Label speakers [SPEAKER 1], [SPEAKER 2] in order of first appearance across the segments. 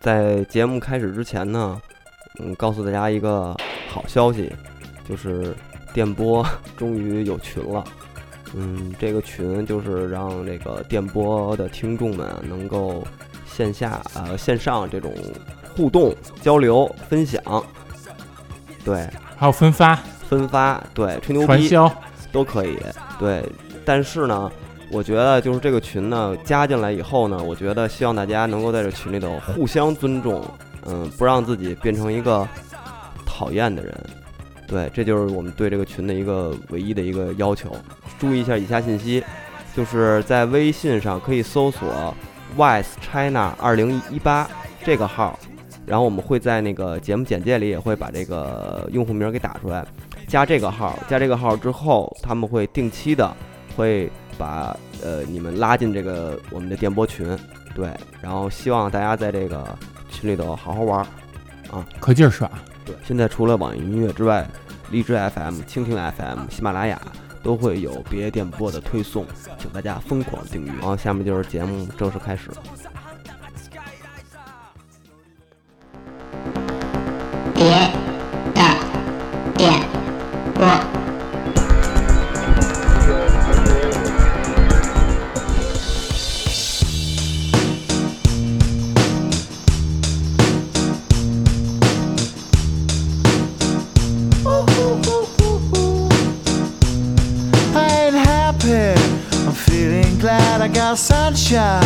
[SPEAKER 1] 在节目开始之前呢，嗯，告诉大家一个好消息，就是电波 终于有群了。嗯，这个群就是让这个电波的听众们啊能够线下呃线上这种互动、交流、分享，对，
[SPEAKER 2] 还有分发、
[SPEAKER 1] 分发，对，吹牛
[SPEAKER 2] 传
[SPEAKER 1] 逼，
[SPEAKER 2] 销，
[SPEAKER 1] 都可以。对，但是呢，我觉得就是这个群呢加进来以后呢，我觉得希望大家能够在这群里头互相尊重，嗯，不让自己变成一个讨厌的人。对，这就是我们对这个群的一个唯一的一个要求。注意一下以下信息，就是在微信上可以搜索 “wise china 二零一八”这个号，然后我们会在那个节目简介里也会把这个用户名给打出来。加这个号，加这个号之后，他们会定期的会把呃你们拉进这个我们的电波群，对，然后希望大家在这个群里头好好玩儿。
[SPEAKER 2] 可劲儿耍。
[SPEAKER 1] 对，现在除了网易音乐之外，荔枝 FM、蜻蜓 FM、喜马拉雅都会有别电波的推送，请大家疯狂订阅。然后下面就是节目正式开始。
[SPEAKER 3] 别的点播，
[SPEAKER 4] I ain't happy. I'm feeling glad I got sunshine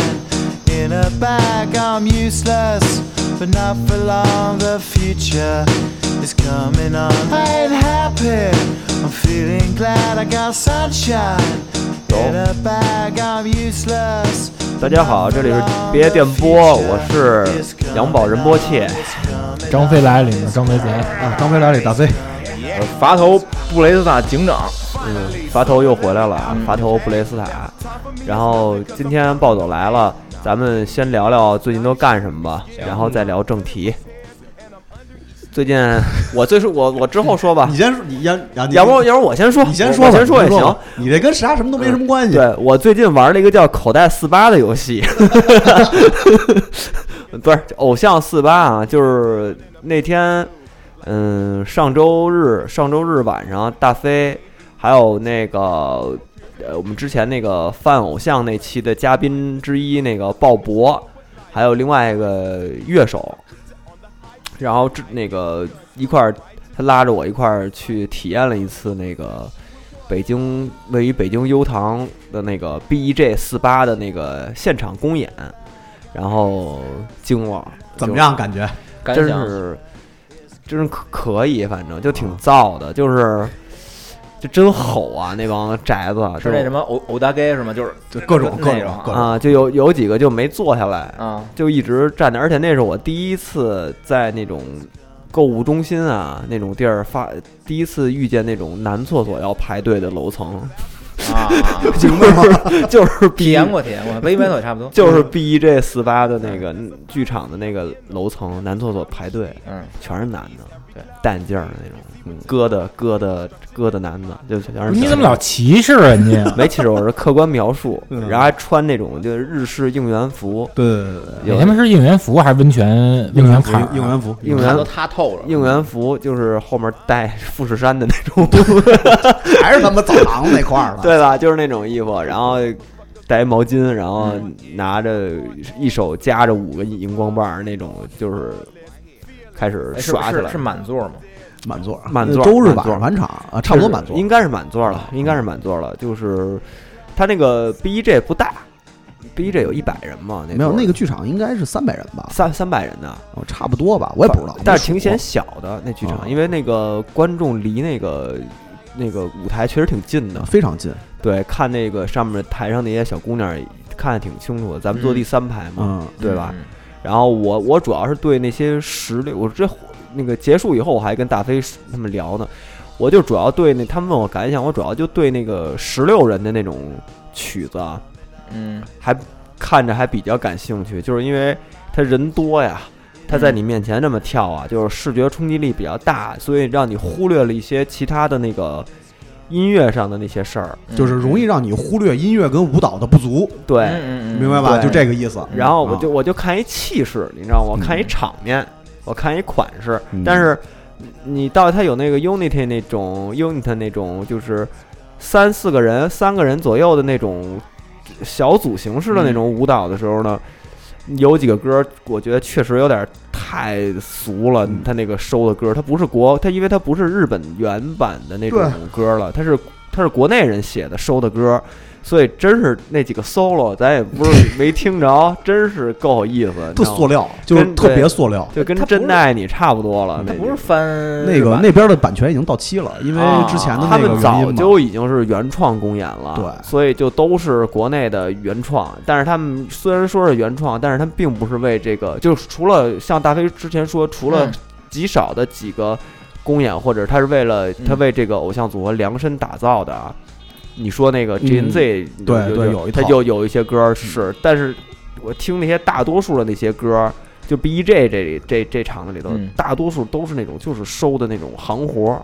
[SPEAKER 4] in a bag. I'm useless, but not for long. The future is coming on. I ain't happy. I'm feeling glad I got sunshine in a bag. I'm useless.
[SPEAKER 5] 大家好，这里是别电波，我是杨宝仁波切，
[SPEAKER 2] 张飞来里面张飞贼，
[SPEAKER 6] 啊，张飞来里大飞，
[SPEAKER 5] 呃伐头布雷斯塔警长，嗯，伐头又回来了啊，伐头布雷斯塔。然后今天暴走来了，咱们先聊聊最近都干什么吧，然后再聊正题。最近我最是我我之后说吧
[SPEAKER 6] 你，先说，你先，啊 你
[SPEAKER 5] 要不要不我先说，
[SPEAKER 6] 你先
[SPEAKER 5] 我
[SPEAKER 6] 说吧，
[SPEAKER 5] 先说也
[SPEAKER 6] 你
[SPEAKER 5] 行。嗯
[SPEAKER 6] 吧，你这跟啥什么都没什么关系。
[SPEAKER 5] 对我最近玩了一个叫《口袋四八》的游 戏，不是偶像四八啊，就是那天，嗯，上周日上周日晚上，大飞还有那个呃，我们之前那个泛偶像那期的嘉宾之一那个鲍勃，还有另外一个乐手，然后这那个一块儿，他拉着我一块儿去体验了一次那个。北京位于北京优唐的那个 BEG 四八的那个现场公演，然后惊了，
[SPEAKER 6] 怎么样？感觉？
[SPEAKER 5] 就？真是真是可可以，反正就挺燥
[SPEAKER 6] 哦
[SPEAKER 5] 的，就是就真吼啊！那帮宅子
[SPEAKER 7] 是那什么偶偶大 gay 是吗？就是
[SPEAKER 6] 就各种
[SPEAKER 7] 那
[SPEAKER 6] 各
[SPEAKER 7] 种
[SPEAKER 6] 种
[SPEAKER 7] 啊
[SPEAKER 6] 各种，
[SPEAKER 5] 啊，就有有几个就没坐下来，
[SPEAKER 7] 啊，
[SPEAKER 5] 就一直站着，而且那是我第一次在那种购物中心啊那种地儿发，第一次遇见那种男厕所要排队的楼 层，
[SPEAKER 7] 啊，
[SPEAKER 5] 就是就是
[SPEAKER 7] 体
[SPEAKER 5] 体
[SPEAKER 7] 验过体验过，跟一般都差不多。
[SPEAKER 5] 就是 BEJ 四八的那个剧场的那个楼层男厕所排队，
[SPEAKER 7] 嗯，
[SPEAKER 5] 全是男的，
[SPEAKER 7] 对，
[SPEAKER 5] 淡劲儿的那种，嗯，疙瘩疙瘩疙瘩男的，就全是。
[SPEAKER 2] 你怎么老？歧视啊人 家呀？
[SPEAKER 5] 没其实我是客观描 述，
[SPEAKER 6] 嗯
[SPEAKER 5] 然后还穿那种就是日式应援服，
[SPEAKER 6] 对对对对，
[SPEAKER 2] 你
[SPEAKER 5] 有
[SPEAKER 2] 哎他妈是应援服还是温泉温泉卡？
[SPEAKER 6] 应援服，
[SPEAKER 5] 应
[SPEAKER 7] 看
[SPEAKER 5] 援
[SPEAKER 7] 都塌透了，
[SPEAKER 5] 应援服就是后面带富士山的那 种，
[SPEAKER 6] 还是他妈澡堂子那块儿了。
[SPEAKER 5] 对吧？就是那种衣服，然后带一毛巾，然后拿着一手夹着五个荧光棒儿那种，就是开始
[SPEAKER 7] 哎是不
[SPEAKER 5] 耍起
[SPEAKER 7] 是
[SPEAKER 5] 来
[SPEAKER 7] 是。满座吗？
[SPEAKER 6] 满座儿，呃
[SPEAKER 5] 满座儿
[SPEAKER 6] 周日
[SPEAKER 5] 满座儿
[SPEAKER 6] 晚返场啊，差不多满座儿，啊
[SPEAKER 5] 应该是满座了，应该是满座了。就是他那个 BEJ 不大，BEJ 有一百人嘛，那
[SPEAKER 6] 没有
[SPEAKER 5] 座
[SPEAKER 6] 那个剧场应该是三百人吧，
[SPEAKER 5] 三三百人呢，
[SPEAKER 6] 哦差不多吧，我也不知道。
[SPEAKER 5] 但是挺
[SPEAKER 6] 没数
[SPEAKER 5] 显小的那剧
[SPEAKER 6] 啊
[SPEAKER 5] 场，因为那个观众离那个那个舞台确实挺近的
[SPEAKER 6] 啊，非常近，
[SPEAKER 5] 对，看那个上面台上那些小姑娘看得挺清楚的，咱们坐
[SPEAKER 7] 嗯
[SPEAKER 5] 第三排嘛，
[SPEAKER 6] 嗯，
[SPEAKER 5] 对吧？
[SPEAKER 7] 嗯？
[SPEAKER 5] 然后我我主要是对那些实力，我这那个结束以后，我还跟大飞他们聊呢，我就主要对那他们问我感想，我主要就对那个十六人的那种曲子啊，
[SPEAKER 7] 嗯，
[SPEAKER 5] 还看着还比较感兴趣，就是因为他人多呀，他在你面前这么跳啊，就是视觉冲击力比较大，所以让你忽略了一些其他的那个音乐上的那些事儿。
[SPEAKER 7] 嗯
[SPEAKER 6] 就是容易让你忽略音乐跟舞蹈的不足，
[SPEAKER 5] 对，
[SPEAKER 7] 嗯嗯嗯
[SPEAKER 6] 明白吧？
[SPEAKER 5] 对
[SPEAKER 6] 就这个意思。
[SPEAKER 5] 然后我就
[SPEAKER 6] 啊嗯
[SPEAKER 5] 我就看一气势，你知道吗？我看一场面，我看一款式，但是你到它有那个 Unity 那种 Unit 那种，就是三四个人、三个人左右的那种小组形式的
[SPEAKER 6] 嗯
[SPEAKER 5] 那种舞蹈的时候呢，有几个歌我觉得确实有点太俗了。
[SPEAKER 6] 嗯
[SPEAKER 5] 它那个收的歌，它不是国，它因为它不是日本原版的那种歌了，它是它是国内人写的收的歌。所以真是那几个 solo，咱也不是没听着，真是够有意思，你知
[SPEAKER 6] 特
[SPEAKER 5] 道吗
[SPEAKER 6] 塑料，就是
[SPEAKER 5] 跟
[SPEAKER 6] 特别塑料。
[SPEAKER 5] 就跟
[SPEAKER 7] 它不是
[SPEAKER 5] 真爱你差不多了。
[SPEAKER 7] 它
[SPEAKER 5] 那
[SPEAKER 7] 不
[SPEAKER 5] 几
[SPEAKER 7] 是
[SPEAKER 5] 个
[SPEAKER 7] 翻
[SPEAKER 6] 那个那边的版权已经到期了，因为
[SPEAKER 7] 啊
[SPEAKER 6] 之前的
[SPEAKER 5] 他
[SPEAKER 6] 那个
[SPEAKER 5] 们
[SPEAKER 6] 原
[SPEAKER 5] 早
[SPEAKER 6] 因嘛。
[SPEAKER 5] 就已经是原创公演了，
[SPEAKER 6] 对
[SPEAKER 5] 所以就都是国内的原创。但是他们虽然说是原创，但是他们并不是为这个，就是除了像大飞之前说，除了
[SPEAKER 7] 嗯
[SPEAKER 5] 极少的几个公演，或者他是为了
[SPEAKER 7] 嗯
[SPEAKER 5] 他为这个偶像组合量身打造的啊。你说那个
[SPEAKER 6] 嗯
[SPEAKER 5] G N Z，、
[SPEAKER 6] 对对有一
[SPEAKER 5] 他
[SPEAKER 6] 套嗯
[SPEAKER 5] 就有一些歌是，但是我听那些大多数的那些歌。就 B E J 这里这这场子里头，
[SPEAKER 7] 嗯
[SPEAKER 5] 大多数都是那种就是收的那种行活儿，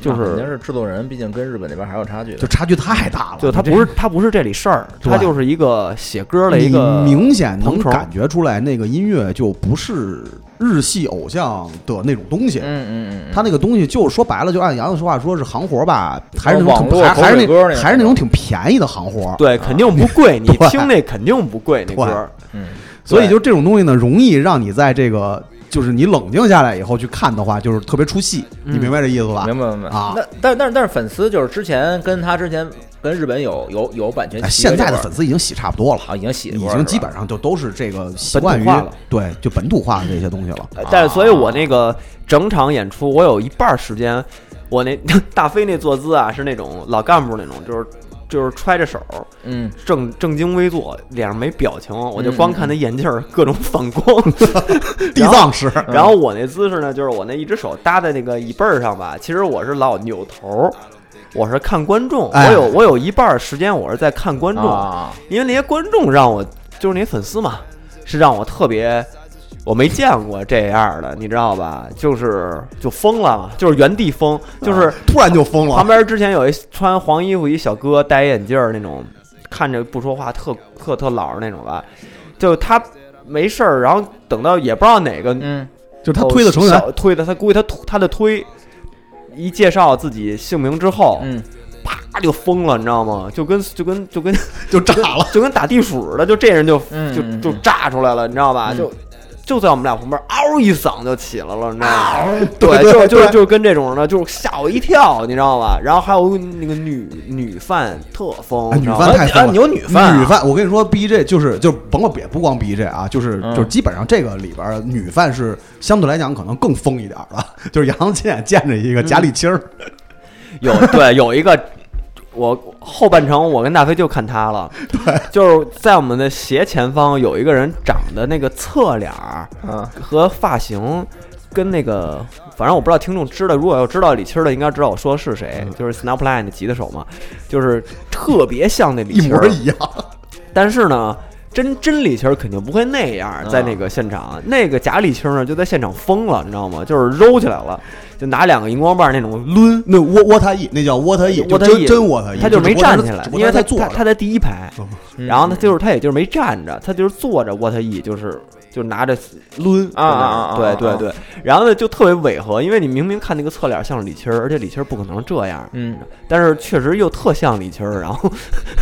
[SPEAKER 5] 就
[SPEAKER 7] 那
[SPEAKER 5] 是
[SPEAKER 7] 啊肯定是制作人，毕竟跟日本那边还有差距的。
[SPEAKER 6] 就差距太大了，
[SPEAKER 5] 就他
[SPEAKER 6] 这
[SPEAKER 5] 不是他不是这里事儿，
[SPEAKER 6] 对
[SPEAKER 5] 他就是一个写歌的一个
[SPEAKER 6] 你明显能
[SPEAKER 5] 蓬虫
[SPEAKER 6] 感觉出来，那个音乐就不是日系偶像的那种东西。
[SPEAKER 7] 嗯嗯嗯，
[SPEAKER 6] 他那个东西就是说白了，就按杨子说话说是行活吧，还是那
[SPEAKER 7] 网
[SPEAKER 6] 种挺
[SPEAKER 7] 络
[SPEAKER 6] 还还是
[SPEAKER 7] 口水歌那
[SPEAKER 6] 那
[SPEAKER 7] 种
[SPEAKER 6] 还是那种挺便宜的行活。
[SPEAKER 5] 对，肯定不贵，你
[SPEAKER 6] 对
[SPEAKER 5] 听那肯定不贵，那歌儿
[SPEAKER 7] 嗯
[SPEAKER 6] 所以就这种东西呢，容易让你在这个就是你冷静下来以后去看的话，就是特别出戏。你明白这意思吧？
[SPEAKER 7] 嗯明白明白
[SPEAKER 6] 啊
[SPEAKER 7] 那但但但是粉丝就是之前跟他之前跟日本有有有版权
[SPEAKER 6] 哎
[SPEAKER 7] 契约
[SPEAKER 6] 现
[SPEAKER 7] 这块儿，
[SPEAKER 6] 在的粉丝已经洗差不多了，
[SPEAKER 7] 啊已经洗
[SPEAKER 6] 已
[SPEAKER 7] 过了
[SPEAKER 6] 经基
[SPEAKER 7] 是吧
[SPEAKER 6] 本上就都是这个习惯
[SPEAKER 5] 本
[SPEAKER 6] 于
[SPEAKER 5] 土化了
[SPEAKER 6] 对就本土化的这些东西了。
[SPEAKER 5] 呃但是，
[SPEAKER 6] 啊
[SPEAKER 5] 所以我那个整场演出，我有一半儿时间，我那 大飞那坐姿啊，是那种老干部那种，就是就是揣着手，
[SPEAKER 7] 嗯
[SPEAKER 5] 正正襟危坐，脸上没表情，我就
[SPEAKER 7] 嗯
[SPEAKER 5] 光看他眼镜儿各种反 光。
[SPEAKER 6] 地藏师
[SPEAKER 5] 然后我那姿势呢，就是我那一只手搭在那个椅背儿上吧，其实我是老扭头儿，我是看观众，
[SPEAKER 6] 哎
[SPEAKER 5] 我有我有一半儿时间我是在看观众，
[SPEAKER 7] 啊
[SPEAKER 5] 因为那些观众让我就是那些粉丝嘛，是让我特别。我没见过这样的，你知道吧？就是就疯了嘛，就是原地疯，就是
[SPEAKER 6] 啊突然就疯
[SPEAKER 5] 旁
[SPEAKER 6] 了，
[SPEAKER 5] 边之前有一穿黄衣服一小哥，戴眼镜儿那种，看着不说话，特特特老实那种吧，就他没事儿，然后等到也不知道哪个
[SPEAKER 7] 嗯
[SPEAKER 6] 就是他推的成员
[SPEAKER 5] 哦小推的，他估计他推他的推一介绍自己姓名之后，
[SPEAKER 7] 嗯
[SPEAKER 5] 啪就疯了，你知道吗？就跟就跟就跟。
[SPEAKER 6] 就炸了
[SPEAKER 5] 就跟打地鼠似的，就这人就
[SPEAKER 7] 嗯
[SPEAKER 5] 就
[SPEAKER 7] 嗯
[SPEAKER 5] 就
[SPEAKER 7] 嗯
[SPEAKER 5] 炸出来了，你知道吧？
[SPEAKER 7] 嗯
[SPEAKER 5] 就就在我们俩旁边，嗷一嗓就起来了，你知道吗？
[SPEAKER 6] 对对
[SPEAKER 5] 就就
[SPEAKER 6] 对
[SPEAKER 5] 就跟这种的，就吓我一跳，你知道吧？然后还有那个女女犯特疯，
[SPEAKER 6] 哎
[SPEAKER 5] 你知道吗
[SPEAKER 6] 女犯太疯了
[SPEAKER 5] 啊你有女犯啊，
[SPEAKER 6] 女犯，我跟你说，B J 就是就甭管别不光 B J 啊，就是
[SPEAKER 7] 嗯
[SPEAKER 6] 就是基本上这个里边儿女犯是相对来讲可能更疯一点儿了，就是杨亲眼见着一个佳丽青儿，
[SPEAKER 5] 有对有一个，我后半程我跟大飞就看他 了，对，就是在我们的斜前方有一个人长得那个侧脸儿
[SPEAKER 7] 啊
[SPEAKER 5] 和发型。跟那个，反正我不知道听众知道，如果要知道李青儿的，应该知道我说的是谁，就是 Snapline 的吉他手嘛，就是特别像那李
[SPEAKER 6] 一
[SPEAKER 5] 青儿
[SPEAKER 6] 模一样。
[SPEAKER 5] 但是呢，真真李青儿肯定不会那样，在那个现场，那个假李青儿呢就在现场疯了，你知道吗？就是揉起来了，就拿两个荧光棒那种抡，
[SPEAKER 6] 那窝窝他一，那叫窝他一，
[SPEAKER 5] 窝
[SPEAKER 6] 就
[SPEAKER 5] 他
[SPEAKER 6] 真
[SPEAKER 5] 一
[SPEAKER 6] 真窝他一，
[SPEAKER 5] 他
[SPEAKER 6] 就
[SPEAKER 5] 就没站起来，因为他
[SPEAKER 6] 他坐
[SPEAKER 5] 他
[SPEAKER 6] 着
[SPEAKER 5] 他在第一排，
[SPEAKER 7] 嗯
[SPEAKER 5] 然后他就是他也就是没站着，他就是坐着卧他一，就是就拿着抡
[SPEAKER 7] 啊啊啊啊
[SPEAKER 5] 对
[SPEAKER 7] 啊
[SPEAKER 5] 对
[SPEAKER 7] 啊
[SPEAKER 5] 对，然后呢就特别违和，因为你明明看那个侧脸像李青儿，而且李青儿不可能这样，
[SPEAKER 7] 嗯
[SPEAKER 5] 但是确实又特像李青儿，然后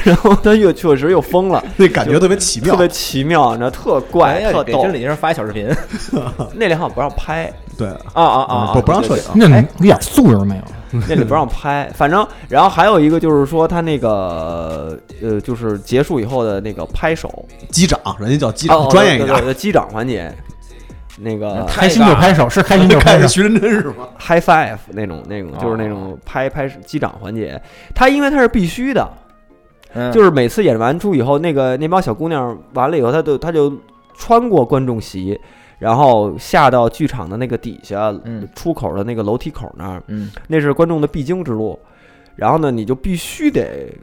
[SPEAKER 5] 然后他又确实又疯了，
[SPEAKER 6] 那感觉特别奇
[SPEAKER 5] 特
[SPEAKER 6] 妙
[SPEAKER 5] 别。奇妙，你知道特怪
[SPEAKER 7] 哎
[SPEAKER 5] 特
[SPEAKER 7] 给
[SPEAKER 5] 逗
[SPEAKER 7] 经，理先生发一小视频
[SPEAKER 5] 那里好像不让拍，嗯
[SPEAKER 6] 对，
[SPEAKER 7] 啊啊
[SPEAKER 6] 不不让摄影，
[SPEAKER 2] 那
[SPEAKER 5] 哎
[SPEAKER 2] 你一点素质没有，
[SPEAKER 5] 那里不让拍，反正然后还有一个就是说他那个呃就是结束以后的那个拍手。
[SPEAKER 6] 机长，人家叫机
[SPEAKER 5] 哦
[SPEAKER 6] 长，
[SPEAKER 5] 哦
[SPEAKER 6] 专业一
[SPEAKER 5] 对
[SPEAKER 6] 点嗯
[SPEAKER 5] 对。对机长环节，那
[SPEAKER 7] 呃嗯
[SPEAKER 5] 个
[SPEAKER 2] 开心就 拍手，是开心就
[SPEAKER 6] 看
[SPEAKER 2] 拍
[SPEAKER 6] 着
[SPEAKER 2] 手。
[SPEAKER 6] 徐真真是吗？
[SPEAKER 5] high five 那种那
[SPEAKER 6] 哦
[SPEAKER 5] 种，就是那种拍拍机长环节，他因为他是必须的，
[SPEAKER 7] 嗯
[SPEAKER 5] 就是每次演完出以后，那个那帮小姑娘完了以后，她就她就穿过观众席，然后下到剧场的那个底下
[SPEAKER 7] 嗯
[SPEAKER 5] 出口的那个楼梯口那儿，
[SPEAKER 7] 嗯
[SPEAKER 5] 那是观众的必经之路。然后呢，你就必须得。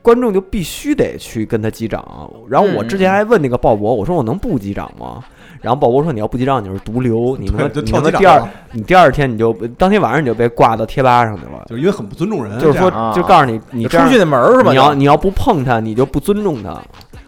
[SPEAKER 5] 观众就必须得去跟他击掌。然后我之前还问那个鲍勃，我说我能不击掌吗？然后鲍勃说你要不击掌你就是毒 瘤，你他妈
[SPEAKER 6] 对就
[SPEAKER 5] 你
[SPEAKER 6] 跳
[SPEAKER 5] 他妈
[SPEAKER 6] 机长
[SPEAKER 5] 第二
[SPEAKER 6] 了
[SPEAKER 5] 你第二天你就当天晚上你就被挂到贴吧上去了。
[SPEAKER 6] 就是因为很不尊重人，
[SPEAKER 5] 就是说
[SPEAKER 6] 嗯这样，
[SPEAKER 7] 啊
[SPEAKER 5] 就告诉你，你
[SPEAKER 7] 就
[SPEAKER 5] 这
[SPEAKER 7] 出
[SPEAKER 5] 样
[SPEAKER 7] 去那门儿是吧？
[SPEAKER 5] 你要
[SPEAKER 7] 就
[SPEAKER 5] 你要不碰他，你就不尊重他。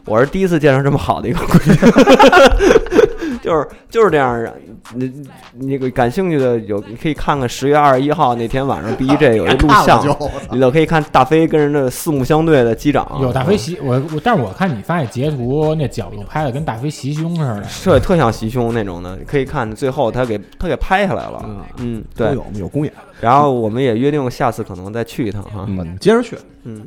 [SPEAKER 5] 我是第一次见着这么好的一个规矩， 就是就是这样儿。你你个感兴趣的有，你可以看看十月二十一号那天晚上 BJ 有一录
[SPEAKER 6] 看了
[SPEAKER 5] 像
[SPEAKER 6] 就，我操
[SPEAKER 5] 里头可以看大飞跟人的四目相对的击掌。
[SPEAKER 2] 有大飞袭我我，但是我看你发那截图那角度拍的跟大飞袭胸似 的，
[SPEAKER 5] 特特像袭胸那种的，可以看最后他给他给拍下来了。嗯，
[SPEAKER 6] 都
[SPEAKER 5] 对。
[SPEAKER 6] 有有公演，
[SPEAKER 5] 然后我们也约定下次可能再去一趟哈。
[SPEAKER 6] 嗯，接着去，
[SPEAKER 5] 嗯，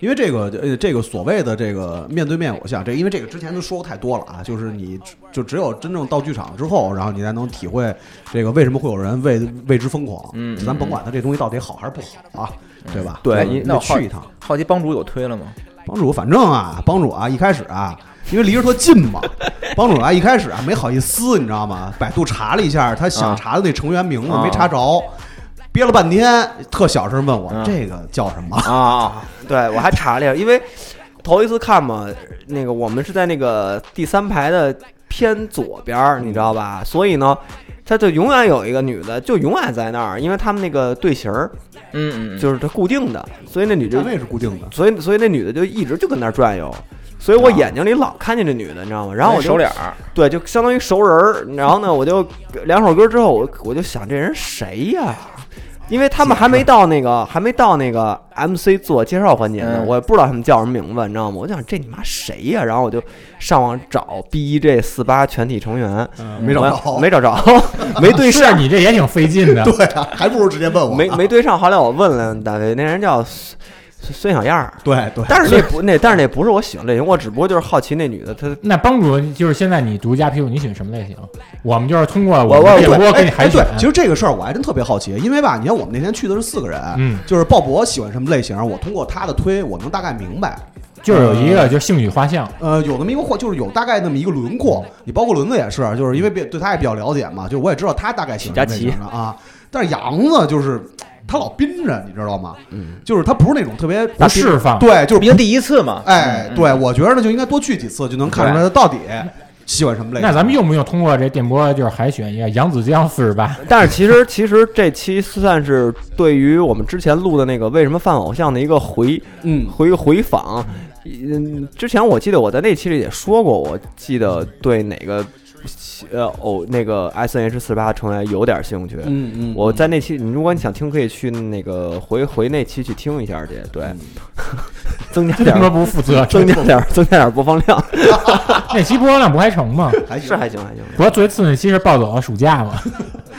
[SPEAKER 6] 因为这个呃，这个所谓的这个面对面偶像，这因为这个之前都说过太多了啊，就是你只就只有真正到剧场之后，然后你才能体会这个为什么会有人为为之疯狂。
[SPEAKER 7] 嗯
[SPEAKER 6] 咱甭管他这东西到底好还是不好啊，对吧？
[SPEAKER 5] 对
[SPEAKER 6] 咱们
[SPEAKER 7] 那
[SPEAKER 6] 得
[SPEAKER 7] 我好
[SPEAKER 6] 去一趟。
[SPEAKER 7] 好奇帮主有推了吗？
[SPEAKER 6] 帮主，反正啊，帮主啊，一开始啊，因为离着特近 嘛，帮主啊一开始啊没好意思，你知道吗？百度查了一下他想查的那成员名字，
[SPEAKER 7] 啊
[SPEAKER 6] 没查着，憋了半天，特小声问我、
[SPEAKER 7] 啊
[SPEAKER 6] 这个叫什么。
[SPEAKER 7] 啊，
[SPEAKER 5] 对我还查了一下，因为头一次看嘛，那个我们是在那个第三排的偏左边儿，
[SPEAKER 7] 嗯
[SPEAKER 5] 你知道吧？所以呢，他就永远有一个女的，就永远在那儿，因为他们那个队形儿
[SPEAKER 7] 嗯嗯，
[SPEAKER 5] 就是它固定的，所以那女就
[SPEAKER 6] 站，位是固定的，
[SPEAKER 5] 所以所以那女的就一直就跟那儿转悠。所以我眼睛里老看见这女的，你知道吗？然后我就
[SPEAKER 7] 啊手脸儿，
[SPEAKER 5] 对，就相当于熟人儿。然后呢，我就两首歌之后，我我就想这人谁呀？因为他们还没到那个还没到那个 MC 自我介绍环节呢，
[SPEAKER 7] 嗯
[SPEAKER 5] 我也不知道他们叫什么名字，你知道吗？我就想这你妈谁呀？然后我就上网找 BEJ 四八全体成员，
[SPEAKER 6] 嗯没找着，
[SPEAKER 5] 我没找着， 没 对
[SPEAKER 2] 是啊
[SPEAKER 5] 上，
[SPEAKER 2] 你这也挺费劲的。
[SPEAKER 6] 啊对啊， 还不如直接问我。
[SPEAKER 5] 没没对上。后来我问了大卫，那人叫孙孙小燕儿，
[SPEAKER 6] 对 对，
[SPEAKER 5] 但是那不那但是那不是我喜欢类型，我只不过就是好奇那女的她
[SPEAKER 2] 那帮主就是现在你独家披露你喜欢什么类型？我们就是通过
[SPEAKER 5] 我
[SPEAKER 2] 们
[SPEAKER 5] 我
[SPEAKER 2] 电波
[SPEAKER 6] 哎
[SPEAKER 2] 给你海
[SPEAKER 6] 哎，
[SPEAKER 2] 选
[SPEAKER 6] 对，，其实这个事儿我还真特别好奇，因为吧，你看我们那天去的是四个人，
[SPEAKER 2] 嗯
[SPEAKER 6] 就是鲍勃喜欢什么类型，我通过他的推，我能大概明白。
[SPEAKER 2] 就是有一个就是性取画像，
[SPEAKER 6] 呃，有那么一个或就是有大概那么一个轮廓，你包括轮子也是，就是因为别对他也比较了解嘛，就我也知道他大概喜欢什么类型的啊。但是杨子就是他老憋着，你知道吗？嗯，就是他不是那种特别
[SPEAKER 2] 不释放。
[SPEAKER 6] 对，就是
[SPEAKER 7] 毕竟第一次嘛，
[SPEAKER 6] 哎，
[SPEAKER 7] 嗯
[SPEAKER 6] 对，我觉得呢就应该多去几次，就能看出来他到底喜欢什么类型。
[SPEAKER 2] 那咱们用不用通过这电波就是海选一下扬子江四十 八？
[SPEAKER 5] 但是其实 其实这期算是对于我们之前录的那个为什么犯偶像的一个回
[SPEAKER 6] 嗯，
[SPEAKER 5] 回回访。嗯，之前我记得我在那期里也说过，我记得对哪个呃偶那个 S N H 四十八成员有点兴趣。
[SPEAKER 6] 嗯嗯
[SPEAKER 5] 我在那期，你如果你想听，可以去那个回回那期去听一下去，对， 增加
[SPEAKER 2] 这
[SPEAKER 5] 点
[SPEAKER 2] 电波
[SPEAKER 5] 儿
[SPEAKER 2] 不负责，
[SPEAKER 5] 增加点儿 增加点儿播放量，
[SPEAKER 2] 那期播放量不还成 吗？
[SPEAKER 6] 还行
[SPEAKER 5] 是还行还行。
[SPEAKER 2] 不过最次那期是暴走了暑假 嘛，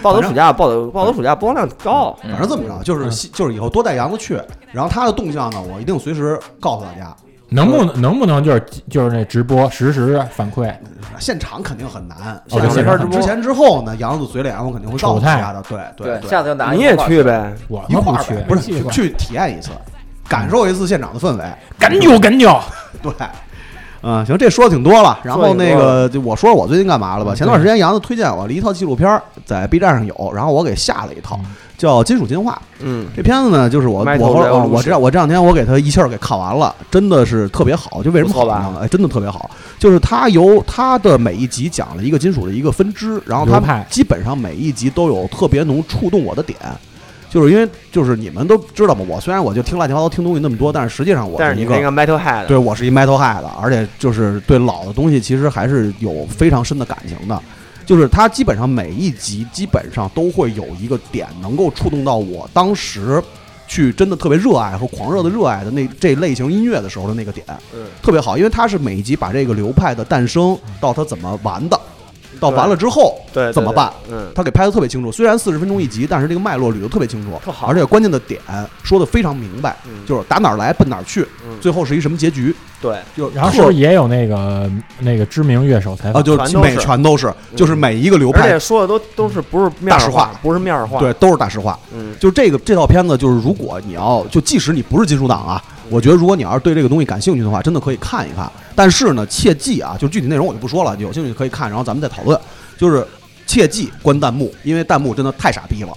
[SPEAKER 5] 暴走暑假暴走暴走暑假播放量高，
[SPEAKER 6] 反正这
[SPEAKER 2] 嗯
[SPEAKER 6] 么着，就是希就是以后多带杨子去，然后他的动向呢，我一定随时告诉大家。
[SPEAKER 2] 能不能能不能就是就是那直播实时反馈？
[SPEAKER 6] 现场肯定很难，
[SPEAKER 2] 哦
[SPEAKER 6] 现
[SPEAKER 2] 现
[SPEAKER 6] 场
[SPEAKER 2] 场
[SPEAKER 6] 之前之后呢，杨子嘴脸我肯定会告诉大家的。对
[SPEAKER 7] 对，
[SPEAKER 6] 对，
[SPEAKER 7] 下次要拿
[SPEAKER 5] 你
[SPEAKER 7] 嗯一
[SPEAKER 5] 也
[SPEAKER 7] 块儿
[SPEAKER 5] 去，呗，
[SPEAKER 2] 我
[SPEAKER 6] 一
[SPEAKER 2] 们
[SPEAKER 6] 块
[SPEAKER 2] 不
[SPEAKER 6] 儿
[SPEAKER 2] 去
[SPEAKER 6] 呗，不是
[SPEAKER 2] 奇
[SPEAKER 6] 去
[SPEAKER 2] 怪
[SPEAKER 6] 去体验一次，感受一次现场的氛围。
[SPEAKER 2] 赶紧赶紧。
[SPEAKER 6] 对，嗯，行，这说的挺多了。然后
[SPEAKER 5] 说得
[SPEAKER 6] 那
[SPEAKER 5] 挺多
[SPEAKER 6] 个，就我说我最近干嘛了吧？
[SPEAKER 2] 嗯
[SPEAKER 6] 前段时间杨子推荐我了一套纪录片儿，在 B 站上有，然后我给下了一套
[SPEAKER 2] 嗯，
[SPEAKER 6] 叫《金属进化》。
[SPEAKER 5] 嗯，
[SPEAKER 6] 这片子呢，就是我
[SPEAKER 5] Metal
[SPEAKER 6] 我后来啊
[SPEAKER 5] Revolution
[SPEAKER 6] 我这样我这两天我给他一气儿给看完了，真的是特别好。就为什么
[SPEAKER 5] 不错吧
[SPEAKER 6] 好呢？哎，真的特别好。就是它由它的每一集讲了一个金属的一个分支，然后它
[SPEAKER 2] 流派
[SPEAKER 6] 基本上每一集都有特别能触动我的点。就是因为就是你们都知道嘛，我虽然我就听乱七八糟听东西那么多，但是实际上我
[SPEAKER 5] 但是
[SPEAKER 6] 一
[SPEAKER 5] 你那个 Metalhead
[SPEAKER 6] 对我是一 metal head，而且就是对老的东西其实还是有非常深的感情的。就是它基本上每一集基本上都会有一个点能够触动到我当时去真的特别热爱和狂热的热爱的那这类型音乐的时候的那个点，
[SPEAKER 5] 嗯，
[SPEAKER 6] 特别好，因为它是每一集把这个流派的诞生到它怎么玩的，到完了之后
[SPEAKER 5] 对，对
[SPEAKER 6] 怎么办，？
[SPEAKER 5] 对嗯，
[SPEAKER 6] 他给拍的特别清楚，虽然四十分钟一集，但是这个脉络捋得特别清楚，
[SPEAKER 5] 特好
[SPEAKER 6] 而且关键的点说的非常明白，
[SPEAKER 5] 嗯
[SPEAKER 6] 就是打哪儿来奔哪儿去，
[SPEAKER 5] 嗯
[SPEAKER 6] 最后是一什么结局，
[SPEAKER 5] 对，
[SPEAKER 6] 就
[SPEAKER 2] 然后是
[SPEAKER 6] 特
[SPEAKER 2] 不是也有那个那个知名乐手采
[SPEAKER 6] 啊，
[SPEAKER 2] 访？
[SPEAKER 6] 就
[SPEAKER 5] 全
[SPEAKER 6] 是
[SPEAKER 5] 都
[SPEAKER 6] 每
[SPEAKER 5] 是
[SPEAKER 6] 全都是，
[SPEAKER 5] 嗯
[SPEAKER 6] 就是每一个流
[SPEAKER 5] 而
[SPEAKER 6] 派
[SPEAKER 5] 且，说的都都是不是面
[SPEAKER 6] 大实
[SPEAKER 5] 儿
[SPEAKER 6] 话
[SPEAKER 5] 话，不是面儿话，
[SPEAKER 6] 对，，都是大实话。
[SPEAKER 5] 嗯，
[SPEAKER 6] 就这个这套片子，就是如果你要就即使你不是金属党啊，我觉得如果你要是对这个东西感兴趣的话，真的可以看一看。但是呢，切记啊，就具体内容我就不说了，有兴趣可以看，然后咱们再讨论。就是切记关弹幕，因为弹幕真的太傻逼了。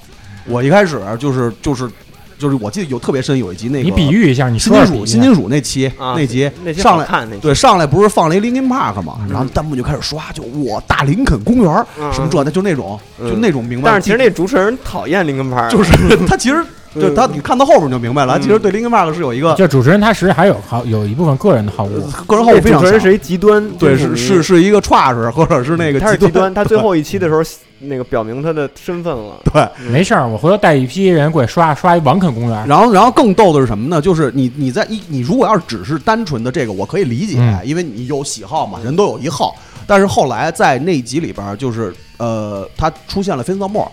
[SPEAKER 6] 我一开始就是就是就是我记得有特别深有一集那个
[SPEAKER 2] 你比喻一下，你
[SPEAKER 6] 新
[SPEAKER 2] 说说
[SPEAKER 6] 金属
[SPEAKER 2] 比喻
[SPEAKER 6] 新金属那期
[SPEAKER 5] 啊
[SPEAKER 6] 那集
[SPEAKER 5] 那些
[SPEAKER 6] 上
[SPEAKER 5] 好
[SPEAKER 6] 来
[SPEAKER 5] 看那些
[SPEAKER 6] 对，上来不是放了一 Linkin Park 嘛，然后弹幕就开始刷，就我大林肯公园儿
[SPEAKER 5] 嗯
[SPEAKER 6] 什么这的，就那种，
[SPEAKER 5] 嗯
[SPEAKER 6] 就那种明白。
[SPEAKER 5] 但是其实那嗯主持人讨厌林根牌儿，啊
[SPEAKER 6] 就是 他其实就他，你看到后边你就明白了，他
[SPEAKER 5] 嗯
[SPEAKER 6] 其实对 Linkin Park 是有一个
[SPEAKER 2] 就主持人他实际还有好有一部分个人的好恶，
[SPEAKER 6] 个人好
[SPEAKER 5] 那
[SPEAKER 6] 恶
[SPEAKER 5] 主
[SPEAKER 6] 非常
[SPEAKER 5] 持人
[SPEAKER 6] 强
[SPEAKER 5] 是。一极端，
[SPEAKER 6] 对，
[SPEAKER 5] 就是你
[SPEAKER 6] 是是一个 trash，或者是那个
[SPEAKER 5] 他是极端，他最
[SPEAKER 6] 对
[SPEAKER 5] 后一期的时候那个表明他的身份了，
[SPEAKER 2] 没事儿，我回头带一批人过去刷刷一王肯公园，
[SPEAKER 6] 呃然后，然后更逗的是什么呢？就是你，你在一，你如果要是只是单纯的这个，我可以理解，
[SPEAKER 2] 嗯
[SPEAKER 6] 因为你有喜好嘛，人都有一号。但是后来在那集里边儿，就是呃，他出现了菲诺莫，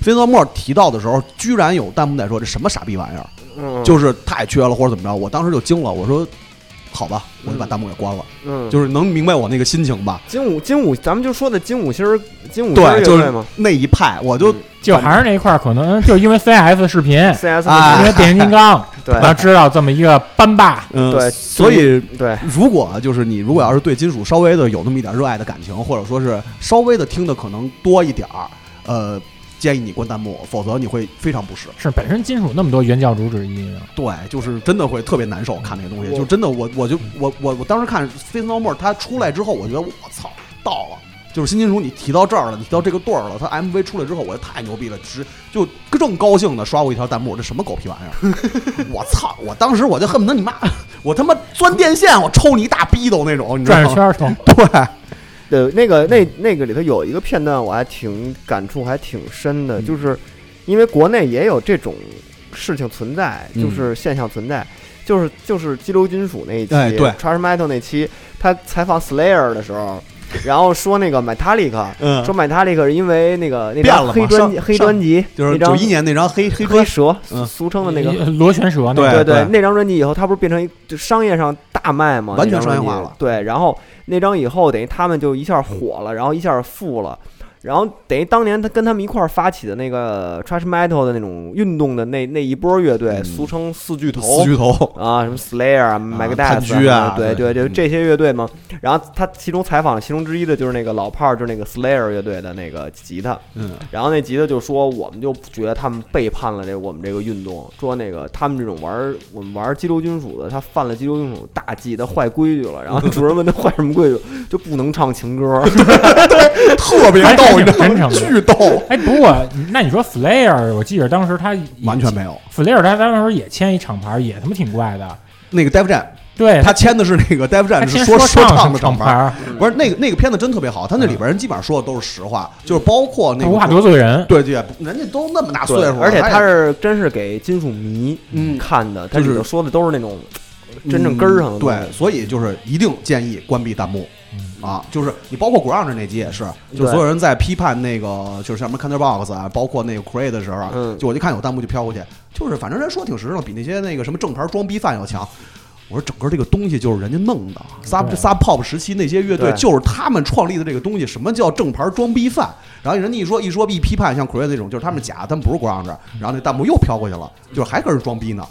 [SPEAKER 6] 菲诺莫提到的时候，居然有弹幕在说这什么傻逼玩意儿，
[SPEAKER 5] 嗯，
[SPEAKER 6] 就是太缺了或者怎么着。我当时就惊了，我说好吧，我就把弹幕给关了，
[SPEAKER 5] 嗯，
[SPEAKER 6] 就是能明白我那个心情吧？
[SPEAKER 5] 金武金武，咱们就说的金武星儿金武星儿乐
[SPEAKER 6] 对，就是
[SPEAKER 5] 队嘛
[SPEAKER 6] 那一派，我就
[SPEAKER 5] 嗯
[SPEAKER 2] 就还是那一块儿，可能就因为 CF 的视 频，
[SPEAKER 5] ，CS
[SPEAKER 6] 哎
[SPEAKER 2] 因为变形金刚，
[SPEAKER 5] 对
[SPEAKER 2] 然后知道这么一个班霸，
[SPEAKER 6] 嗯，
[SPEAKER 5] 对
[SPEAKER 6] 所以
[SPEAKER 5] 对，
[SPEAKER 6] 如果啊就是你，如果要是对金属稍微的有那么一点热爱的感情，或者说是稍微的听的可能多一点儿，呃，建议你关弹幕，否则你会非常不适。
[SPEAKER 2] 是本身金属那么多原教主之一呢，
[SPEAKER 6] 对，就是真的会特别难受，看那个东西，
[SPEAKER 5] 我
[SPEAKER 6] 就真的我我就我我我当时看《Face No More》它出来之后，我觉得我操到了。就是新金属，你提到这儿了，你提到这个队儿了，他 MV 出来之后，我就太牛逼了，直就更高兴的刷过一条弹幕，这什么狗屁玩 意儿！我操！我当时我就恨不得你妈，我他妈钻电线，我抽你一大逼斗那种，你知道
[SPEAKER 2] 转着
[SPEAKER 6] 吗
[SPEAKER 2] 圈？儿 冲。
[SPEAKER 6] 对，
[SPEAKER 5] 呃，那个
[SPEAKER 6] 嗯
[SPEAKER 5] 那那个里头有一个片段，我还挺感触还挺深的，
[SPEAKER 6] 嗯
[SPEAKER 5] 就是因为国内也有这种事情存在，
[SPEAKER 6] 嗯
[SPEAKER 5] 就是现象存在，就是就是激流金属那一期
[SPEAKER 6] 哎对
[SPEAKER 5] ，Trash Metal 那期，他采访 Slayer 的时候，然后说那个 Metallica，
[SPEAKER 6] 嗯
[SPEAKER 5] 说 Metallica 是因为那个那
[SPEAKER 6] 变
[SPEAKER 5] 张
[SPEAKER 6] 了
[SPEAKER 5] 黑
[SPEAKER 6] 嘛
[SPEAKER 5] 专
[SPEAKER 6] 上
[SPEAKER 5] 辑黑
[SPEAKER 6] 上
[SPEAKER 5] 专辑，
[SPEAKER 6] 就是
[SPEAKER 5] 那张
[SPEAKER 6] 九一年那张黑
[SPEAKER 5] 黑
[SPEAKER 6] 黑歌，
[SPEAKER 5] 蛇，
[SPEAKER 6] 嗯
[SPEAKER 5] 俗称的那个。
[SPEAKER 2] 螺旋蛇那
[SPEAKER 6] 对
[SPEAKER 2] 个，
[SPEAKER 5] 对那张专辑以后，他不是变成一就商业上大卖吗？
[SPEAKER 6] 完全
[SPEAKER 5] 那张专辑
[SPEAKER 6] 商业化了
[SPEAKER 5] 对，然后那张以后等于他们就一下火了，然后一下富了，然后等于当年他跟他们一块儿发起的那个 trash metal 的那种运动的那那一波乐队，
[SPEAKER 6] 嗯
[SPEAKER 5] 俗称四巨头。
[SPEAKER 6] 四巨头，
[SPEAKER 5] 啊，什么 Slayer 啊、
[SPEAKER 6] 炭
[SPEAKER 5] Megadeth
[SPEAKER 6] 疽啊
[SPEAKER 5] 对
[SPEAKER 6] 对
[SPEAKER 5] 对，就
[SPEAKER 6] 嗯
[SPEAKER 5] 这些乐队嘛。然后他其中采访了其中之一的就是那个老炮儿，就是那个 Slayer 乐队的那个吉他，
[SPEAKER 6] 嗯，
[SPEAKER 5] 然后那吉他就说，我们就觉得他们背叛了这我们这个运动，说那个他们这种玩儿我们玩儿激流金属的，他犯了激流金属大忌，他坏规矩了。然后主人问他坏什么规矩，就不能唱情歌。
[SPEAKER 6] 特别
[SPEAKER 2] 还
[SPEAKER 6] 逗，
[SPEAKER 2] 挺
[SPEAKER 6] 你知道
[SPEAKER 2] 真诚
[SPEAKER 6] 吗？
[SPEAKER 2] 的
[SPEAKER 6] 巨逗，
[SPEAKER 2] 哎，不过那你说 Slayer，我记得当时他也
[SPEAKER 6] 完全没有。
[SPEAKER 2] Slayer，他当时也签一厂牌，也他妈挺怪的。
[SPEAKER 6] 那个 Def Jam，
[SPEAKER 2] 对
[SPEAKER 6] 他签的是那个 Def
[SPEAKER 2] 他
[SPEAKER 6] Jam，
[SPEAKER 2] 签
[SPEAKER 6] 是说说
[SPEAKER 2] 唱
[SPEAKER 6] 唱嗯的
[SPEAKER 2] 厂
[SPEAKER 6] 厂
[SPEAKER 2] 牌
[SPEAKER 6] 牌，
[SPEAKER 2] 儿，
[SPEAKER 6] 不是那个那个片子真特别好，他那里边人基本上说的都是实话，就是包括那
[SPEAKER 2] 他无法
[SPEAKER 6] 个
[SPEAKER 2] 得罪人。
[SPEAKER 6] 对对，人家都那么大岁数了，
[SPEAKER 5] 而且他
[SPEAKER 6] 也
[SPEAKER 5] 是真是给金属迷
[SPEAKER 6] 嗯
[SPEAKER 5] 看的，他
[SPEAKER 6] 就
[SPEAKER 5] 里
[SPEAKER 6] 是
[SPEAKER 5] 头说的都是那种真正根儿上的
[SPEAKER 6] 嗯
[SPEAKER 5] 东西
[SPEAKER 6] 对，所以就是一定建议关闭弹幕。啊，就是你包括 Grunge 那集也是，就
[SPEAKER 5] 对
[SPEAKER 6] 所有人在批判那个就是什么 Counterbox 啊，包括那个 Creed 的时候啊，
[SPEAKER 5] 嗯
[SPEAKER 6] 就我就看有弹幕就飘过去，就是反正人说挺实诚，比那些那个什么正牌装逼犯要强。我说整个这个东西就是人家弄的，sub
[SPEAKER 2] 对
[SPEAKER 6] sub pop 时期那些乐队
[SPEAKER 5] 对
[SPEAKER 6] 就是他们创立的这个东西，什么叫正牌装逼犯？然后人家一说一说一批判，像 Creed 那种就是他们假，他们不是 Grunge，然后那弹幕又飘过去了，就是还跟人装逼呢。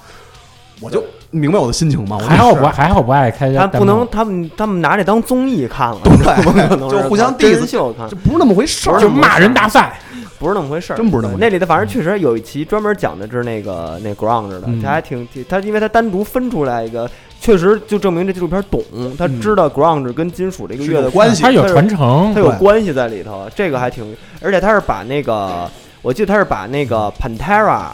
[SPEAKER 6] 我就明白我的心情嘛，我就
[SPEAKER 2] 还好不还好不爱开
[SPEAKER 5] 他
[SPEAKER 2] 弹幕。
[SPEAKER 5] 不能，他们他们拿这当综艺看了，不可能
[SPEAKER 6] 对，
[SPEAKER 5] 是
[SPEAKER 6] 就互相
[SPEAKER 5] 真
[SPEAKER 6] diss，
[SPEAKER 5] 人秀看
[SPEAKER 6] 这，不是那么回事儿，
[SPEAKER 2] 啊就骂人大赛，
[SPEAKER 5] 不是那么回事儿，
[SPEAKER 6] 真不是那么回事儿
[SPEAKER 5] 那里头反正确实有一期专门讲的是那个那 ground 的，
[SPEAKER 6] 嗯
[SPEAKER 5] 他还挺挺他，因为他单独分出来一个，确实就证明这纪录片懂，他知道 ground 跟金属这个
[SPEAKER 6] 嗯是
[SPEAKER 5] 乐
[SPEAKER 6] 有
[SPEAKER 5] 的
[SPEAKER 6] 关系
[SPEAKER 2] 他有
[SPEAKER 5] 它是
[SPEAKER 2] 传承
[SPEAKER 5] 它。有
[SPEAKER 6] 对
[SPEAKER 5] 关系在里头，这个还挺，而且他是把那个，我记得他是把那个 Pantera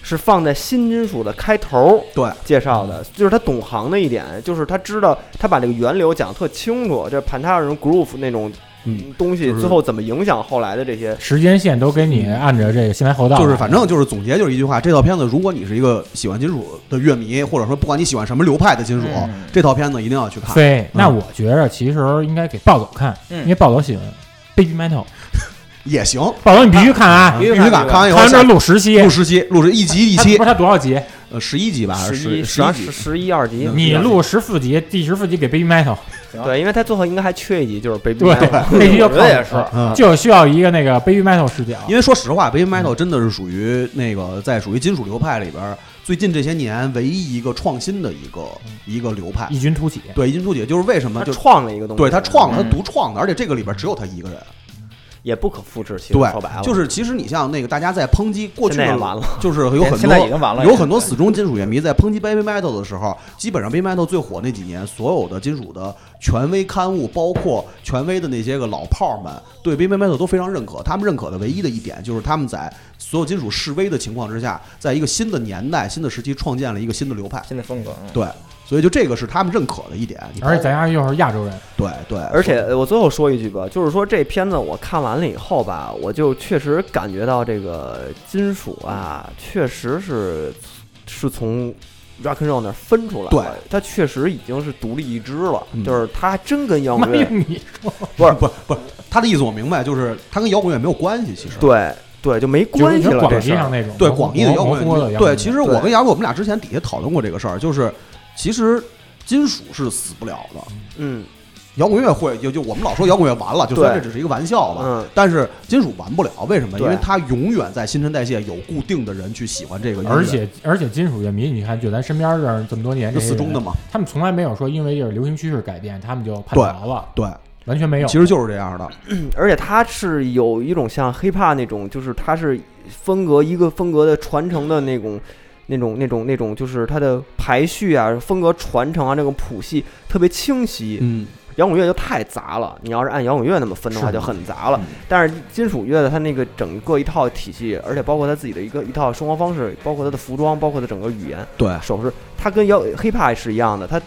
[SPEAKER 5] 是放在新金属的开头
[SPEAKER 6] 对
[SPEAKER 5] 介绍的，就是他懂行的一点，就是他知道他把这个源流讲得特清楚，这 Pantera 那种 groove 那种
[SPEAKER 6] 嗯
[SPEAKER 5] 东西
[SPEAKER 6] 就是
[SPEAKER 5] 最后怎么影响后来的这些，
[SPEAKER 2] 时间线都给你按着这个先来后到来，
[SPEAKER 6] 嗯就是反正就是总结就是一句话，这套片子如果你是一个喜欢金属的乐迷，或者说不管你喜欢什么流派的金属，这套片子一定要去看。
[SPEAKER 2] 对。那我觉着其实应该给暴走看，
[SPEAKER 7] 嗯
[SPEAKER 2] 因为暴走喜欢 Baby Metal，
[SPEAKER 6] 也行，
[SPEAKER 2] 暴走你必须看啊
[SPEAKER 7] 必！须
[SPEAKER 6] 必须看，看完
[SPEAKER 2] 看
[SPEAKER 6] 以后
[SPEAKER 2] 完之后
[SPEAKER 6] 下
[SPEAKER 2] 录十期，
[SPEAKER 6] 录十期，录十一集一
[SPEAKER 2] 他
[SPEAKER 6] 期
[SPEAKER 2] 不是，他多少集？
[SPEAKER 6] 呃，十一集吧，还是
[SPEAKER 5] 一、
[SPEAKER 6] 十
[SPEAKER 5] 十
[SPEAKER 6] 一
[SPEAKER 5] 十
[SPEAKER 6] 集？嗯
[SPEAKER 5] 十一二集，
[SPEAKER 2] 嗯你录十四集，第十四集给 Baby Metal，
[SPEAKER 5] 对，因为他最后应该还缺一集，就是 Baby
[SPEAKER 2] 对
[SPEAKER 5] Metal，，
[SPEAKER 2] 那集就
[SPEAKER 7] 我觉
[SPEAKER 2] 靠
[SPEAKER 7] 得也是
[SPEAKER 6] 嗯
[SPEAKER 2] 就需要一个那个 Baby Metal 视角，
[SPEAKER 6] 啊因为说实话，Baby Metal 真的是属于那个在属于金属流派里边儿最近这些年唯一一个创新的一个
[SPEAKER 2] 嗯
[SPEAKER 6] 一个流派
[SPEAKER 2] 异。军突起。
[SPEAKER 6] 对，一金出姐就是为什么
[SPEAKER 5] 他
[SPEAKER 6] 就
[SPEAKER 5] 创了一个东西，
[SPEAKER 6] 对他创了，他
[SPEAKER 7] 嗯
[SPEAKER 6] 独创的，而且这个里边只有他一个人。
[SPEAKER 7] 也不可复制。其实
[SPEAKER 6] 对
[SPEAKER 7] 说白了，，
[SPEAKER 6] 就是其实你像那个大家在抨击过去
[SPEAKER 7] 现在
[SPEAKER 6] 的
[SPEAKER 7] 也完了，
[SPEAKER 6] 就是 有很多
[SPEAKER 7] 现在已经完了
[SPEAKER 6] 有很多死忠金属乐迷在抨击 Baby Metal 的时候，基本上 Baby Metal 最火那几年，所有的金属的权威刊物，包括权威的那些个老炮儿们，对 Baby Metal 都非常认可。他们认可的唯一的一点就是他们在所有金属示威的情况之下，在一个新的年代、新的时期创建了一个新的流派。
[SPEAKER 7] 现在风格，嗯
[SPEAKER 6] 对，所以就这个是他们认可的一点。你
[SPEAKER 2] 而且
[SPEAKER 6] 包
[SPEAKER 2] 咱家又是亚洲人，
[SPEAKER 6] 对对，
[SPEAKER 5] 而且呃我最后说一句吧，就是说这片子我看完了以后吧，我就确实感觉到这个金属啊，确实是是从 rock and roll 那儿分出来
[SPEAKER 6] 对
[SPEAKER 5] 了，它确实已经是独立一支了，
[SPEAKER 6] 嗯
[SPEAKER 5] 就是它还真跟摇滚
[SPEAKER 2] 没有
[SPEAKER 5] 乐
[SPEAKER 2] 你
[SPEAKER 6] 不是不是不是，他的意思我明白，就是他跟摇滚乐没有关系，其实。
[SPEAKER 5] 对对就没
[SPEAKER 2] 就是
[SPEAKER 5] 关系
[SPEAKER 2] 就
[SPEAKER 5] 了，
[SPEAKER 2] 广
[SPEAKER 5] 这
[SPEAKER 2] 义
[SPEAKER 5] 事
[SPEAKER 2] 上
[SPEAKER 5] 儿。
[SPEAKER 2] 那种
[SPEAKER 6] 对
[SPEAKER 2] 模
[SPEAKER 6] 广义的摇滚
[SPEAKER 2] 模糊的
[SPEAKER 6] 乐，
[SPEAKER 2] 摇滚乐
[SPEAKER 6] 对，其实我
[SPEAKER 5] 对
[SPEAKER 6] 跟雅哥我们俩之前底下讨论过这个事儿，就是其实金属是死不了的，
[SPEAKER 5] 嗯，
[SPEAKER 6] 摇滚乐会就就我们老说摇滚乐完了，就
[SPEAKER 5] 对
[SPEAKER 6] 虽然这只是一个玩笑吧，
[SPEAKER 5] 嗯
[SPEAKER 6] 但是金属完不了，为什么？因
[SPEAKER 5] 对
[SPEAKER 6] 为它永远在新陈代谢，有固定的人去喜欢这个音乐，
[SPEAKER 2] 而且而且金属乐迷，你看就咱身边这儿这么多年
[SPEAKER 6] 是
[SPEAKER 2] 这些
[SPEAKER 6] 死
[SPEAKER 2] 人
[SPEAKER 6] 忠的，嘛，
[SPEAKER 2] 他们从来没有说因为这个流行趋势改变，他们就叛
[SPEAKER 6] 对
[SPEAKER 2] 逃了，
[SPEAKER 6] 对，
[SPEAKER 2] 完全没有。
[SPEAKER 6] 其实就是这样的，
[SPEAKER 5] 而且它是有一种像 hiphop 那种，就是它是风格一个风格的传承的那种。那种、那种、那种，就是它的排序啊、风格传承啊，这种谱系特别清晰。
[SPEAKER 6] 嗯，
[SPEAKER 5] 摇滚乐就太杂了，你要是按摇滚乐那么分的话
[SPEAKER 6] 是
[SPEAKER 5] 就很杂了。但是金属乐的它那个整个一套体系，而且包括他自己的一个一套生活方式，包括他的服装，包括他整个语言、啊
[SPEAKER 6] 对，
[SPEAKER 5] 手势，它跟摇 hiphop 是一样的，它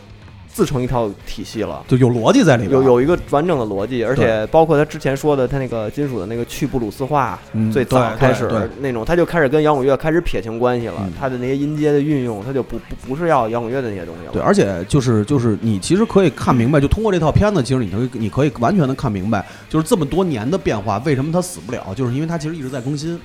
[SPEAKER 5] 自成一套体系了。
[SPEAKER 6] 就有逻辑在里边，
[SPEAKER 5] 有有一个完整的逻辑，而且包括他之前说的，他那个金属的那个去布鲁斯化，
[SPEAKER 6] 嗯
[SPEAKER 5] 最
[SPEAKER 6] 对
[SPEAKER 5] 早
[SPEAKER 6] 对
[SPEAKER 5] 开始
[SPEAKER 6] 对
[SPEAKER 5] 那种，他就开始跟摇滚乐开始撇清关系了
[SPEAKER 6] 嗯。
[SPEAKER 5] 他的那些音阶的运用，他就不不不是要摇滚乐的那些东西了。
[SPEAKER 6] 对，而且就是就是你其实可以看明白，就通过这套片子，其实你可以你可以完全的看明白，就是这么多年的变化，为什么它死不了，就是因为它其实一直在更新。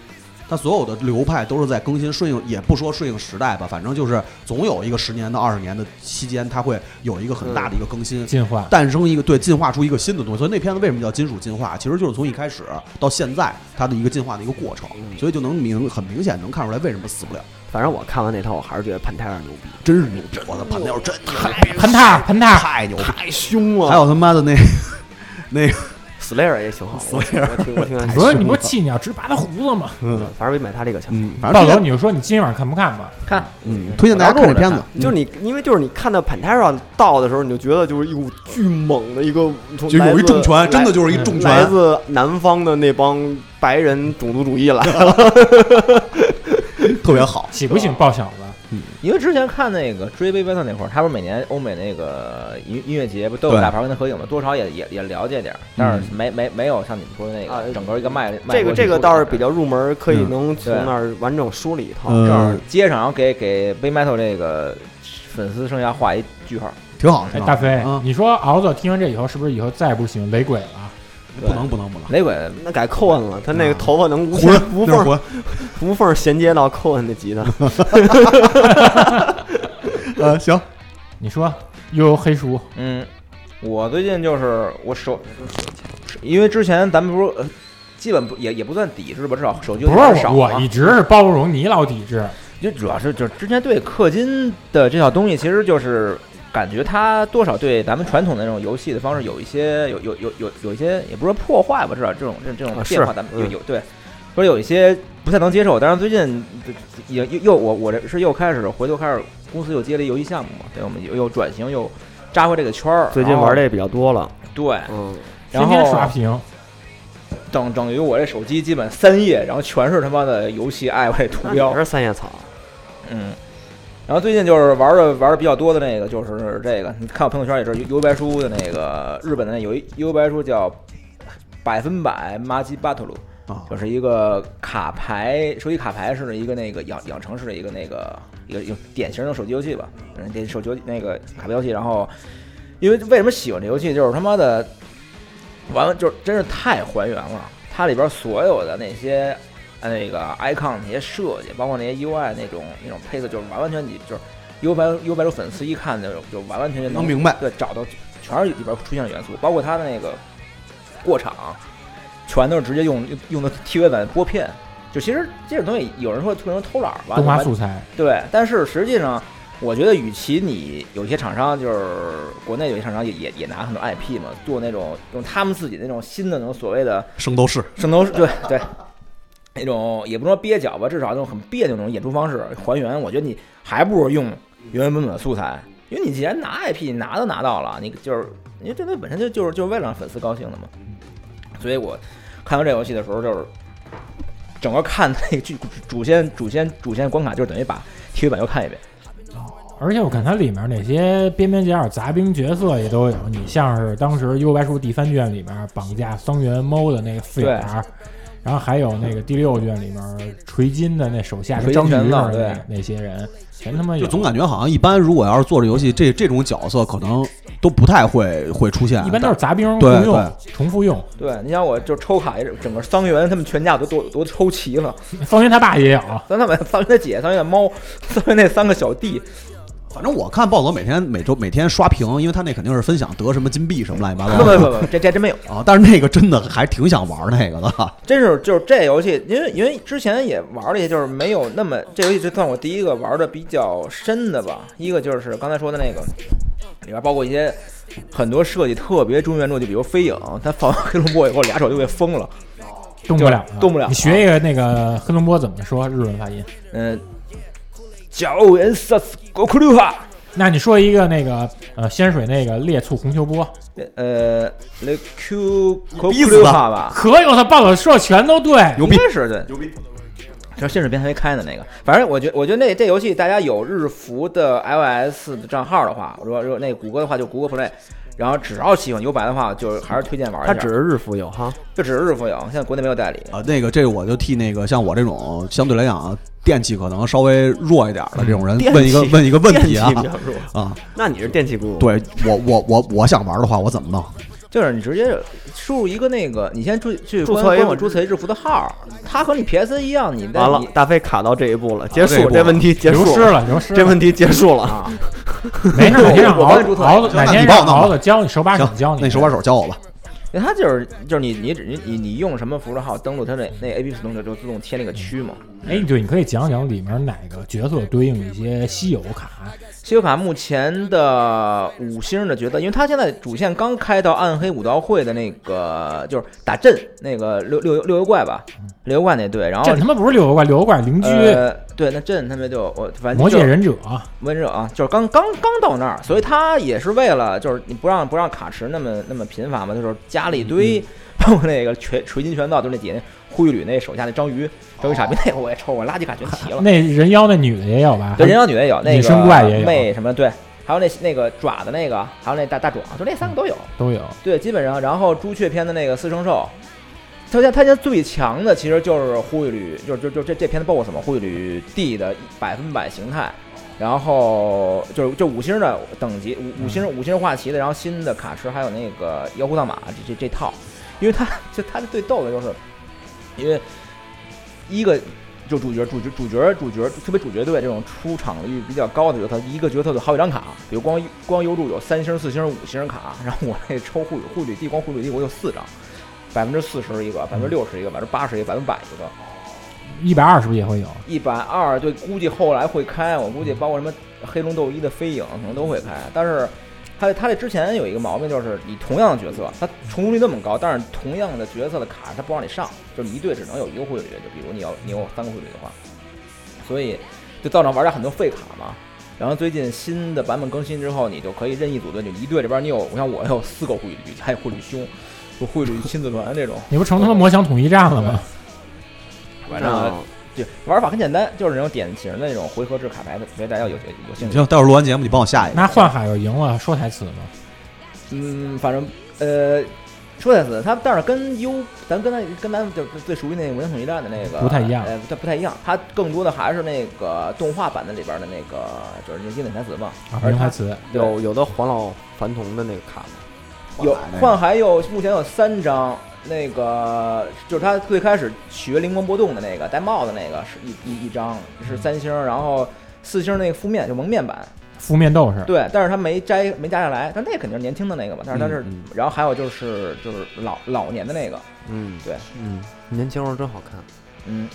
[SPEAKER 6] 它所有的流派都是在更新，顺应也不说顺应时代吧，反正就是总有一个十年到二十年的期间，它会有一个很大的一个更新，
[SPEAKER 2] 进化，
[SPEAKER 6] 诞生一个对进化出一个新的东西。所以那片子为什么叫金属进化？其实就是从一开始到现在它的一个进化的一个过程，所以就能明很明显能看出来为什么死不了，
[SPEAKER 5] 反正我看完那套，我还是觉得潘泰尔牛逼，
[SPEAKER 6] 真是牛逼！我的盘那真
[SPEAKER 2] 喷他喷他，
[SPEAKER 6] 太牛逼了！
[SPEAKER 5] 太凶
[SPEAKER 6] 还！有他妈的那那个
[SPEAKER 5] Slayer 也 挺好我我听我听完
[SPEAKER 2] 你不是你不是气你要直拔他胡子吗？
[SPEAKER 5] 反正比买他这个强。
[SPEAKER 6] 嗯，反
[SPEAKER 2] 到时
[SPEAKER 6] 正推
[SPEAKER 2] 候
[SPEAKER 6] 荐
[SPEAKER 2] 你就说你今晚看不看吧，
[SPEAKER 7] 看
[SPEAKER 6] 嗯，推荐大家看这片子，嗯
[SPEAKER 5] 就是你，因为就是你看到 Pantera 到的时候，你就觉得就是一股巨猛的一个，从
[SPEAKER 6] 就
[SPEAKER 5] 来
[SPEAKER 6] 有一
[SPEAKER 5] 自
[SPEAKER 6] 重拳，真的就是一
[SPEAKER 2] 来
[SPEAKER 6] 重
[SPEAKER 5] 来
[SPEAKER 6] 拳，
[SPEAKER 5] 自南方的那帮白人种族主义来了。
[SPEAKER 6] 特别好。
[SPEAKER 2] 喜不喜爆小子？
[SPEAKER 7] 因为之前看那个追杯 b a 那会儿，他不是每年欧美那个音音乐节不都有
[SPEAKER 6] 对
[SPEAKER 7] 大牌跟他合影吗？多少也也也了解点儿，但是没没没有像你们说的那
[SPEAKER 5] 啊
[SPEAKER 7] 个整个一个脉脉
[SPEAKER 5] 这
[SPEAKER 7] 络
[SPEAKER 5] 个
[SPEAKER 7] 去
[SPEAKER 5] 这个
[SPEAKER 7] 梳理
[SPEAKER 5] 倒是
[SPEAKER 7] 的
[SPEAKER 5] 比较入门，可以
[SPEAKER 6] 嗯
[SPEAKER 5] 能从
[SPEAKER 7] 对
[SPEAKER 5] 那儿完整梳理一套。
[SPEAKER 6] 嗯
[SPEAKER 7] 正好接上，然后给给杯 metal 这个粉丝生涯画一句号。
[SPEAKER 6] 挺好，
[SPEAKER 2] 哎，
[SPEAKER 6] 挺好。
[SPEAKER 2] 大飞
[SPEAKER 6] 啊，，
[SPEAKER 2] 你说敖子听完这以后，是不是以后再也不喜欢雷鬼了？
[SPEAKER 6] 不能不能不能，
[SPEAKER 7] 雷鬼
[SPEAKER 5] 那改寇恩了，他那个头发能无
[SPEAKER 6] 魂
[SPEAKER 5] 缝无
[SPEAKER 6] 嗯那是
[SPEAKER 5] 缝
[SPEAKER 6] 魂，
[SPEAKER 5] 无缝衔接到寇恩的吉他。
[SPEAKER 6] 呃，行，
[SPEAKER 2] 你说悠悠黑叔，
[SPEAKER 7] 嗯，我最近就是我手，因为之前咱们不是呃基本不也也不算抵制吧，至少手机
[SPEAKER 2] 不是
[SPEAKER 7] 有点
[SPEAKER 2] 我，
[SPEAKER 7] 少
[SPEAKER 2] 我
[SPEAKER 7] 嘛
[SPEAKER 2] 一直是包容你老抵制，
[SPEAKER 7] 就主要是就是之前对氪金的这套东西，其实就是感觉它多少对咱们传统的那种游戏的方式有一些有有有有有一些，也不是说破坏吧，至少这种这这种
[SPEAKER 5] 啊是
[SPEAKER 7] 变化咱们有
[SPEAKER 5] 嗯
[SPEAKER 7] 有对，或者有一些不太能接受。但是最近也又又我我这是又开始回头开始公司又接了一游戏项目嘛，对，我们又又转型又扎回这个圈儿，
[SPEAKER 5] 最近
[SPEAKER 7] 然后
[SPEAKER 5] 玩这比较多了，
[SPEAKER 7] 对，
[SPEAKER 5] 嗯，
[SPEAKER 2] 天
[SPEAKER 7] 然
[SPEAKER 2] 天刷
[SPEAKER 7] 后啊
[SPEAKER 2] 屏，
[SPEAKER 7] 等等于我这手机基本三页，然后全是他妈的游戏爱我这图
[SPEAKER 5] 那
[SPEAKER 7] 标
[SPEAKER 5] 也，是三叶草。
[SPEAKER 7] 嗯，然后最近就是玩的玩的比较多的那个就是这个，你看我朋友圈也是幽游白书的那个日本的那有一幽游白书叫百分百玛吉巴特鲁，
[SPEAKER 6] 啊
[SPEAKER 7] 就是一个卡牌手机卡牌式的一个那个养养成式的一个那个一个一个典型的手机游戏吧，嗯，典手机游戏那个卡牌游戏。然后，因为为什么喜欢这游戏，就是他妈的完了，就是真是太还原了，它里边所有的那些呃那个 icon 那些设计，包括那些 UI 那种那种配色，就是完完全你就是优白优白如粉丝一看就就完完全全
[SPEAKER 6] 能明白。
[SPEAKER 7] 对，找到全是里边出现的元素，包括它的那个过场，全都是直接用用的 TV 版拨片。就其实这种东西，有人说特别能偷懒儿吧，
[SPEAKER 2] 动画
[SPEAKER 7] 就完
[SPEAKER 2] 素材，
[SPEAKER 7] 对，但是实际上我觉得，与其你有些厂商就是国内有些厂商也也也拿很多 IP 嘛，做那种用他们自己那种新的那种所谓的
[SPEAKER 6] 圣斗士，
[SPEAKER 7] 圣斗士，对对，那种也不能说蹩脚吧，至少那种很别扭那种演出方式还原，我觉得你还不如用原原本本的素材，因为你既然拿 IP，你拿都拿到了，你就是因为这东西本身就就是就是为了让粉丝高兴的嘛。所以我看到这游戏的时候，就是整个看那个剧主线主线主线关卡，就是等于把 TV 版又看一遍。
[SPEAKER 2] 而且我看它里面那些边边角角杂兵角色也都有，你像是当时《幽白书》第三卷里面绑架桑原猫的那个四眼儿，然后还有那个第六卷里面锤金的那手下
[SPEAKER 7] 锤
[SPEAKER 2] 跟章鱼
[SPEAKER 7] 金全
[SPEAKER 2] 似
[SPEAKER 7] 脑
[SPEAKER 2] 的
[SPEAKER 7] 对
[SPEAKER 2] 那那些人，全他妈有。
[SPEAKER 6] 就总感觉好像一般，如果要是做这游戏，这这种角色可能都不太会会出现，
[SPEAKER 2] 一般都是杂兵
[SPEAKER 6] 啊对
[SPEAKER 2] 共用、
[SPEAKER 6] 对
[SPEAKER 2] 重复用。
[SPEAKER 7] 对，你想我就抽卡，整个桑园他们全家都都都抽齐了，
[SPEAKER 2] 桑原他爸也有，
[SPEAKER 7] 桑他们桑园的姐、桑园的猫、桑园那三个小弟，
[SPEAKER 6] 反正我看暴走每天每周每天刷屏，因为他那肯定是分享得什么金币什么乱七八
[SPEAKER 7] 不不
[SPEAKER 6] 糟的
[SPEAKER 7] 不不，这这真没有，
[SPEAKER 6] 啊。但是那个真的还挺想玩那个的，
[SPEAKER 7] 真是就是这游戏，因为因为之前也玩了一些，就是没有那么这游戏就算我第一个玩的比较深的吧。一个就是刚才说的那个，里边包括一些很多设计特别中原著，就比如飞影，他放 完黑龙波以后俩手就给封了，
[SPEAKER 2] 动不了了，
[SPEAKER 7] 动不了
[SPEAKER 2] 你学一个那个黑龙波怎么说日文发音？
[SPEAKER 7] 嗯，角原萨斯国库鲁哈，
[SPEAKER 2] 那你说一个那个呃仙水那个烈醋红球波，
[SPEAKER 7] 呃，le q 国
[SPEAKER 6] 逼
[SPEAKER 7] 库
[SPEAKER 6] 死
[SPEAKER 7] 鲁
[SPEAKER 6] 他
[SPEAKER 7] 哈吧，
[SPEAKER 2] 可有他暴走说的全都对，
[SPEAKER 6] 牛逼
[SPEAKER 7] 应该是对，牛逼。就是现实边还没开呢，那个，反正我觉我觉得那这游戏大家有日服的 iOS 的账号的话，如果如果那个谷歌的话就谷歌 Play，然后只要喜欢游白的话，就是还是推荐玩一下。
[SPEAKER 8] 它只是日服有
[SPEAKER 5] 啊
[SPEAKER 8] 哈，
[SPEAKER 7] 就只是日服有，现在国内没有代理。
[SPEAKER 6] 啊，那个这个我就替那个像我这种相对来讲啊电器可能稍微弱一点的这种
[SPEAKER 5] 嗯
[SPEAKER 6] 人
[SPEAKER 8] 电
[SPEAKER 6] 问一个
[SPEAKER 8] 器
[SPEAKER 6] 问一个问 题啊
[SPEAKER 8] 电器比较弱
[SPEAKER 6] 啊，
[SPEAKER 8] 那你是电器股，，
[SPEAKER 6] 对我我我我想玩的话，我怎么弄？
[SPEAKER 7] 就是你直接输入一个那个，你先注去
[SPEAKER 8] 注册
[SPEAKER 7] 官官
[SPEAKER 8] 一个
[SPEAKER 7] 网注册一日服的号，它和你 PS 一样，你在
[SPEAKER 8] 完了
[SPEAKER 7] 你，
[SPEAKER 8] 大飞卡到这一步了，结
[SPEAKER 6] 这一
[SPEAKER 8] 束
[SPEAKER 6] 步
[SPEAKER 8] 这问题结
[SPEAKER 2] 流
[SPEAKER 8] 束
[SPEAKER 2] 失，了，流失了。
[SPEAKER 8] 这问题结束了。
[SPEAKER 7] 啊，
[SPEAKER 2] 没事，哪天让
[SPEAKER 7] 我
[SPEAKER 2] 敖
[SPEAKER 7] 帮你注册
[SPEAKER 2] 敖子，
[SPEAKER 6] 那
[SPEAKER 2] 哪
[SPEAKER 6] 你
[SPEAKER 2] 天
[SPEAKER 6] 帮我
[SPEAKER 2] 让
[SPEAKER 6] 弄吧
[SPEAKER 2] 敖子教你手把手
[SPEAKER 6] 行
[SPEAKER 2] 教，你。
[SPEAKER 6] 那手把手教我吧。
[SPEAKER 7] 因为它就是就是你你你你你用什么服的号登录它那那 APP 自动就就自动贴那个区嘛。
[SPEAKER 2] 哎，对，你可以讲讲里面哪个角色对应一些稀有卡，
[SPEAKER 7] 西游卡目前的五星的角色，因为他现在主线刚开到暗黑武道会的那个，就是打阵那个六六六幽怪吧，
[SPEAKER 2] 嗯
[SPEAKER 7] 六幽怪那队，然后
[SPEAKER 2] 这他妈不是六个怪，六个怪邻居、
[SPEAKER 7] 哦呃对，那阵他们就我反正
[SPEAKER 2] 魔
[SPEAKER 7] 就
[SPEAKER 2] 界忍者，
[SPEAKER 7] 魔界忍者啊，就是刚刚刚到那儿，所以他也是为了就是你不让不让卡池那么那么频繁嘛，就是加了一
[SPEAKER 2] 嗯
[SPEAKER 7] 堆， 包括那个锤锤金拳道，就是那底下那护玉旅那手下那章鱼章鱼傻逼那个我也抽，我垃圾卡全齐了。
[SPEAKER 2] 那人妖那女的也有吧？
[SPEAKER 7] 对，人妖女也有，那
[SPEAKER 2] 女
[SPEAKER 7] 个
[SPEAKER 2] 生怪也有
[SPEAKER 7] 妹什么对，还有那那个爪的那个，还有那大大爪，就那三个都有。
[SPEAKER 2] 都有。
[SPEAKER 7] 对，基本上，然后朱雀篇的那个四圣兽，他现在他现在最强的其实就是呼吁旅，就是就就这这篇的 BOSS 嘛，呼吁旅 D 的百分百形态。然后就是就五星的等级，五五
[SPEAKER 2] 嗯
[SPEAKER 7] 星五星画旗的，然后新的卡池，还有那个妖狐荡马这这这套，因为他就他最逗的就是，因为一个就主角主角主角主角特别主角队这种出场率比较高的角色，一个角色有好几张卡，比如光光优助有三星、四星、五星卡，然后我那抽护护旅地光护旅地我有四张，百分之四十一个，百分之六十一个，百分之八十一个，百分之百一个，
[SPEAKER 2] 一百二是不是也会有？
[SPEAKER 7] 一百二对，估计后来会开，我估计包括什么黑龙斗一的飞影可能都会开，但是。他他这之前有一个毛病，就是你同样的角色，它重复率那么高，但是同样的角色的卡它不让你上，就是你一队只能有一个护旅，就比如你要你有三个护旅的话，所以就造成玩家很多废卡嘛。然后最近新的版本更新之后，你就可以任意组队，就一队这边你有，我像我有四个护旅，还有护旅兄，有护旅亲子团这种，
[SPEAKER 2] 你不成他妈魔想统一战了吗？
[SPEAKER 7] 反正就玩法很简单，就是那种典型的那种回合制卡牌的，所以大家有有有兴趣
[SPEAKER 6] 行，。待会儿录完节目你帮我下一个。
[SPEAKER 2] 那幻海要赢了，说台词吗？
[SPEAKER 7] 嗯，反正呃，说台词，他但是跟 U，咱跟咱跟咱们就最熟悉那个《文统一战》的那个
[SPEAKER 2] 不太一样
[SPEAKER 7] 呃，它不太一样，它更多的还是那个动画版的里边的那个就是那经典台词嘛，
[SPEAKER 2] 啊，
[SPEAKER 7] 而
[SPEAKER 2] 名
[SPEAKER 7] 它
[SPEAKER 2] 台词，
[SPEAKER 7] 对
[SPEAKER 8] 有有的黄老樊童的那个卡吗，
[SPEAKER 7] 有幻
[SPEAKER 6] 换
[SPEAKER 7] 海有目前有三张，那个就是他最开始学灵光波动的那个戴帽子那个是一一一张
[SPEAKER 2] 嗯
[SPEAKER 7] 是三星，然后四星那个负面就蒙面版，
[SPEAKER 2] 负面斗士。
[SPEAKER 7] 对，但是他没摘没摘下来，但那肯定是年轻的那个嘛，但是他是，
[SPEAKER 8] 嗯
[SPEAKER 7] 然后还有就是就是老老年的那个，
[SPEAKER 8] 嗯，
[SPEAKER 7] 对，
[SPEAKER 8] 嗯，年轻时候真好看，
[SPEAKER 7] 嗯，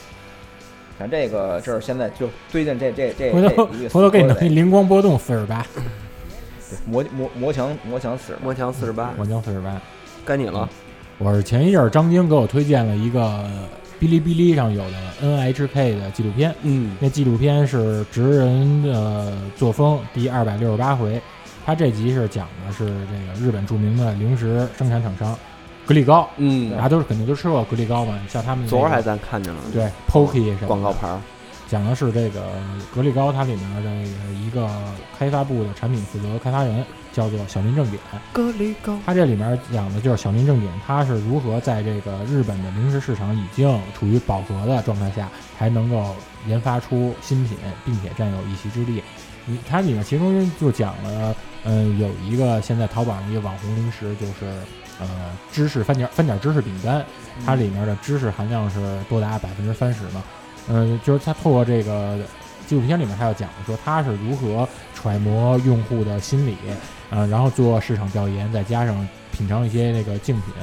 [SPEAKER 7] 咱这个这是现在就最近这这 这
[SPEAKER 2] 回头
[SPEAKER 7] 这一个
[SPEAKER 2] 回头给你弄一灵光波动四十八，
[SPEAKER 7] 魔魔魔墙魔墙死
[SPEAKER 8] 魔墙四十八，
[SPEAKER 2] 我叫四十八。
[SPEAKER 8] 该你了。
[SPEAKER 2] 我是前一阵儿张晶给我推荐了一个哔哩哔哩上有的 NHK 的纪录片，
[SPEAKER 6] 嗯
[SPEAKER 2] 那纪录片是《职人的作风》第二百六十八回，它这集是讲的是这个日本著名的零食生产厂商格力高，
[SPEAKER 6] 嗯
[SPEAKER 2] 大家都是肯定都吃过格力高嘛，像他们、那个、
[SPEAKER 8] 昨儿还咱看见了
[SPEAKER 2] 嗯对 Pocky 什么的
[SPEAKER 8] 广告牌儿，
[SPEAKER 2] 讲的是这个格力高它里面的一个开发部的产品负责开发人叫做小林正典。格力高，它这里面讲的就是小林正典，他是如何在这个日本的零食市场已经处于饱和的状态下，还能够研发出新品，并且占有一席之地。你它里面其中就讲了，嗯、有一个现在淘宝上一个网红零食就是。呃，芝士翻点翻点芝士饼干，它里面的芝士含量是多达百分之三十嘛，嗯，就是他透过这个纪录片里面，他要讲的说他是如何揣摩用户的心理，嗯、然后做市场调研，再加上品尝一些那个竞品，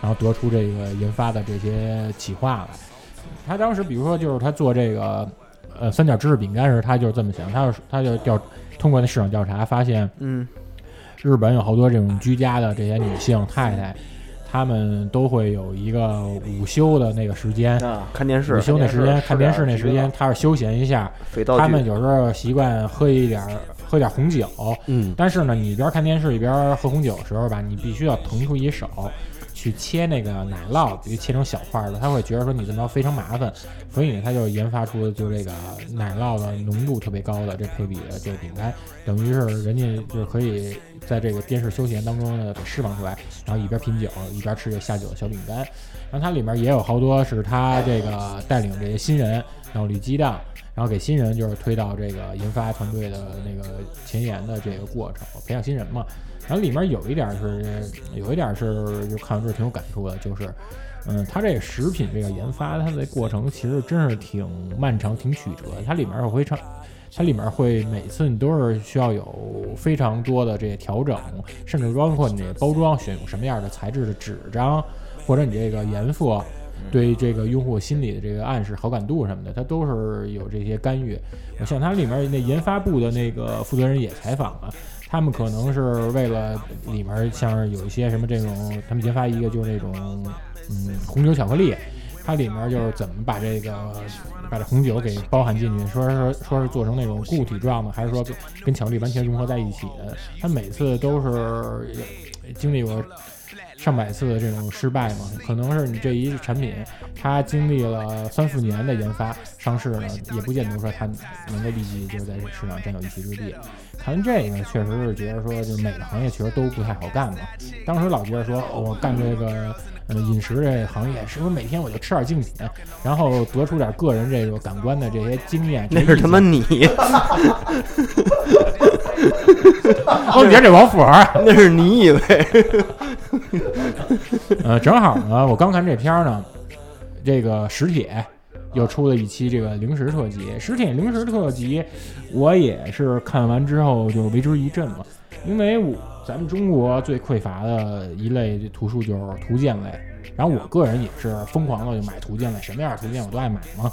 [SPEAKER 2] 然后得出这个研发的这些企划来。他当时比如说就是他做这个呃三角芝士饼干时，他就是这么想，他就他就调通过那市场调查发现，
[SPEAKER 8] 嗯，
[SPEAKER 2] 日本有好多这种居家的这些女性太太，她们都会有一个午休的那个时间。
[SPEAKER 7] 啊，
[SPEAKER 8] 看电视
[SPEAKER 2] 午，休那时
[SPEAKER 7] 看
[SPEAKER 2] 间
[SPEAKER 7] 电视
[SPEAKER 2] 看电视那
[SPEAKER 7] 是的
[SPEAKER 2] 时间，她是休闲一下，
[SPEAKER 8] 肥皂
[SPEAKER 2] 他们
[SPEAKER 8] 剧，
[SPEAKER 2] 有时候习惯喝一点儿喝点儿红酒，
[SPEAKER 6] 嗯，
[SPEAKER 2] 但是呢，你一边看电视一边喝红酒的时候吧，你必须要腾出一手去切那个奶酪，比如切成小块儿的，他会觉得说你这么着非常麻烦，所以呢，他就研发出了就这个奶酪的浓度特别高的这配比的这个饼干，等于是人家就可以在这个电视休闲当中呢给释放出来，然后一边品酒一边吃这下酒的小饼干。然后它里面也有好多是他这个带领这些新人，然后捋鸡蛋，然后给新人就是推到这个研发团队的那个前沿的这个过程，培养新人嘛。然后里面有一点是，有一点是就看完之后挺有感触的，就是，嗯，它这个食品这个研发它的过程其实真是挺漫长、挺曲折的。它里面会唱，它里面会每次你都是需要有非常多的这些调整，甚至包括你的包装选用什么样的材质的纸张，或者你这个颜色，对这个用户心理的这个暗示、好感度什么的，它都是有这些干预。我想它里面那研发部的那个负责人也采访了。他们可能是为了里面像是有一些什么这种，他们研发一个就是那种，嗯，红酒巧克力，它里面就是怎么把这个把这红酒给包含进去，说是说是做成那种固体状的，还是说跟跟巧克力完全融合在一起的？它每次都是经历过上百次的这种失败嘛，可能是你这一产品它经历了三四年的研发上市呢，也不见得说它能够立即就在市场占有一席之地。谈这个确实是觉得说，就每个行业确实都不太好干嘛。当时老觉得说，哦我干这个呃饮食这行业，是不是每天我就吃点竞品，然后得出点个人这个感官的这些经验？
[SPEAKER 8] 那是他妈
[SPEAKER 2] 这些意
[SPEAKER 8] 你，
[SPEAKER 2] 见哦，你看这王富儿。
[SPEAKER 8] 那是你以为
[SPEAKER 2] 呃，正好呢，我刚看这片儿呢，这个石铁又出了一期这个零食特辑。石铁零食特辑，我也是看完之后就为之一振嘛，因为我咱们中国最匮乏的一类图书就是图鉴类，然后我个人也是疯狂的就买图鉴类，什么样的图鉴我都爱买嘛。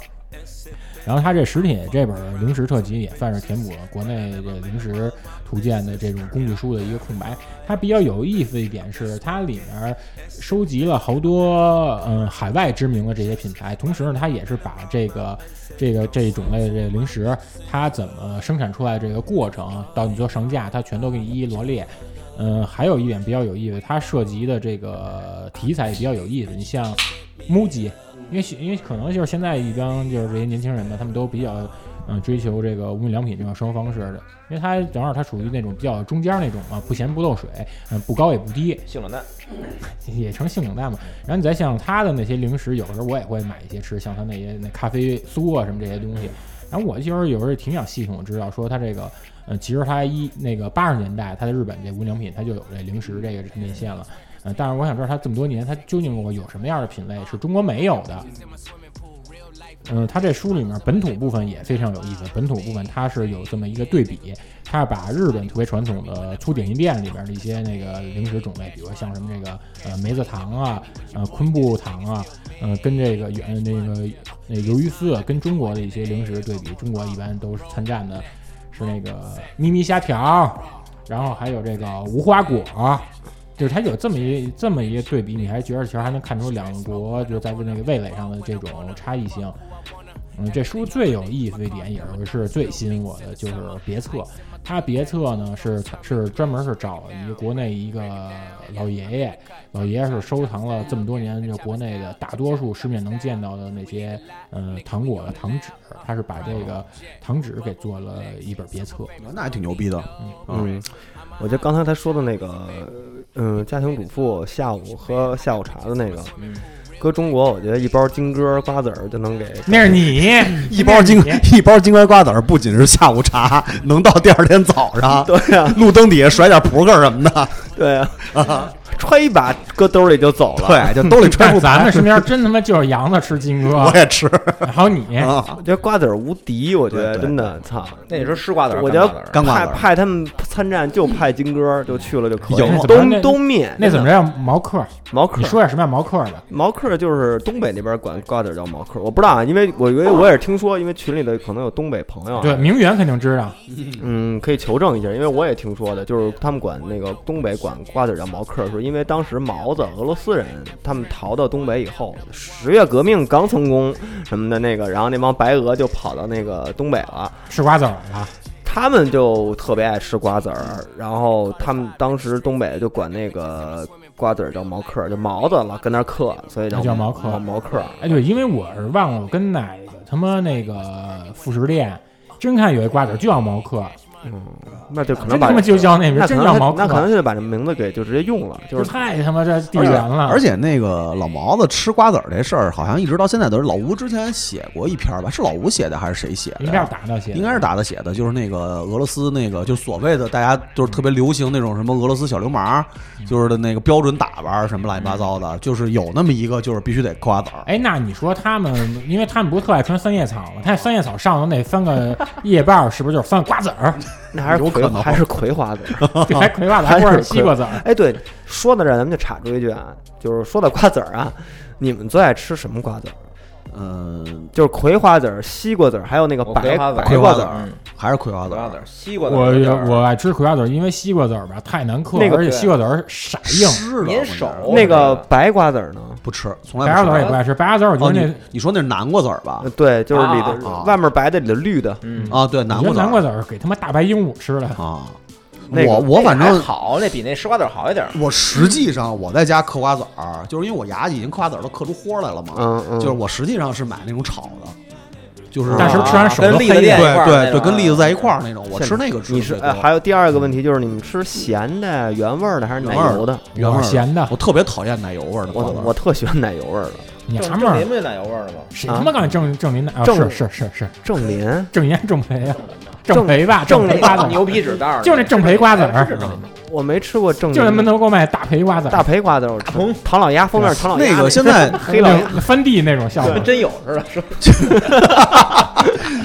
[SPEAKER 2] 然后他这实体这本零食特辑也算是填补了国内这零食图鉴的这种工具书的一个空白。它比较有意思的一点是，它里面收集了好多嗯海外知名的这些品牌，同时呢，它也是把这个这个这种类的这个零食，它怎么生产出来这个过程，到你做上架，它全都给你一一罗列。嗯，还有一点比较有意思，它涉及的这个题材也比较有意思。你像 MUJI，因为因为可能就是现在一帮就是这些年轻人嘛，他们都比较嗯追求这个无印良品这种生活方式的，因为它正好它属于那种比较中间那种嘛，不咸不漏水，嗯，不高也不低，
[SPEAKER 7] 性冷淡，
[SPEAKER 2] 也成性冷淡嘛。然后你再像它的那些零食，有时候我也会买一些吃，像它那些那咖啡酥啊什么这些东西。然后我其实有时候也挺想系统知道说它这个，嗯，其实它一那个八十年代它在日本这无印良品它就有这零食这个产品线了。嗯，但是我想知道它这么多年它究竟我有什么样的品类是中国没有的。嗯，它这书里面本土部分也非常有意思。本土部分它是有这么一个对比，它是把日本特别传统的粗顶一店里边的一些那个零食种类，比如像什么这个呃梅子糖啊、呃昆布糖啊，呃跟这个原那个那鱿鱼丝啊跟中国的一些零食对比，中国一般都是参战的是那个咪咪虾条，然后还有这个无花果。就是它有这么一这么一个对比，你还觉得其实还能看出两国就在那个味蕾上的这种差异性。嗯，这书最有意思的一点，也是最吸引我的，就是别册。它别册呢是是专门是找了一个国内一个老爷爷，老爷爷是收藏了这么多年就国内的大多数市面能见到的那些呃糖果的糖纸，他是把这个糖纸给做了一本别册。
[SPEAKER 6] 那还挺牛逼的。
[SPEAKER 5] 嗯，我觉得刚才他说的那个，嗯，家庭主妇下午喝下午茶的那个，
[SPEAKER 2] 嗯
[SPEAKER 5] 搁中国，我觉得一包金桔瓜子儿就能给
[SPEAKER 2] 那是你
[SPEAKER 6] 一包金一包金瓜瓜子儿，不仅是下午茶，能到第二天早上。
[SPEAKER 5] 对呀、
[SPEAKER 6] 路灯底下甩点扑克什么的，
[SPEAKER 5] 对呀、 揣一把搁兜里就走了。，
[SPEAKER 6] 对，就兜里揣
[SPEAKER 2] 但
[SPEAKER 6] 副
[SPEAKER 2] 是咱
[SPEAKER 6] 牌
[SPEAKER 2] 们身边真他妈就是羊的吃金
[SPEAKER 6] 我
[SPEAKER 2] 哥，
[SPEAKER 6] 也吃
[SPEAKER 2] 还有你，
[SPEAKER 6] 啊
[SPEAKER 5] 我，觉得瓜子儿无敌，我觉得
[SPEAKER 6] 对对
[SPEAKER 5] 真的，操！
[SPEAKER 7] 那你说吃瓜子儿，
[SPEAKER 5] 我觉
[SPEAKER 7] 干瓜子
[SPEAKER 5] 得
[SPEAKER 7] 儿
[SPEAKER 6] 干瓜
[SPEAKER 5] 派
[SPEAKER 6] 子儿
[SPEAKER 5] 派他们参战就派金哥就去了就可以
[SPEAKER 6] 有啊
[SPEAKER 5] 了，
[SPEAKER 2] 那怎么那
[SPEAKER 5] 东东面
[SPEAKER 2] 那怎么
[SPEAKER 5] 着？
[SPEAKER 2] 叫毛克？
[SPEAKER 5] 毛克
[SPEAKER 2] 你说点什么叫毛克吧？
[SPEAKER 5] 毛克就是东北那边管瓜子儿叫毛克，我不知道啊，因为我以为我也是听说，因为群里的可能有东北朋友啊，
[SPEAKER 2] 对，名媛肯定知道，
[SPEAKER 5] 嗯，可以求证一下，因为我也听说的，就是他们管那个东北管瓜子儿叫毛克，是因为当时毛子俄罗斯人他们逃到东北以后，十月革命刚成功什么的那个，然后那帮白俄就跑到那个东北了，
[SPEAKER 2] 吃瓜子儿啊了。
[SPEAKER 5] 他们就特别爱吃瓜子儿，然后他们当时东北就管那个瓜子儿叫毛克，就毛子了，跟那儿嗑，所以
[SPEAKER 2] 叫毛
[SPEAKER 5] 毛
[SPEAKER 2] 嗑
[SPEAKER 5] 毛毛嗑。
[SPEAKER 2] 哎，对，因为我是忘了我跟哪个他妈那个副食店，真看有一瓜子儿就叫毛克，
[SPEAKER 5] 那就可能
[SPEAKER 2] 真
[SPEAKER 5] 把
[SPEAKER 2] 他妈就叫那名
[SPEAKER 5] 那可
[SPEAKER 2] 儿，真
[SPEAKER 5] 能
[SPEAKER 2] 叫
[SPEAKER 5] 是
[SPEAKER 2] 毛
[SPEAKER 5] 那可能
[SPEAKER 2] 克，
[SPEAKER 5] 就得把这名字给就直接用了，就
[SPEAKER 2] 就是太他妈这地
[SPEAKER 6] 而且
[SPEAKER 2] 缘了。
[SPEAKER 6] 而且那个老毛子吃瓜子儿这事儿，好像一直到现在都是老吴之前写过一篇吧？是老吴写的还是谁写的
[SPEAKER 2] 应该
[SPEAKER 6] 呀
[SPEAKER 2] 是？打到鞋，
[SPEAKER 6] 应该是打的写的，就是那个俄罗斯那个，就所谓的大家就是特别流行那种什么俄罗斯小流氓，
[SPEAKER 2] 嗯
[SPEAKER 6] 就是的那个标准打扮儿什么乱七八糟的，就是有那么一个就是必须得嗑瓜子儿。
[SPEAKER 2] 哎，那你说他们，因为他们不是特爱穿三叶草吗？他三叶草上头那三个叶瓣儿，是不是就是三个瓜子儿？
[SPEAKER 5] 那还是
[SPEAKER 6] 有可
[SPEAKER 5] 葵
[SPEAKER 6] 能
[SPEAKER 5] 还是葵花籽。
[SPEAKER 2] 这还葵瓜子儿，
[SPEAKER 5] 还
[SPEAKER 2] 还
[SPEAKER 5] 是
[SPEAKER 2] 不是西瓜子儿？
[SPEAKER 5] 哎，对，说到这儿咱们就插出一句啊，就是说到瓜子儿啊，你们最爱吃什么瓜子儿？
[SPEAKER 6] 嗯，
[SPEAKER 5] 就是葵花籽儿、西瓜籽儿，还有那个
[SPEAKER 7] 我
[SPEAKER 5] 白
[SPEAKER 7] 哦葵花
[SPEAKER 5] 白子
[SPEAKER 6] 瓜
[SPEAKER 7] 籽儿
[SPEAKER 6] 儿
[SPEAKER 5] 儿。
[SPEAKER 7] 嗯
[SPEAKER 6] 还是嗑瓜子
[SPEAKER 7] 瓜子
[SPEAKER 6] 儿，
[SPEAKER 7] 儿、西瓜子
[SPEAKER 2] 我
[SPEAKER 7] 儿有点儿，
[SPEAKER 2] 我爱吃葵瓜子儿，因为西瓜子儿吧太难嗑，
[SPEAKER 5] 那个
[SPEAKER 2] 而且西瓜子儿色硬。
[SPEAKER 6] 是的，
[SPEAKER 7] 粘
[SPEAKER 6] 我
[SPEAKER 7] 手
[SPEAKER 6] 觉得
[SPEAKER 5] 那个白瓜子儿呢？
[SPEAKER 6] 不吃，从
[SPEAKER 2] 白
[SPEAKER 6] 来
[SPEAKER 2] 瓜子
[SPEAKER 6] 不
[SPEAKER 2] 儿
[SPEAKER 6] 吃
[SPEAKER 2] 也不爱吃，白瓜子儿我觉
[SPEAKER 6] 哦，
[SPEAKER 2] 得那
[SPEAKER 6] 你你说那是南瓜子儿吧
[SPEAKER 5] 呃？对，就是里
[SPEAKER 7] 啊
[SPEAKER 5] 头
[SPEAKER 6] 啊啊
[SPEAKER 5] 外面白的，里头绿的。
[SPEAKER 7] 嗯，
[SPEAKER 6] 啊，对，南
[SPEAKER 2] 我觉得
[SPEAKER 6] 瓜子
[SPEAKER 2] 呃南瓜
[SPEAKER 6] 儿
[SPEAKER 2] 子儿给他妈大白鹦鹉吃了。
[SPEAKER 6] 啊。
[SPEAKER 5] 那个
[SPEAKER 6] 我我反
[SPEAKER 7] 那个
[SPEAKER 6] 正
[SPEAKER 7] 还好，那比那吃瓜子儿好一点儿。
[SPEAKER 6] 我实际上我在家嗑瓜子儿，就是因为我牙已经嗑瓜子儿都嗑出豁来了嘛。
[SPEAKER 5] 嗯嗯，
[SPEAKER 6] 就是我实际上是买那种炒的，就是
[SPEAKER 2] 但是吃完手都
[SPEAKER 7] 啊跟栗子
[SPEAKER 2] 黑
[SPEAKER 7] 店
[SPEAKER 2] 了。
[SPEAKER 7] 一块
[SPEAKER 6] 对
[SPEAKER 7] 儿
[SPEAKER 6] 对
[SPEAKER 7] 那
[SPEAKER 6] 对，
[SPEAKER 7] 种
[SPEAKER 6] 跟栗子在一块
[SPEAKER 7] 啊
[SPEAKER 6] 儿那种，我吃那个吃
[SPEAKER 5] 你
[SPEAKER 6] 的
[SPEAKER 5] 是
[SPEAKER 6] 最
[SPEAKER 5] 哎，
[SPEAKER 6] 多。
[SPEAKER 5] 还有第二个问题就是你们吃咸的、原味儿的还是奶
[SPEAKER 6] 原味儿的
[SPEAKER 5] 油的？
[SPEAKER 6] 原味
[SPEAKER 2] 我
[SPEAKER 6] 儿
[SPEAKER 2] 是咸的
[SPEAKER 6] 我特别讨厌奶油味儿的
[SPEAKER 5] 我
[SPEAKER 6] 瓜子儿。
[SPEAKER 5] 我特喜欢奶油味儿的。
[SPEAKER 2] 娘
[SPEAKER 7] 正
[SPEAKER 2] 们
[SPEAKER 7] 正
[SPEAKER 2] 儿
[SPEAKER 7] 林，不就奶油味儿的吗？
[SPEAKER 2] 谁
[SPEAKER 5] 啊
[SPEAKER 2] 他妈敢郑郑林奶？啊
[SPEAKER 5] 郑
[SPEAKER 2] 是是是是，
[SPEAKER 5] 正林，
[SPEAKER 2] 郑岩郑培啊，
[SPEAKER 5] 郑
[SPEAKER 2] 郑培吧，郑培瓜子
[SPEAKER 7] 那牛
[SPEAKER 2] 儿，
[SPEAKER 7] 皮纸袋 儿，
[SPEAKER 2] 就是那正培瓜子
[SPEAKER 7] 哎
[SPEAKER 2] 儿啊
[SPEAKER 7] 是正林
[SPEAKER 5] 我没吃过正林
[SPEAKER 2] 就
[SPEAKER 5] 的。
[SPEAKER 2] 在门头给我买大培瓜子儿，
[SPEAKER 5] 大培瓜子儿我吃，唐老鸭封面唐老鸭
[SPEAKER 6] 那个现在
[SPEAKER 5] 黑老鸭。
[SPEAKER 2] 那翻地那种效果
[SPEAKER 7] 跟。 真有似的，说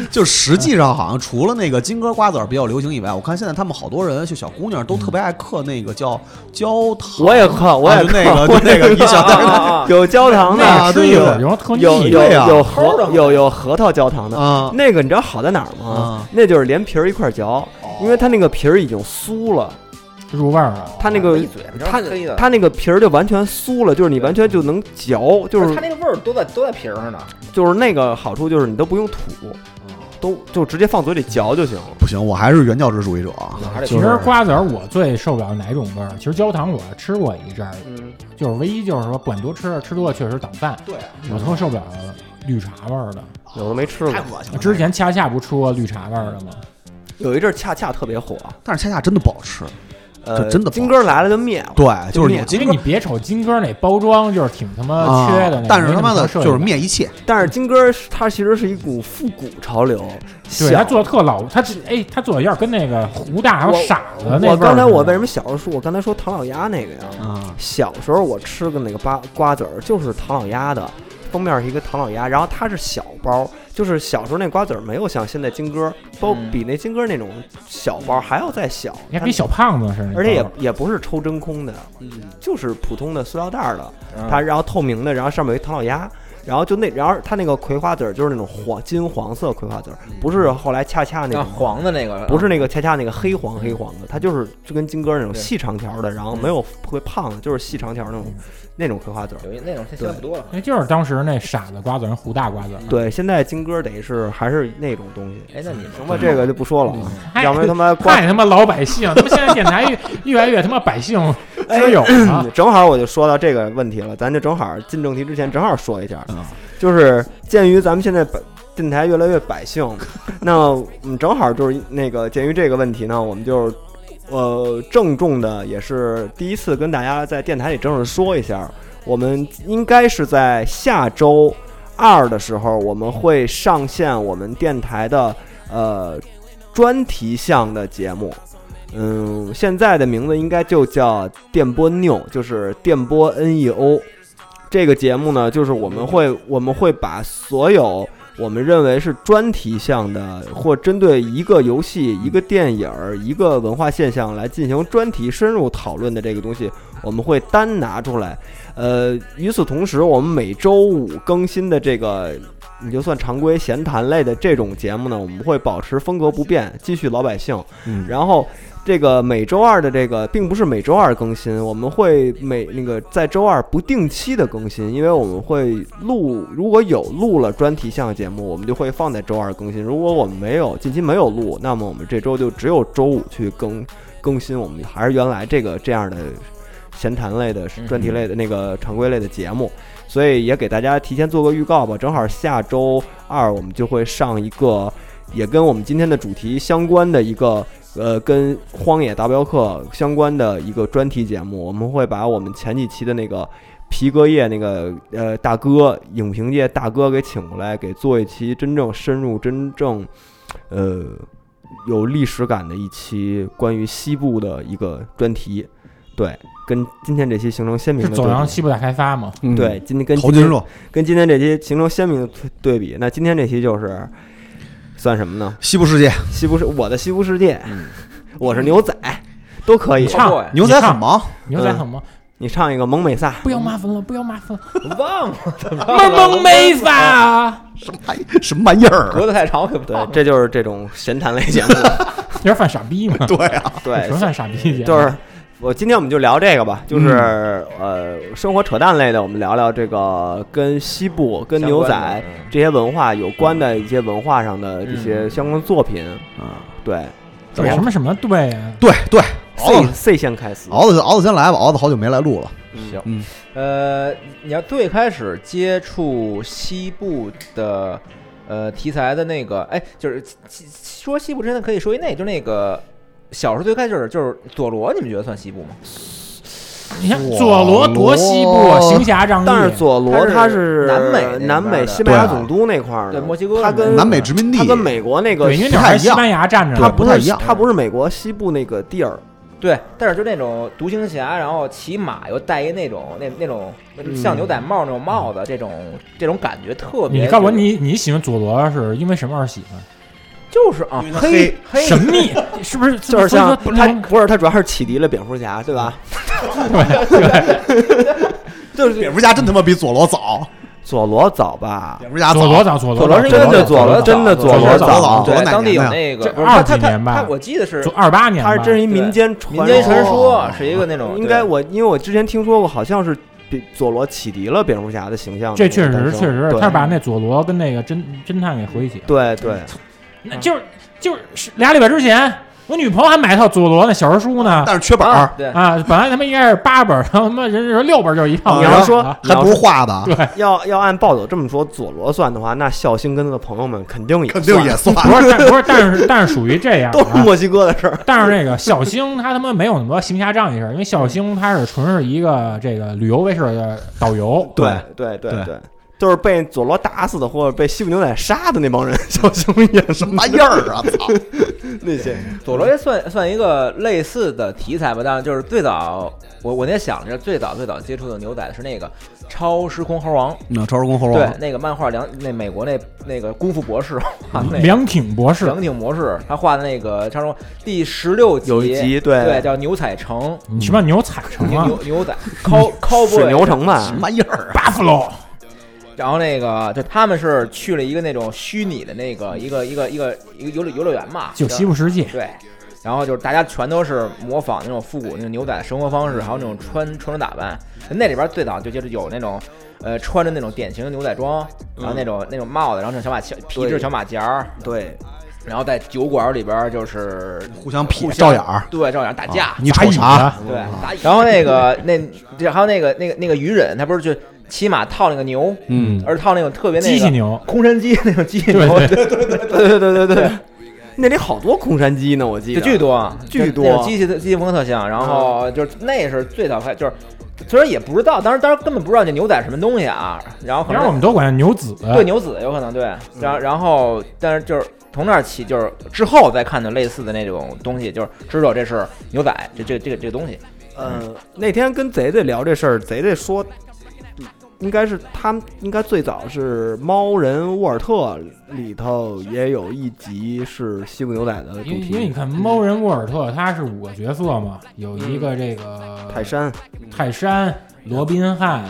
[SPEAKER 6] 就实际上好像除了那个金哥瓜子儿比较流行以外，我看现在他们好多人就小姑娘都特别爱嗑那个叫焦糖，
[SPEAKER 5] 我也嗑，我也
[SPEAKER 6] 啊就那
[SPEAKER 5] 嗑
[SPEAKER 6] 个
[SPEAKER 5] 我
[SPEAKER 6] 就那个
[SPEAKER 5] 也
[SPEAKER 6] 一
[SPEAKER 5] 嗑
[SPEAKER 6] 小袋儿
[SPEAKER 5] 啊啊啊 有焦糖的，
[SPEAKER 6] 那
[SPEAKER 2] 吃
[SPEAKER 6] 对
[SPEAKER 2] 一会
[SPEAKER 6] 呀
[SPEAKER 2] 儿然后特腻，
[SPEAKER 5] 有有
[SPEAKER 6] 对啊呀
[SPEAKER 5] 有
[SPEAKER 7] 齁的
[SPEAKER 5] 核
[SPEAKER 7] 嘛
[SPEAKER 5] 有有核桃焦糖的。
[SPEAKER 6] 啊，
[SPEAKER 5] 那个你知道好在哪儿吗
[SPEAKER 6] 啊？
[SPEAKER 5] 那就是连皮儿一块儿嚼，因为它那个皮儿已经酥了，
[SPEAKER 2] 入味儿
[SPEAKER 6] 哦
[SPEAKER 2] 了。
[SPEAKER 5] 它那个
[SPEAKER 7] 一 嘴，
[SPEAKER 5] 它
[SPEAKER 7] 黑的，
[SPEAKER 5] 它那个皮儿就完全酥了，就是你完全就能嚼，就是
[SPEAKER 7] 它那个味儿都在都在皮儿上呢。
[SPEAKER 5] 就是那个好处就是你都不用吐，
[SPEAKER 6] 哦
[SPEAKER 5] 都就直接放嘴里嚼就行。
[SPEAKER 6] 不行，我还是原教旨主义者啊。
[SPEAKER 7] 我还得
[SPEAKER 2] 其实瓜子儿我最受不了哪种味儿？其实焦糖我吃过一阵儿，
[SPEAKER 5] 嗯，
[SPEAKER 2] 就是唯一就是说不管多吃，吃多了确实挡饭。
[SPEAKER 6] 对，
[SPEAKER 2] 我特受不了绿茶味儿的。
[SPEAKER 5] 有的没吃过
[SPEAKER 6] 太，恶心了。
[SPEAKER 2] 之前恰恰不出过绿茶味儿的吗？
[SPEAKER 5] 有一阵儿恰恰特别火，
[SPEAKER 6] 但是恰恰真的不好吃。
[SPEAKER 5] 呃，
[SPEAKER 6] 这真的不好
[SPEAKER 5] 金哥来了就灭了。
[SPEAKER 6] 对，就是有
[SPEAKER 2] 因为
[SPEAKER 6] 金
[SPEAKER 2] 你
[SPEAKER 6] 哥
[SPEAKER 2] 别瞅金哥那包装，就是挺他妈
[SPEAKER 6] 啊
[SPEAKER 2] 缺的那种，
[SPEAKER 6] 但是他妈的
[SPEAKER 2] 没什么可设计
[SPEAKER 6] 就是灭一切。
[SPEAKER 5] 但是金哥他其实是一股复古潮流，
[SPEAKER 2] 对
[SPEAKER 5] 小
[SPEAKER 2] 他做的特老，他这哎，他做的有点跟那个胡大还有
[SPEAKER 5] 我
[SPEAKER 2] 傻子那味儿
[SPEAKER 5] 我刚才我
[SPEAKER 2] 似
[SPEAKER 5] 为
[SPEAKER 2] 的
[SPEAKER 5] 什么嗯小时候说，我刚才说唐老鸭那个呀？
[SPEAKER 6] 啊，
[SPEAKER 5] 小时候我吃的那个瓜瓜子儿就是唐老鸭的，封面是一个唐老鸭，然后它是小包，就是小时候那瓜子儿没有像现在金鸽包
[SPEAKER 7] 嗯
[SPEAKER 5] 比那金鸽那种小包还要再小，
[SPEAKER 2] 你看比小胖子似的，
[SPEAKER 5] 而且
[SPEAKER 2] 那
[SPEAKER 5] 也
[SPEAKER 2] 包
[SPEAKER 5] 也不是抽真空的，
[SPEAKER 8] 嗯，
[SPEAKER 5] 就是普通的塑料袋儿的，
[SPEAKER 7] 嗯
[SPEAKER 5] 它然后透明的，然后上面有一唐老鸭，然后就那然后它那个葵花籽儿就是那种黄金黄色葵花籽儿，不是后来恰恰那
[SPEAKER 7] 啊
[SPEAKER 5] 种
[SPEAKER 7] 黄的那个
[SPEAKER 5] 不是那个恰恰那个黑黄黑黄的，它就是就跟金鸽那种细长条的，然
[SPEAKER 7] 嗯
[SPEAKER 5] 后没有特别胖的，就是细长条那种那种葵花籽儿。
[SPEAKER 7] 有一那种现在不多了，
[SPEAKER 2] 那哎就是当时那傻子瓜子人胡大瓜子儿，
[SPEAKER 5] 对，现在金鸽得是还是那种东西。
[SPEAKER 7] 嗯哎，那嗯你们
[SPEAKER 5] 行吧，这个就不说了啊，
[SPEAKER 2] 嗨
[SPEAKER 5] 要不然他 妈光
[SPEAKER 2] 太他妈老百姓，他妈现在电台越越来越他妈百姓
[SPEAKER 5] 哎
[SPEAKER 2] 之友
[SPEAKER 5] 嗯
[SPEAKER 2] 了。啊
[SPEAKER 5] 正好我就说到这个问题了，咱就正好进正题之前正好说一下
[SPEAKER 6] 嗯，
[SPEAKER 5] 就是鉴于咱们现在百电台越来越百姓，那我们正好就是那个鉴于这个问题呢，我们就呃郑重的也是第一次跟大家在电台里正式说一下，我们应该是在下周二的时候，我们会上线我们电台的呃专题项的节目。嗯，现在的名字应该就叫电波 New，就是电波 NEO。这个节目呢，就是我们会我们会把所有我们认为是专题项的，或针对一个游戏、一个电影儿、一个文化现象来进行专题深入讨论的这个东西，我们会单拿出来。呃，与此同时，我们每周五更新的这个，你就算常规闲谈类的这种节目呢，我们会保持风格不变，继续老百姓。
[SPEAKER 6] 嗯，
[SPEAKER 5] 然后这个每周二的这个并不是每周二更新，我们会每那个在周二不定期的更新，因为我们会录，如果有录了专题项的节目，我们就会放在周二更新；如果我们没有近期没有录，那么我们这周就只有周五去更更新，我们还是原来这个这样的闲谈类的
[SPEAKER 7] 嗯
[SPEAKER 5] 专题类的那个常规类的节目。所以也给大家提前做个预告吧，正好下周二我们就会上一个也跟我们今天的主题相关的一个呃跟《荒野大镖客》相关的一个专题节目，我们会把我们前几期的那个皮革业那个呃大哥，影评界大哥给请过来，给做一期真正深入、真正呃有历史感的一期关于西部的一个专题。对，跟今天这期形成鲜明
[SPEAKER 2] 是
[SPEAKER 5] 的
[SPEAKER 2] 走
[SPEAKER 5] 对
[SPEAKER 2] 向
[SPEAKER 5] 比
[SPEAKER 2] 西部大开发嘛？
[SPEAKER 6] 嗯
[SPEAKER 5] 对，今天跟
[SPEAKER 6] 淘
[SPEAKER 5] 今
[SPEAKER 6] 金
[SPEAKER 5] 天
[SPEAKER 6] 热，
[SPEAKER 5] 跟今天这期形成鲜明的对比。那今天这期就是算什么呢？
[SPEAKER 6] 西部世界，
[SPEAKER 5] 西部世我的西部世界，
[SPEAKER 7] 嗯
[SPEAKER 5] 我是牛仔，都可以。
[SPEAKER 2] 唱
[SPEAKER 7] 我
[SPEAKER 6] 牛仔很忙，
[SPEAKER 2] 牛
[SPEAKER 5] 嗯
[SPEAKER 2] 仔很忙，
[SPEAKER 5] 你唱一个蒙美萨，
[SPEAKER 2] 不要麻烦了，不要麻烦 了，
[SPEAKER 7] 忘了，
[SPEAKER 2] 萌萌没
[SPEAKER 5] 嗯
[SPEAKER 2] 法，啊
[SPEAKER 6] 什么玩意什么玩意儿？啊
[SPEAKER 7] 隔得太长，我可不
[SPEAKER 5] 对，这就是这种闲谈类节目。
[SPEAKER 2] 有点犯傻逼嘛，
[SPEAKER 6] 对啊，
[SPEAKER 5] 对
[SPEAKER 2] 纯，犯傻逼，
[SPEAKER 5] 就是我今天我们就聊这个吧，就是、
[SPEAKER 6] 嗯
[SPEAKER 5] 呃，生活扯淡类的，我们聊聊这个跟西部、跟牛
[SPEAKER 7] 相关
[SPEAKER 5] 仔
[SPEAKER 7] 的嗯
[SPEAKER 5] 这些文化有关的一些文化上的这些相关作品。
[SPEAKER 7] 嗯
[SPEAKER 5] 对
[SPEAKER 2] 有什么什么对啊呀？
[SPEAKER 6] 对对，熬
[SPEAKER 5] ，C
[SPEAKER 6] 子
[SPEAKER 5] C 先开始。
[SPEAKER 6] 熬子熬子先来吧，熬子好久没来录了，
[SPEAKER 7] 行，
[SPEAKER 6] 嗯
[SPEAKER 7] 呃，你要最开始接触西部的呃题材的那个，哎，就是西说西部之前可以说一那，就那个小时候最开始就是佐罗，你们觉得算西部吗？
[SPEAKER 2] 你看佐罗多西部，行侠仗义，
[SPEAKER 5] 但是佐罗
[SPEAKER 7] 他
[SPEAKER 5] 他是
[SPEAKER 7] 是南美那边
[SPEAKER 5] 南
[SPEAKER 7] 的
[SPEAKER 5] 美西班牙
[SPEAKER 6] 对啊
[SPEAKER 5] 总督那块儿的，
[SPEAKER 7] 对墨西哥
[SPEAKER 5] 他
[SPEAKER 7] 那边
[SPEAKER 5] 跟
[SPEAKER 7] 的
[SPEAKER 6] 南美殖民地
[SPEAKER 5] 他，跟美国那个
[SPEAKER 2] 对，因为
[SPEAKER 6] 不
[SPEAKER 2] 那会儿
[SPEAKER 6] 太
[SPEAKER 2] 还
[SPEAKER 6] 一
[SPEAKER 2] 西
[SPEAKER 6] 样
[SPEAKER 2] 班牙站着
[SPEAKER 5] 他
[SPEAKER 2] 呢，
[SPEAKER 6] 不太一样
[SPEAKER 5] 他不是美国西部那个地儿，
[SPEAKER 7] 对，但是就那种独行侠，然后骑马又戴一那种那那种像牛仔帽那种帽子，这种这种感觉特别。
[SPEAKER 2] 你告诉我，你你喜欢佐罗是因为什么而喜欢？
[SPEAKER 7] 就是啊，黑黑
[SPEAKER 2] 神秘是不是？
[SPEAKER 5] 就是像
[SPEAKER 2] 所以说
[SPEAKER 5] 他不是他主要是启迪了蝙蝠侠，对吧？就是
[SPEAKER 6] 蝙蝠侠真他妈比佐罗早，
[SPEAKER 5] 佐罗早吧，
[SPEAKER 6] 蝙蝠侠
[SPEAKER 2] 佐罗早，佐
[SPEAKER 7] 佐
[SPEAKER 2] 罗
[SPEAKER 7] 罗是
[SPEAKER 5] 真的
[SPEAKER 7] 佐
[SPEAKER 5] 佐
[SPEAKER 7] 罗
[SPEAKER 5] 罗真的
[SPEAKER 7] 佐
[SPEAKER 5] 佐
[SPEAKER 7] 罗
[SPEAKER 5] 罗
[SPEAKER 6] 早佐
[SPEAKER 7] 对
[SPEAKER 6] 罗哪
[SPEAKER 7] 啊当地有
[SPEAKER 6] 年的
[SPEAKER 7] 那个
[SPEAKER 2] 这
[SPEAKER 7] 不是他
[SPEAKER 2] 二几
[SPEAKER 7] 他他
[SPEAKER 2] 年吧
[SPEAKER 7] 他我记得是
[SPEAKER 2] 二八年吧，
[SPEAKER 5] 他是真是一民间传
[SPEAKER 7] 民间传说
[SPEAKER 6] 哦，
[SPEAKER 7] 是一个那种
[SPEAKER 5] 应该我因为我之前听说过，好像是比佐罗启迪了蝙蝠侠的形象，
[SPEAKER 2] 这确实确实是，
[SPEAKER 5] 对
[SPEAKER 2] 他是把那佐罗跟那个侦侦探给合一起了。
[SPEAKER 5] 对对，
[SPEAKER 2] 那就是就是是俩礼拜之前，我女朋友还买一套佐罗那小人书呢。
[SPEAKER 6] 但是缺
[SPEAKER 7] 对
[SPEAKER 6] 本儿，
[SPEAKER 7] 对
[SPEAKER 2] 啊，本来他妈应该是八本，然后他妈人家说六本就是一套。
[SPEAKER 5] 你要说
[SPEAKER 2] 啊
[SPEAKER 6] 还不是画的，
[SPEAKER 5] 要要按暴走这么说，佐罗算的话，那孝兴跟他的朋友们肯定也
[SPEAKER 6] 肯定也算。
[SPEAKER 2] 不是，但不是，但是但是属于这样
[SPEAKER 5] 都
[SPEAKER 2] 的
[SPEAKER 5] 是
[SPEAKER 2] 啊。
[SPEAKER 5] 墨西哥的事儿，
[SPEAKER 2] 但是那个小星他他妈没有那么多行侠仗义事儿，因为小星他是纯是一个这个旅游卫视的导游，
[SPEAKER 5] 对对对
[SPEAKER 6] 对
[SPEAKER 5] 对，都是被佐罗打死的，或者被西部牛仔杀的那帮人， 小熊也是
[SPEAKER 6] 什么玩意儿啊！操，
[SPEAKER 5] 那些。
[SPEAKER 7] 佐罗也算算一个类似的题材吧，但是就是最早我我那想着最早最早接触的牛仔是那个超时空猴王，
[SPEAKER 6] 那超时空猴
[SPEAKER 7] 对
[SPEAKER 6] 王，
[SPEAKER 7] 那个漫画梁那美国那那个功夫博士画的那个
[SPEAKER 2] 梁挺博士，
[SPEAKER 7] 梁挺博士他画的那个超时空第十六集
[SPEAKER 5] 有一集
[SPEAKER 7] 对
[SPEAKER 5] 对
[SPEAKER 7] 叫牛彩城
[SPEAKER 2] 你什么牛踩城
[SPEAKER 7] 牛
[SPEAKER 2] 啊
[SPEAKER 7] 牛牛仔 cow
[SPEAKER 5] 水
[SPEAKER 7] cowboy
[SPEAKER 5] 牛城吧
[SPEAKER 6] 什么，玩意儿啊？
[SPEAKER 2] ，Buffalo，
[SPEAKER 7] 然后那个就他们是去了一个那种虚拟的那个一个一个一个一个游乐游乐园嘛，
[SPEAKER 2] 就
[SPEAKER 7] 叫
[SPEAKER 2] 西部世界，
[SPEAKER 7] 对，然后就是大家全都是模仿那种复古那种牛仔的生活方式，还有那种穿穿着打扮。那里边最早就就是有那种，呃，穿着那种典型的牛仔装，
[SPEAKER 6] 嗯
[SPEAKER 7] 然后那种、那种帽子，然后那种小马小皮质
[SPEAKER 5] 对
[SPEAKER 7] 小马甲儿，
[SPEAKER 5] 对，
[SPEAKER 7] 然后在酒馆里边就是
[SPEAKER 6] 互相瞥照眼儿，啊
[SPEAKER 7] 对照眼打架，
[SPEAKER 6] 你
[SPEAKER 2] 打
[SPEAKER 6] 瞅
[SPEAKER 2] 椅
[SPEAKER 6] 啥？
[SPEAKER 2] 子，
[SPEAKER 7] 对，嗯然后那个那这还有那个那个那个渔人，他不是就骑马套那个牛，
[SPEAKER 6] 嗯，
[SPEAKER 7] 而是套那种特别那个
[SPEAKER 2] 机器牛
[SPEAKER 7] 空山鸡那种机器
[SPEAKER 2] 对
[SPEAKER 7] 牛，
[SPEAKER 2] 对
[SPEAKER 5] 对对对对对，那里好多空山鸡呢，我记
[SPEAKER 7] 就
[SPEAKER 5] 得
[SPEAKER 7] 巨多
[SPEAKER 5] 巨
[SPEAKER 7] 就
[SPEAKER 5] 多嗯
[SPEAKER 7] 那种机器的机器风特像，然后就是那是最早开，就是虽然也不知道，当时当时根本不知道这牛仔是什么东西啊，然后可
[SPEAKER 2] 然后我
[SPEAKER 7] 能
[SPEAKER 2] 们都管它牛子，
[SPEAKER 7] 对牛子有可能对，然后然后但是就是从那儿起，就是之后再看的类似的那种东西，就是知道这是牛仔，这这这个这个东西，
[SPEAKER 5] 嗯，那天跟贼贼聊这事儿，贼贼说，嗯应该是他们应该最早是《猫人沃尔特》里头也有一集是西部牛仔的主
[SPEAKER 2] 因为因为你
[SPEAKER 5] 题，
[SPEAKER 2] 看猫人沃尔特他是五个角色嘛，有一个这个
[SPEAKER 5] 泰山、
[SPEAKER 2] 呃泰山、罗宾汉、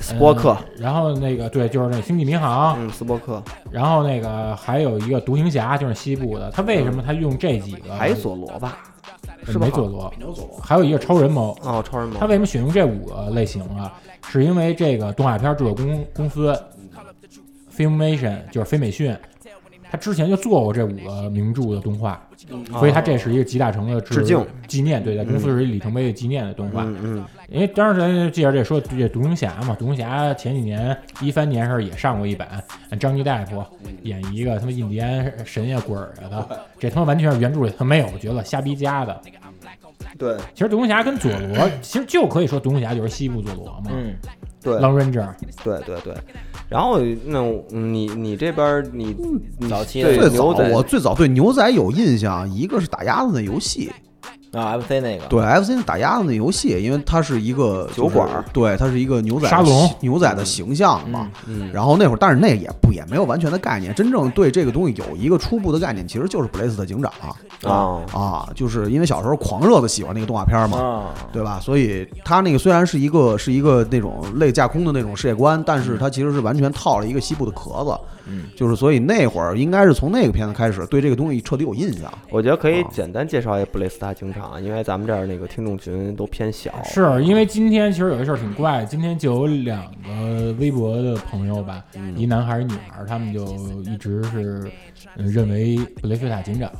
[SPEAKER 5] 斯波克
[SPEAKER 2] 呃，然后那个对，就是那星际迷航，
[SPEAKER 5] 嗯，斯波克，
[SPEAKER 2] 然后那个还有一个独行侠，就是西部的。他为什么他用这几个？
[SPEAKER 5] 还佐罗吧，
[SPEAKER 2] 呃
[SPEAKER 5] 是吧
[SPEAKER 2] 没佐罗，还有一个超人猫。
[SPEAKER 5] 哦，超人
[SPEAKER 2] 他
[SPEAKER 5] 猫，
[SPEAKER 2] 为什么选用这五个类型啊？是因为这个动画片制作公公司 Filmation，就是飞美讯，他之前就做过这五个名著的动画，所以他这是一个集大成的
[SPEAKER 5] 嗯
[SPEAKER 2] 致
[SPEAKER 5] 致敬
[SPEAKER 2] 纪念，对，在公司是一里程碑的纪念的动画。
[SPEAKER 5] 嗯嗯，
[SPEAKER 2] 因为当时咱记着这说这独行侠嘛，独行侠前几年一三年时候也上过一版，张继大夫演一个他妈印第安神呀鬼儿呀的，这他妈完全是原著里他没有角色瞎逼加的。
[SPEAKER 5] 对
[SPEAKER 2] 其实独行侠跟佐罗，其实就可以说独行侠就是西部佐罗嘛、
[SPEAKER 7] 嗯，
[SPEAKER 5] 对
[SPEAKER 2] l o n g Ranger。
[SPEAKER 5] 对对对，然后那我你你这边儿你
[SPEAKER 2] 嗯
[SPEAKER 5] 你
[SPEAKER 7] 早期的
[SPEAKER 5] 对
[SPEAKER 6] 最早
[SPEAKER 5] 牛仔
[SPEAKER 6] 我最早对牛仔有印象，一个是打鸭子那游戏，
[SPEAKER 7] 啊，MC 那个，
[SPEAKER 6] 对 FC 打鸭子那游戏，因为它是一个就是
[SPEAKER 5] 酒馆儿
[SPEAKER 6] 对，它是一个牛仔
[SPEAKER 2] 沙龙
[SPEAKER 6] 牛仔的形象嘛。
[SPEAKER 5] 嗯
[SPEAKER 6] 然后那会儿，但是那也不也没有完全的概念，真正对这个东西有一个初步的概念，其实就是布雷斯的警长
[SPEAKER 5] 啊
[SPEAKER 6] 啊，就是因为小时候狂热的喜欢那个动画片嘛，
[SPEAKER 7] 啊，
[SPEAKER 6] 对吧？所以它那个虽然是一个是一个那种类架空的那种世界观，但是它其实是完全套了一个西部的壳子，
[SPEAKER 7] 嗯，
[SPEAKER 6] 就是所以那会儿应该是从那个片子开始对这个东西彻底有印象。
[SPEAKER 5] 我觉得可以
[SPEAKER 6] 啊
[SPEAKER 5] 简单介绍一下布雷斯达警场，啊因为咱们这儿那个听众群都偏小，
[SPEAKER 2] 是因为今天其实有一事儿挺怪，今天就有两个微博的朋友吧，一男孩儿一女孩儿，他们就一直是、呃认为布雷菲塔警长，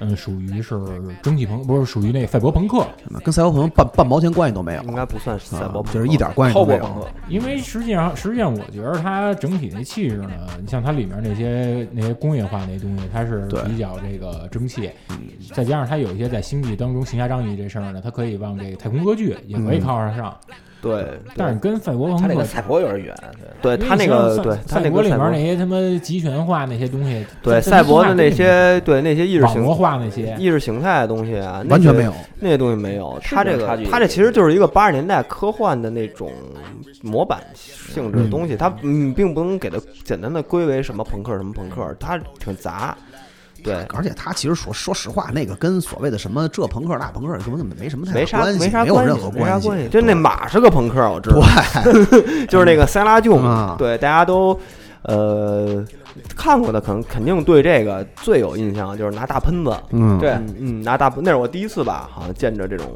[SPEAKER 2] 嗯、属于是蒸汽朋，不是属于那赛博朋克，
[SPEAKER 6] 跟赛博朋克半半毛钱关系都没有，
[SPEAKER 5] 应该不算是赛博朋
[SPEAKER 6] 啊
[SPEAKER 5] 克，
[SPEAKER 6] 就是一点
[SPEAKER 2] 哎
[SPEAKER 6] 关系
[SPEAKER 7] 后
[SPEAKER 6] 都
[SPEAKER 7] 博
[SPEAKER 6] 没
[SPEAKER 7] 朋
[SPEAKER 6] 有。
[SPEAKER 7] 克，
[SPEAKER 2] 因为实际上实际上我觉得它整体那气质呢，你像它里面那些那些工业化那东西，它是
[SPEAKER 6] 对
[SPEAKER 2] 比较这个蒸汽，
[SPEAKER 5] 嗯
[SPEAKER 2] 再加上它有一些在星际当中行侠仗义这事儿呢，它可以往这个太空歌剧也可以靠上上，
[SPEAKER 5] 嗯对，
[SPEAKER 2] 但是跟赛博
[SPEAKER 7] 他
[SPEAKER 2] 朋克
[SPEAKER 7] 那个赛博有点远，对。
[SPEAKER 5] 对
[SPEAKER 2] 因
[SPEAKER 5] 他
[SPEAKER 2] 为
[SPEAKER 5] 那
[SPEAKER 2] 你像
[SPEAKER 5] 个
[SPEAKER 2] 赛
[SPEAKER 5] 对他那
[SPEAKER 2] 赛博
[SPEAKER 5] 个
[SPEAKER 2] 里
[SPEAKER 5] 赛
[SPEAKER 2] 面
[SPEAKER 5] 博
[SPEAKER 2] 那些他妈集权化那些东西，
[SPEAKER 5] 对赛博的那些对那些意识
[SPEAKER 2] 网
[SPEAKER 5] 形
[SPEAKER 2] 络化那些，
[SPEAKER 5] 意识形态的东西啊，那
[SPEAKER 6] 完全
[SPEAKER 5] 些
[SPEAKER 6] 没有，
[SPEAKER 5] 那些东西没有，
[SPEAKER 7] 是
[SPEAKER 5] 他
[SPEAKER 7] 有
[SPEAKER 5] 这
[SPEAKER 7] 差
[SPEAKER 5] 个
[SPEAKER 7] 距
[SPEAKER 5] 他这其实就是一个八十年代科幻的那种模板性质的东西，它嗯并不能给它简单的归为什么朋克什么朋克，它挺杂，对，
[SPEAKER 6] 而且他其实说说实话，那个跟所谓的什么这朋克那朋克根本没什么太大
[SPEAKER 5] 没啥
[SPEAKER 6] 关系，
[SPEAKER 5] 没啥
[SPEAKER 6] 有
[SPEAKER 5] 关
[SPEAKER 6] 任
[SPEAKER 5] 系
[SPEAKER 6] 何，
[SPEAKER 5] 没啥
[SPEAKER 6] 系。
[SPEAKER 5] 系，就那马是个朋克，我知道，
[SPEAKER 6] 对，
[SPEAKER 5] 就是那个塞拉舅
[SPEAKER 6] 啊，
[SPEAKER 5] 对，大家都呃看过的，可能肯定对这个最有印象，就是拿大喷子，
[SPEAKER 6] 嗯，
[SPEAKER 7] 对，
[SPEAKER 5] 嗯嗯，拿大喷，那是我第一次吧，好像见着这种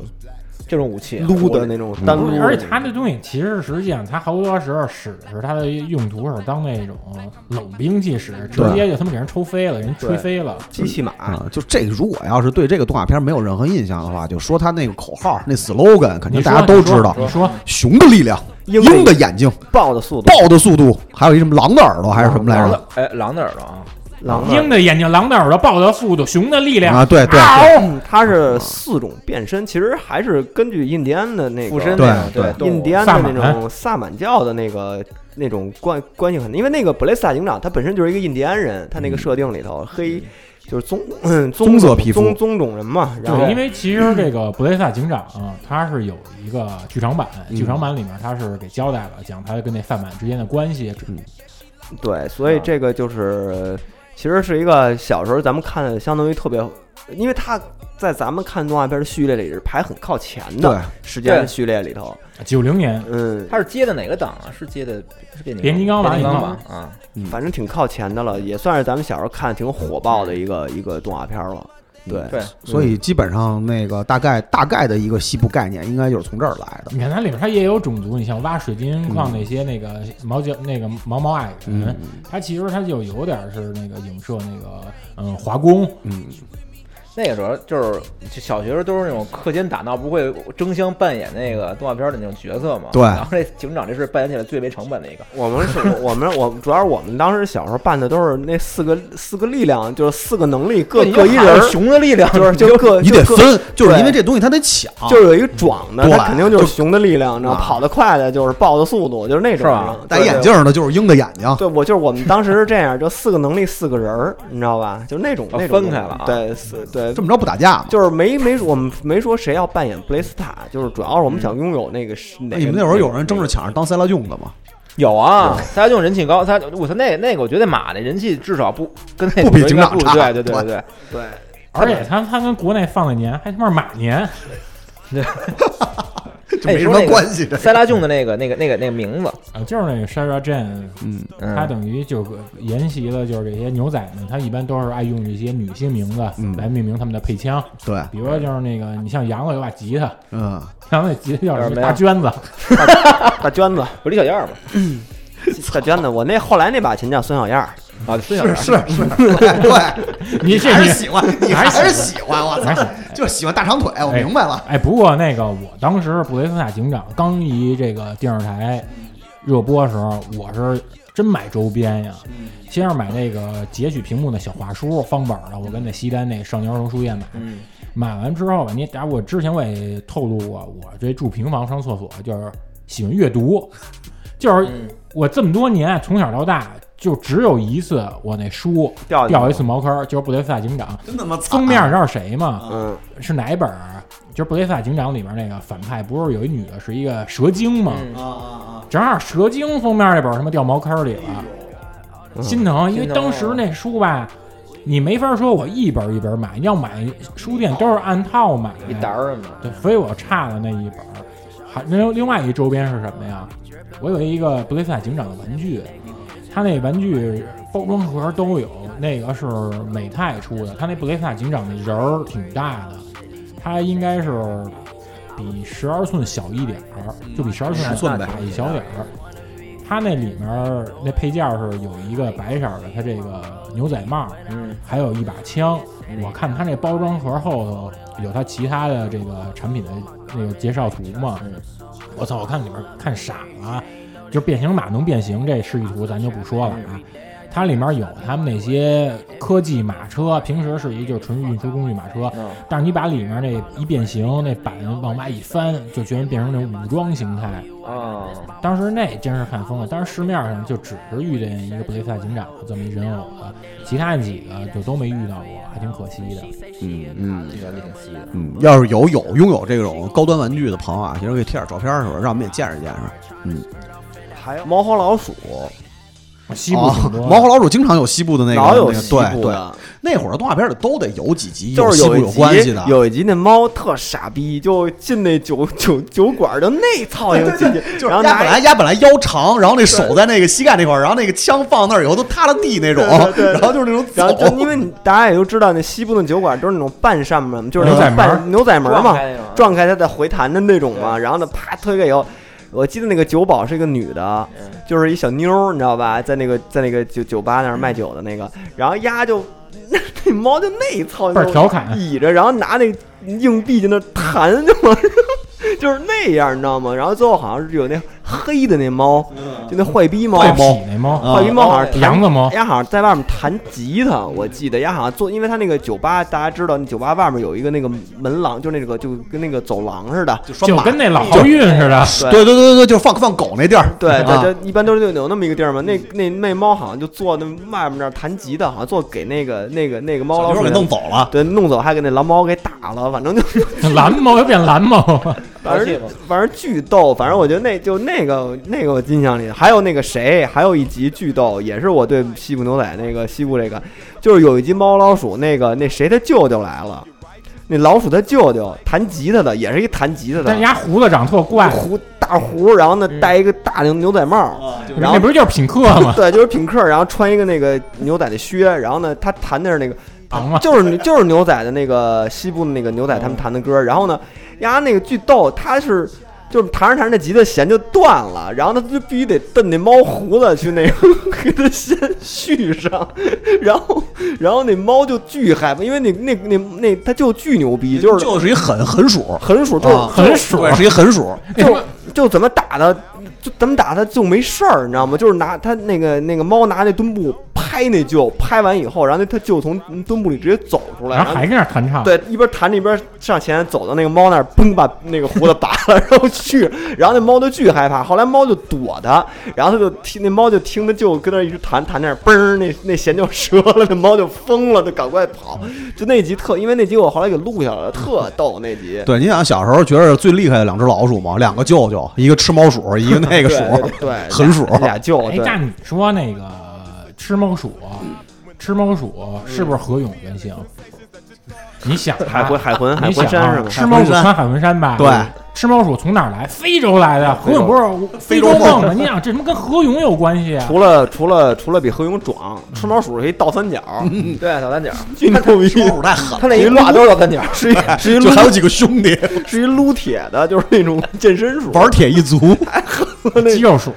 [SPEAKER 7] 这种武器
[SPEAKER 5] 撸的那种单撸的那种，
[SPEAKER 2] 嗯而且它那东西其实实际上它好多时候使的是它的用途是当那种冷兵器使，直接就他妈给人抽飞了，人吹飞了。
[SPEAKER 5] 机器马，
[SPEAKER 6] 啊，就这个，如果要是对这个动画片没有任何印象的话，就说他那个口号、那 slogan，肯定
[SPEAKER 2] 你
[SPEAKER 6] 大
[SPEAKER 2] 说
[SPEAKER 6] 家都知道。
[SPEAKER 2] 你说
[SPEAKER 6] 熊的力量，
[SPEAKER 5] 鹰
[SPEAKER 6] 鹰的眼睛，
[SPEAKER 5] 爆的速度，
[SPEAKER 6] 豹的速度，还有一什么狼的耳朵，还是什么来
[SPEAKER 7] 狼
[SPEAKER 6] 着？啊
[SPEAKER 7] 的，哎，狼的耳朵啊，
[SPEAKER 5] 狼的
[SPEAKER 2] 鹰的眼睛，狼的耳朵，豹的速度，熊的力量
[SPEAKER 6] 啊，对对
[SPEAKER 5] 嗯它是四种变身，其实还是根据印第安的那个
[SPEAKER 7] 附身
[SPEAKER 6] 对
[SPEAKER 7] 那种对，
[SPEAKER 6] 对哎
[SPEAKER 7] 动物
[SPEAKER 5] 印第安
[SPEAKER 2] 萨
[SPEAKER 5] 的
[SPEAKER 2] 满
[SPEAKER 5] 那种萨满教的那个那种关关系很，因为那个布雷斯塔警长他本身就是一个印第安人，他那
[SPEAKER 6] 嗯
[SPEAKER 5] 个设定里头黑就是棕棕
[SPEAKER 6] 棕色皮肤
[SPEAKER 5] 棕棕种人嘛，然后
[SPEAKER 2] 对，因为其实这个布雷萨警长啊，他是有一个剧场版，
[SPEAKER 6] 嗯
[SPEAKER 2] 剧场版里面他是给交代了，讲他跟那饭碗之间的关系。
[SPEAKER 5] 对，所
[SPEAKER 6] 啊
[SPEAKER 5] 以这个就是其实是一个小时候咱们看，相当于特别，因为他在咱们看动画片的序列里是排很靠前
[SPEAKER 6] 对
[SPEAKER 5] 的时间序列里头，
[SPEAKER 2] 九零年，
[SPEAKER 5] 嗯，
[SPEAKER 7] 他是接的哪个档啊？是接的是变
[SPEAKER 2] 变
[SPEAKER 7] 形
[SPEAKER 2] 形金
[SPEAKER 7] 金
[SPEAKER 2] 刚吧
[SPEAKER 7] 变形金刚吧
[SPEAKER 2] 应？
[SPEAKER 7] 啊，
[SPEAKER 5] 反正挺靠前的了，也算是咱们小时候看挺火爆的一个一个动画片了。对
[SPEAKER 7] 对，
[SPEAKER 6] 所以基本上那个大概大概的一个西部概念，应该就是从这儿来的。
[SPEAKER 2] 你看它里面它也有种族，你像挖水
[SPEAKER 6] 嗯
[SPEAKER 2] 晶矿那些那个毛脚那个毛毛矮人，
[SPEAKER 6] 嗯
[SPEAKER 2] 它其实它就有点是那个影射那个嗯华工，
[SPEAKER 6] 嗯，
[SPEAKER 7] 那个时候就是就小学时候都是那种课间打闹，不会争相扮演那个动画片的那种角色嘛？
[SPEAKER 6] 对
[SPEAKER 7] 然后这警长这是扮演起来最没成本的一个，
[SPEAKER 5] 我们是，我们我主要是我们当时小时候办的都是那四个四个力量，就是四个能力各
[SPEAKER 7] 你
[SPEAKER 5] 各一人儿，
[SPEAKER 7] 熊的力量，
[SPEAKER 5] 就是就各
[SPEAKER 6] 你
[SPEAKER 5] 呃就
[SPEAKER 6] 得
[SPEAKER 5] 各
[SPEAKER 6] 分，就是因为
[SPEAKER 5] 对
[SPEAKER 6] 这东西它得抢，
[SPEAKER 5] 就是有一个壮的，
[SPEAKER 6] 对
[SPEAKER 5] 他肯定就是熊的力量，然后
[SPEAKER 6] 啊
[SPEAKER 5] 跑得快的就是豹的速度，就是那种
[SPEAKER 7] 是吧
[SPEAKER 5] 人
[SPEAKER 6] 戴
[SPEAKER 5] 对
[SPEAKER 6] 眼
[SPEAKER 5] 对
[SPEAKER 6] 镜儿的就是鹰的眼睛。
[SPEAKER 5] 对，我就是我们当时是这样，就四个能力四个人儿，你知道吧？就那种
[SPEAKER 7] 哦
[SPEAKER 5] 那种
[SPEAKER 7] 分开了啊
[SPEAKER 5] 对，四对
[SPEAKER 6] 这，么着不打架嘛？
[SPEAKER 5] 就是没没我们没说谁要扮演布雷斯塔，就是主要是我们想拥有那个是哪
[SPEAKER 6] 嗯哎那你们那会儿有人争着抢着当塞拉用的吗？
[SPEAKER 7] 有啊，他用人气高，他我操那那个，我觉得马的人气至少不跟那
[SPEAKER 6] 不比警长
[SPEAKER 7] 不
[SPEAKER 6] 差
[SPEAKER 7] 对对对对
[SPEAKER 5] 对
[SPEAKER 2] 而且它它跟国内放的年还他妈是马年，
[SPEAKER 6] 这
[SPEAKER 7] 哎
[SPEAKER 6] 没什
[SPEAKER 7] 说
[SPEAKER 6] 么
[SPEAKER 7] 那个
[SPEAKER 6] 关系
[SPEAKER 7] 对，
[SPEAKER 6] 的。
[SPEAKER 7] 塞拉琼的那个那个那个那个名字，
[SPEAKER 2] 啊，就是那个 Shara Jane，
[SPEAKER 6] 嗯，
[SPEAKER 2] 她
[SPEAKER 7] 嗯，
[SPEAKER 2] 等于就沿袭了就是这些牛仔们，他一般都是爱用这些女性名字
[SPEAKER 6] 嗯
[SPEAKER 2] 来命名他们的配枪，
[SPEAKER 6] 对，
[SPEAKER 2] 比如说就是那个你像杨子有把吉他，
[SPEAKER 6] 嗯，
[SPEAKER 2] 杨子那吉他叫
[SPEAKER 6] 呃
[SPEAKER 2] 什
[SPEAKER 7] 叫什
[SPEAKER 2] 么
[SPEAKER 7] 么呀
[SPEAKER 2] 大娟子，
[SPEAKER 5] 大娟 子，
[SPEAKER 7] 不是李小燕儿吗？
[SPEAKER 5] 大娟子，我那后来那把琴叫孙小燕儿，
[SPEAKER 7] 啊，孙小燕儿
[SPEAKER 6] 是 是， 对 对，
[SPEAKER 2] 你这
[SPEAKER 6] 还
[SPEAKER 2] 你
[SPEAKER 6] 是喜欢，你还是喜欢，我
[SPEAKER 2] 还
[SPEAKER 6] 操，就喜欢大长腿，我明白了。
[SPEAKER 2] 哎，不过那个我当时布雷斯塔警长刚一这个电视台热播的时候，我是真买周边呀，先是买那个截取屏幕的小画书方本儿的，我跟那西单那少年儿童书店买，
[SPEAKER 7] 嗯，
[SPEAKER 2] 买完之后吧，你打我之前我也透露过，我这住平房上厕所就是喜欢阅读，就是
[SPEAKER 7] 嗯
[SPEAKER 2] 我这么多年从小到大就只有一次我那书
[SPEAKER 5] 掉进去
[SPEAKER 2] 掉一次茅坑儿，就是布雷斯塔警长。
[SPEAKER 6] 真他妈
[SPEAKER 2] 封面你知道是谁吗？
[SPEAKER 5] 嗯，
[SPEAKER 2] 是哪一本儿？就是《布雷萨警长》里面那个反派，不是有一女的是一个蛇精吗？
[SPEAKER 7] 嗯
[SPEAKER 6] 啊啊
[SPEAKER 2] 正好蛇精封面那本儿他妈掉茅坑里了，
[SPEAKER 7] 嗯
[SPEAKER 2] 心疼，因为
[SPEAKER 7] 心疼
[SPEAKER 2] 当时那书吧，你没法说我一本儿一本儿买，要买书店都是按套买，
[SPEAKER 7] 一沓儿嘛，
[SPEAKER 2] 对，所以我差的那一本儿。还那另外一周边是什么呀？我有一个布雷萨警长的玩具，他那玩具包装盒都有，那个是美泰出的，他那布雷萨警长的人儿挺大的，他应该是比十二寸小一点儿，就比十二寸
[SPEAKER 6] 10寸呗
[SPEAKER 2] 大一小点儿。他那里面儿那配件儿是有一个白色儿的，他这个牛仔帽，
[SPEAKER 7] 嗯，
[SPEAKER 2] 还有一把枪。我看他那包装盒后头有他其他的这个产品的那个介绍图嘛，我操！我看里面看傻了，就是变形马能变形这示意图咱就不说了啊。它里面有他们那些科技马车，平时是一就是纯运输工具马车，
[SPEAKER 7] 嗯
[SPEAKER 2] 但是你把里面那一变形，那板往外一翻，就全变成那种武装形态。
[SPEAKER 7] 啊，
[SPEAKER 2] 当时那真是看疯了，当时市面上就只是遇见一个布雷斯塔警长这么一人偶的，其他几个就都没遇到过，还挺可惜的。
[SPEAKER 6] 嗯嗯
[SPEAKER 7] 这个挺稀的，
[SPEAKER 6] 嗯，要是有有拥有这种高端玩具的朋友啊，其实可以贴点照片儿是吧？让我们也见识见识。
[SPEAKER 5] 还有猫和老鼠，
[SPEAKER 2] 西部
[SPEAKER 6] 哦
[SPEAKER 2] 挺多的，
[SPEAKER 6] 毛和老鼠经常有西部的那个，
[SPEAKER 5] 老有
[SPEAKER 6] 那个
[SPEAKER 5] 西部
[SPEAKER 6] 对对，
[SPEAKER 5] 的，
[SPEAKER 6] 那会儿的动画片里都得有几集
[SPEAKER 5] 就是
[SPEAKER 6] 西部
[SPEAKER 5] 一
[SPEAKER 6] 有关系
[SPEAKER 5] 集
[SPEAKER 6] 的，
[SPEAKER 5] 有一集那猫特傻逼，就进那酒酒酒馆儿，就那操性进去，
[SPEAKER 6] 就是
[SPEAKER 5] 然后
[SPEAKER 6] 压本
[SPEAKER 5] 拿
[SPEAKER 6] 来压本来腰长，然后那手在那个膝盖那块儿，然后那个枪放那儿以后都塌了地 那种，哦然后就是那种
[SPEAKER 5] 然后就因
[SPEAKER 6] 走。
[SPEAKER 5] 为你大家也都知道，那西部的酒馆都是那种半扇门，就是
[SPEAKER 2] 牛仔门
[SPEAKER 5] 半牛仔门
[SPEAKER 7] 撞
[SPEAKER 5] 嘛
[SPEAKER 7] 开那种啊，
[SPEAKER 5] 撞开它再回弹的那种嘛。然后呢，啪推开以后，我记得那个酒保是一个女的，
[SPEAKER 7] 嗯
[SPEAKER 5] 就是一小妞儿，你知道吧，在那个在那个酒酒吧那儿卖酒的那个，然后丫就那那猫就那一操，
[SPEAKER 2] 倍儿调侃
[SPEAKER 5] 倚着，然后拿那硬币在那弹，
[SPEAKER 7] 嗯
[SPEAKER 5] 就往上。就是那样，你知道吗？然后最后好像是有那黑的那猫，就那坏逼猫，啊
[SPEAKER 2] 坏痞那猫，
[SPEAKER 5] 坏逼猫好像
[SPEAKER 7] 哦
[SPEAKER 5] 弹
[SPEAKER 2] 啊杨子猫，
[SPEAKER 5] 丫好像在外面弹吉他，我记得丫好像做，因为他那个酒吧，大家知道，那酒吧外面有一个那个门廊，就那个就跟那个走廊似的，
[SPEAKER 2] 就跟那老豪运似的，
[SPEAKER 6] 对对对对对，就是放放狗那地儿，
[SPEAKER 5] 对
[SPEAKER 6] 啊
[SPEAKER 5] 对，就一般都是有那么一个地儿嘛。那那那猫好像就坐那外面那儿弹吉他，好像坐给那个那个那个猫
[SPEAKER 6] 小
[SPEAKER 5] 老鼠
[SPEAKER 6] 妞儿给弄，走了。
[SPEAKER 5] 对，弄走还给那蓝猫给打了，反正就
[SPEAKER 2] 蓝猫又变蓝猫了，
[SPEAKER 5] 反正反正巨逗，反正我觉得那就那个那个我印象里，还有那个谁，还有一集巨逗，也是我对西部牛仔那个西部这个，就是有一集猫老鼠那个那谁他舅舅来了，那老鼠他舅舅弹吉他的，也是一弹吉他
[SPEAKER 2] 但
[SPEAKER 5] 的，
[SPEAKER 2] 丫胡子长特怪，
[SPEAKER 5] 胡大胡，然后呢戴一个大牛牛仔帽，然后
[SPEAKER 2] 嗯那不哦是就是品客吗？
[SPEAKER 5] 对，就是品客，然后穿一个那个牛仔的靴，然后呢，他弹的是那个，
[SPEAKER 2] 长 吗？
[SPEAKER 5] 就是就是牛仔的那个西部的那个牛仔他们弹的歌，然后呢，呀那个巨逗，他是就是弹着弹着吉他弦就断了，然后他就必须得蹬那猫胡子去那个 给他先续上，然后然后那猫就巨害怕，因为那那那那他就巨牛逼， 就是
[SPEAKER 6] 就是一狠狠鼠，
[SPEAKER 5] 狠鼠，就是
[SPEAKER 6] 啊
[SPEAKER 2] 很爽
[SPEAKER 6] 对，，是一狠鼠，
[SPEAKER 5] 就 就怎么打他，就怎么打他就没事儿，你知道吗？就是拿他那个那个猫拿那墩布拍那舅，拍完以后，然后那他舅从墩布里直接走出来，
[SPEAKER 2] 然
[SPEAKER 5] 然
[SPEAKER 2] 后
[SPEAKER 5] 后
[SPEAKER 2] 还跟那儿弹唱，
[SPEAKER 5] 对一边弹着一边上前走到那个猫那儿，嘣把那个胡子拔了，然后去，然后那猫就巨害怕，后来猫就躲他，然后他就听那猫就听他舅跟那儿一直弹弹那儿，嘣儿那那弦就折了，那猫就疯了，就赶快跑。就那集特，因为那集我后来给录下来了，特逗那集。
[SPEAKER 6] 对，你想小时候觉得最厉害的两只老鼠嘛，两个舅舅，一个吃猫鼠，一个那个鼠，
[SPEAKER 5] 对对对，
[SPEAKER 6] 狠鼠
[SPEAKER 5] 俩俩舅，
[SPEAKER 2] 哎
[SPEAKER 5] 对，
[SPEAKER 2] 那你说那个吃猫鼠，吃猫鼠是不是何勇原型？你想啊
[SPEAKER 5] 海魂海魂海
[SPEAKER 2] 你想
[SPEAKER 5] 魂
[SPEAKER 2] 啊
[SPEAKER 5] 山是吗？
[SPEAKER 2] 吃猫鼠穿海魂衫吧？
[SPEAKER 6] 对，
[SPEAKER 2] 吃猫鼠从哪儿来？非洲来的。何勇不是非洲梦吗？你想这他妈跟何勇有关系啊？
[SPEAKER 5] 除了除了除了比何勇壮，吃猫鼠是一倒三角，
[SPEAKER 7] 对，倒三角，
[SPEAKER 5] 巨牛逼，
[SPEAKER 6] 吃猫鼠太狠了，
[SPEAKER 7] 他那一挂都是倒三角，
[SPEAKER 5] 是一是一
[SPEAKER 6] 就
[SPEAKER 5] 撸
[SPEAKER 6] 还有几个兄弟
[SPEAKER 5] 是一撸铁的，就是那种健身鼠，
[SPEAKER 6] 玩铁 一族，
[SPEAKER 5] 哎
[SPEAKER 2] 肌肉鼠，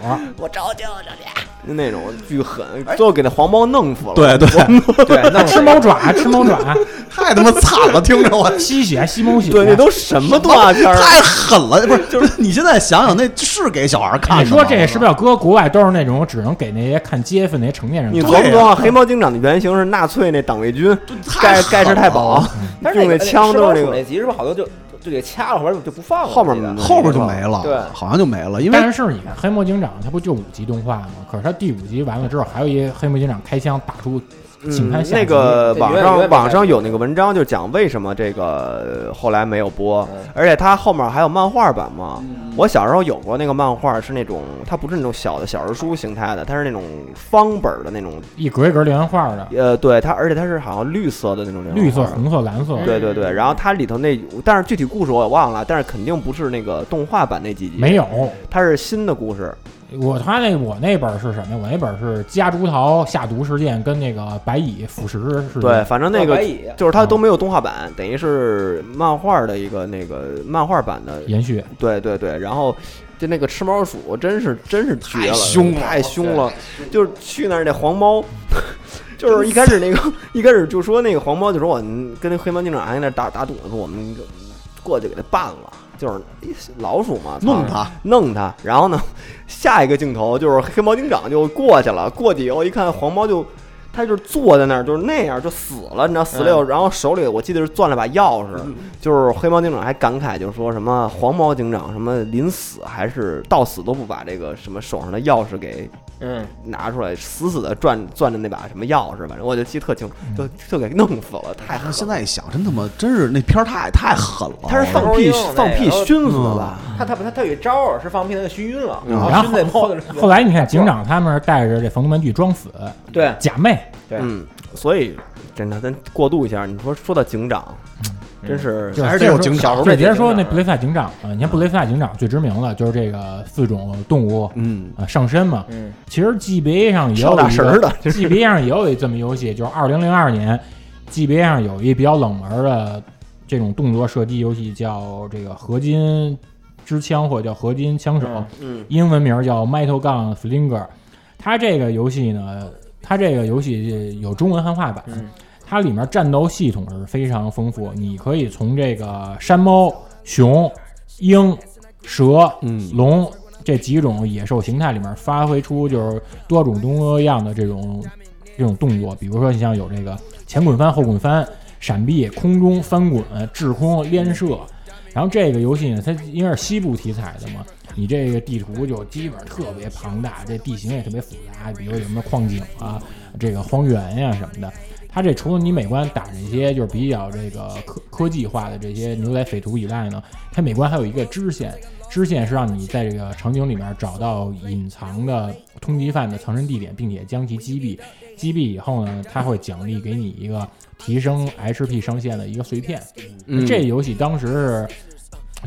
[SPEAKER 5] 那种巨狠，最后给那黄猫弄死了。
[SPEAKER 6] 对对，
[SPEAKER 7] 对，那
[SPEAKER 2] 吃猫爪，吃猫爪，
[SPEAKER 6] 太他妈惨了，听着我。
[SPEAKER 2] 吸血，吸猫血。
[SPEAKER 5] 对，那都什么动画片儿？
[SPEAKER 6] 哎
[SPEAKER 5] 啊
[SPEAKER 6] 太狠了，不是？就是你现在想想，那是给小孩看的吗。
[SPEAKER 2] 你说这是不是要搁国外都是那种只能给那些看街粉那些成年人
[SPEAKER 5] 你
[SPEAKER 2] 看？
[SPEAKER 5] 琢磨琢磨，黑猫警长的原型是纳粹那党卫军，盖盖世太保，
[SPEAKER 7] 但是
[SPEAKER 5] 用那枪都是
[SPEAKER 7] 那
[SPEAKER 5] 那
[SPEAKER 7] 个呃
[SPEAKER 5] 个。
[SPEAKER 7] 那集是不是好多就就就给掐了，或者就不放了？
[SPEAKER 5] 后面
[SPEAKER 7] 我记得
[SPEAKER 6] 后边就没了，
[SPEAKER 7] 对
[SPEAKER 6] 好像就没了，因为
[SPEAKER 2] 但是你看《黑猫警长》，它不就五集动画吗？可是它第五集完了之后，还有一黑猫警长开枪打出警
[SPEAKER 5] 嗯
[SPEAKER 2] 探下
[SPEAKER 5] 那
[SPEAKER 2] 集
[SPEAKER 5] 个
[SPEAKER 7] 对
[SPEAKER 5] 网
[SPEAKER 7] 永远永
[SPEAKER 5] 上
[SPEAKER 7] 远没
[SPEAKER 5] 网上
[SPEAKER 7] 看
[SPEAKER 5] 有那个文章，就讲为什么这个呃后来没有播
[SPEAKER 7] 嗯，
[SPEAKER 5] 而且它后面还有漫画版嘛。我小时候有过那个漫画，是那种它不是那种小的小人书形态的，它是那种方本儿的那种，
[SPEAKER 2] 一格一格连环画的，
[SPEAKER 5] 呃，对它，而且它是好像绿色的那种连环画
[SPEAKER 2] 绿色、红色、蓝色，
[SPEAKER 5] 对对对，然后它里头那，但是具体故事我也忘了，但是肯定不是那个动画版那几集，
[SPEAKER 2] 没有。
[SPEAKER 5] 它是新的故事，
[SPEAKER 2] 我他那我那本是什么呀？我那本是夹竹桃下毒事件跟那个白蚁腐蚀事件。
[SPEAKER 5] 对，，反正那
[SPEAKER 7] 那
[SPEAKER 5] 个
[SPEAKER 7] 白蚁
[SPEAKER 5] 就是它都没有动画版，等于是漫画的一个那个漫画版的
[SPEAKER 2] 延续。
[SPEAKER 5] 对对对，然后就那个吃猫鼠，真是真是绝了，
[SPEAKER 6] 凶了
[SPEAKER 5] 太凶了，就是去那儿那黄猫。就是一开始那个，一开始就说那个黄猫就说我们跟那黑猫警长还在那打打赌呢，说我们过去给他办了，就是老鼠嘛，操
[SPEAKER 6] 弄他，
[SPEAKER 5] 弄他。然后呢，下一个镜头就是黑猫警长就过去了，过去以后一看黄猫就。他就是坐在那儿，就是那样就死了，你知道死了以
[SPEAKER 6] 嗯
[SPEAKER 5] 后，然后手里我记得是攥了把钥匙，就是黑猫警长还感慨，就是说什么黄猫警长什么临死还是到死都不把这个什么手上的钥匙给
[SPEAKER 7] 嗯，
[SPEAKER 5] 拿出来，死死的攥攥着那把什么钥匙，反正我就记得特清楚，就就给弄死了，太狠
[SPEAKER 6] 但
[SPEAKER 5] 了。
[SPEAKER 6] 哎现在一想，真他妈真是那片儿太太狠了。
[SPEAKER 5] 他是放屁
[SPEAKER 7] 高兴那个
[SPEAKER 5] 放屁熏死的吧？
[SPEAKER 7] 他他他他有一招儿是放屁，他给熏晕了，
[SPEAKER 6] 嗯
[SPEAKER 2] 然后
[SPEAKER 7] 后熏在猫的
[SPEAKER 2] 后来你看，警长他们是带着这防毒面具装死，
[SPEAKER 7] 对
[SPEAKER 2] 假寐。
[SPEAKER 7] 对
[SPEAKER 5] 嗯，所以真的咱过渡一下，你说说到警长，真是
[SPEAKER 2] 就
[SPEAKER 5] 还
[SPEAKER 2] 是
[SPEAKER 5] 是这
[SPEAKER 2] 这时候
[SPEAKER 5] 种警
[SPEAKER 2] 小
[SPEAKER 5] 长，啊
[SPEAKER 2] 就别说那布雷斯塔警长了，你看布雷斯塔警长最知名的就是这个四种动物
[SPEAKER 6] 嗯，
[SPEAKER 2] 啊上身嘛。
[SPEAKER 7] 嗯，
[SPEAKER 2] 其实 GBA 上也有
[SPEAKER 5] 跳大神 儿的
[SPEAKER 2] GBA 上也有一这么游戏，就是二零零二年 GBA 上有一比较冷门的这种动作射击游戏，叫这个合金之枪或者叫合金枪手，
[SPEAKER 5] 嗯
[SPEAKER 2] 英文名叫 Metal Gun Slinger。它这个游戏呢，它这个游戏有中文汉化版，
[SPEAKER 7] 嗯
[SPEAKER 2] 它里面战斗系统是非常丰富，你可以从这个山猫、熊、鹰、蛇、
[SPEAKER 6] 嗯
[SPEAKER 2] 龙这几种野兽形态里面发挥出就是多种多样的这种这种动作，比如说你像有这个前滚翻、后滚翻、闪避、空中翻滚、滞空、连射。然后这个游戏呢，它因为是西部题材的嘛，你这个地图就基本上特别庞大，这地形也特别复杂，比如有什么矿井啊、这个荒原呀、什么的。它这除了你每关打这些就是比较这个科科技化的这些牛仔匪徒以外呢，它每关还有一个支线，支线是让你在这个场景里面找到隐藏的通缉犯的藏身地点，并且将其击毙。击毙以后呢，它会奖励给你一个提升 HP 上限的一个碎片。这游戏当时是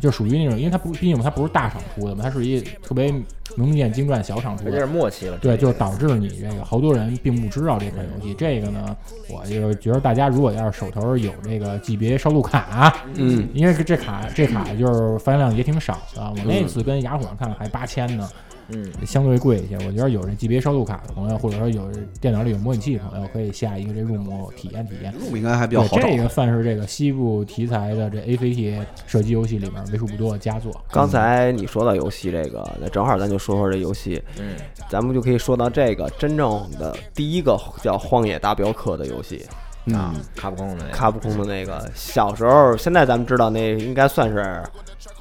[SPEAKER 2] 就属于那种，因为它不，毕竟它不是大厂出的嘛，它属于特别名不见经传小厂出
[SPEAKER 7] 而且是
[SPEAKER 2] 的。
[SPEAKER 7] 默契了。
[SPEAKER 2] 对，就导致你这个好多人并不知道这款游戏。这个呢，我就觉得大家如果要是手头有这个 GBA 烧录卡，啊
[SPEAKER 8] 嗯，
[SPEAKER 2] 因为这卡这卡就是发行量也挺少的，我那次跟雅虎上看还八千呢，
[SPEAKER 7] 嗯，
[SPEAKER 2] 相对贵一些。我觉得有这 GBA 烧录卡的朋友，或者说有电脑里有模拟器的朋友，可以下一个这 Room 体验体验。
[SPEAKER 6] Room 嗯应该还比较
[SPEAKER 2] 对，
[SPEAKER 6] 好找
[SPEAKER 2] 这。个算是这个西部题材的这 ACT 射击游戏里面为数不多的佳作。
[SPEAKER 5] 刚才你说到游戏这个，那正好咱就说说这游戏，
[SPEAKER 7] 嗯，
[SPEAKER 5] 咱们就可以说到这个真正的第一个叫《荒野大镖客》的游戏，
[SPEAKER 6] 嗯，
[SPEAKER 7] 卡普空的那个，
[SPEAKER 5] 卡普空的那个。小时候，现在咱们知道那应该算是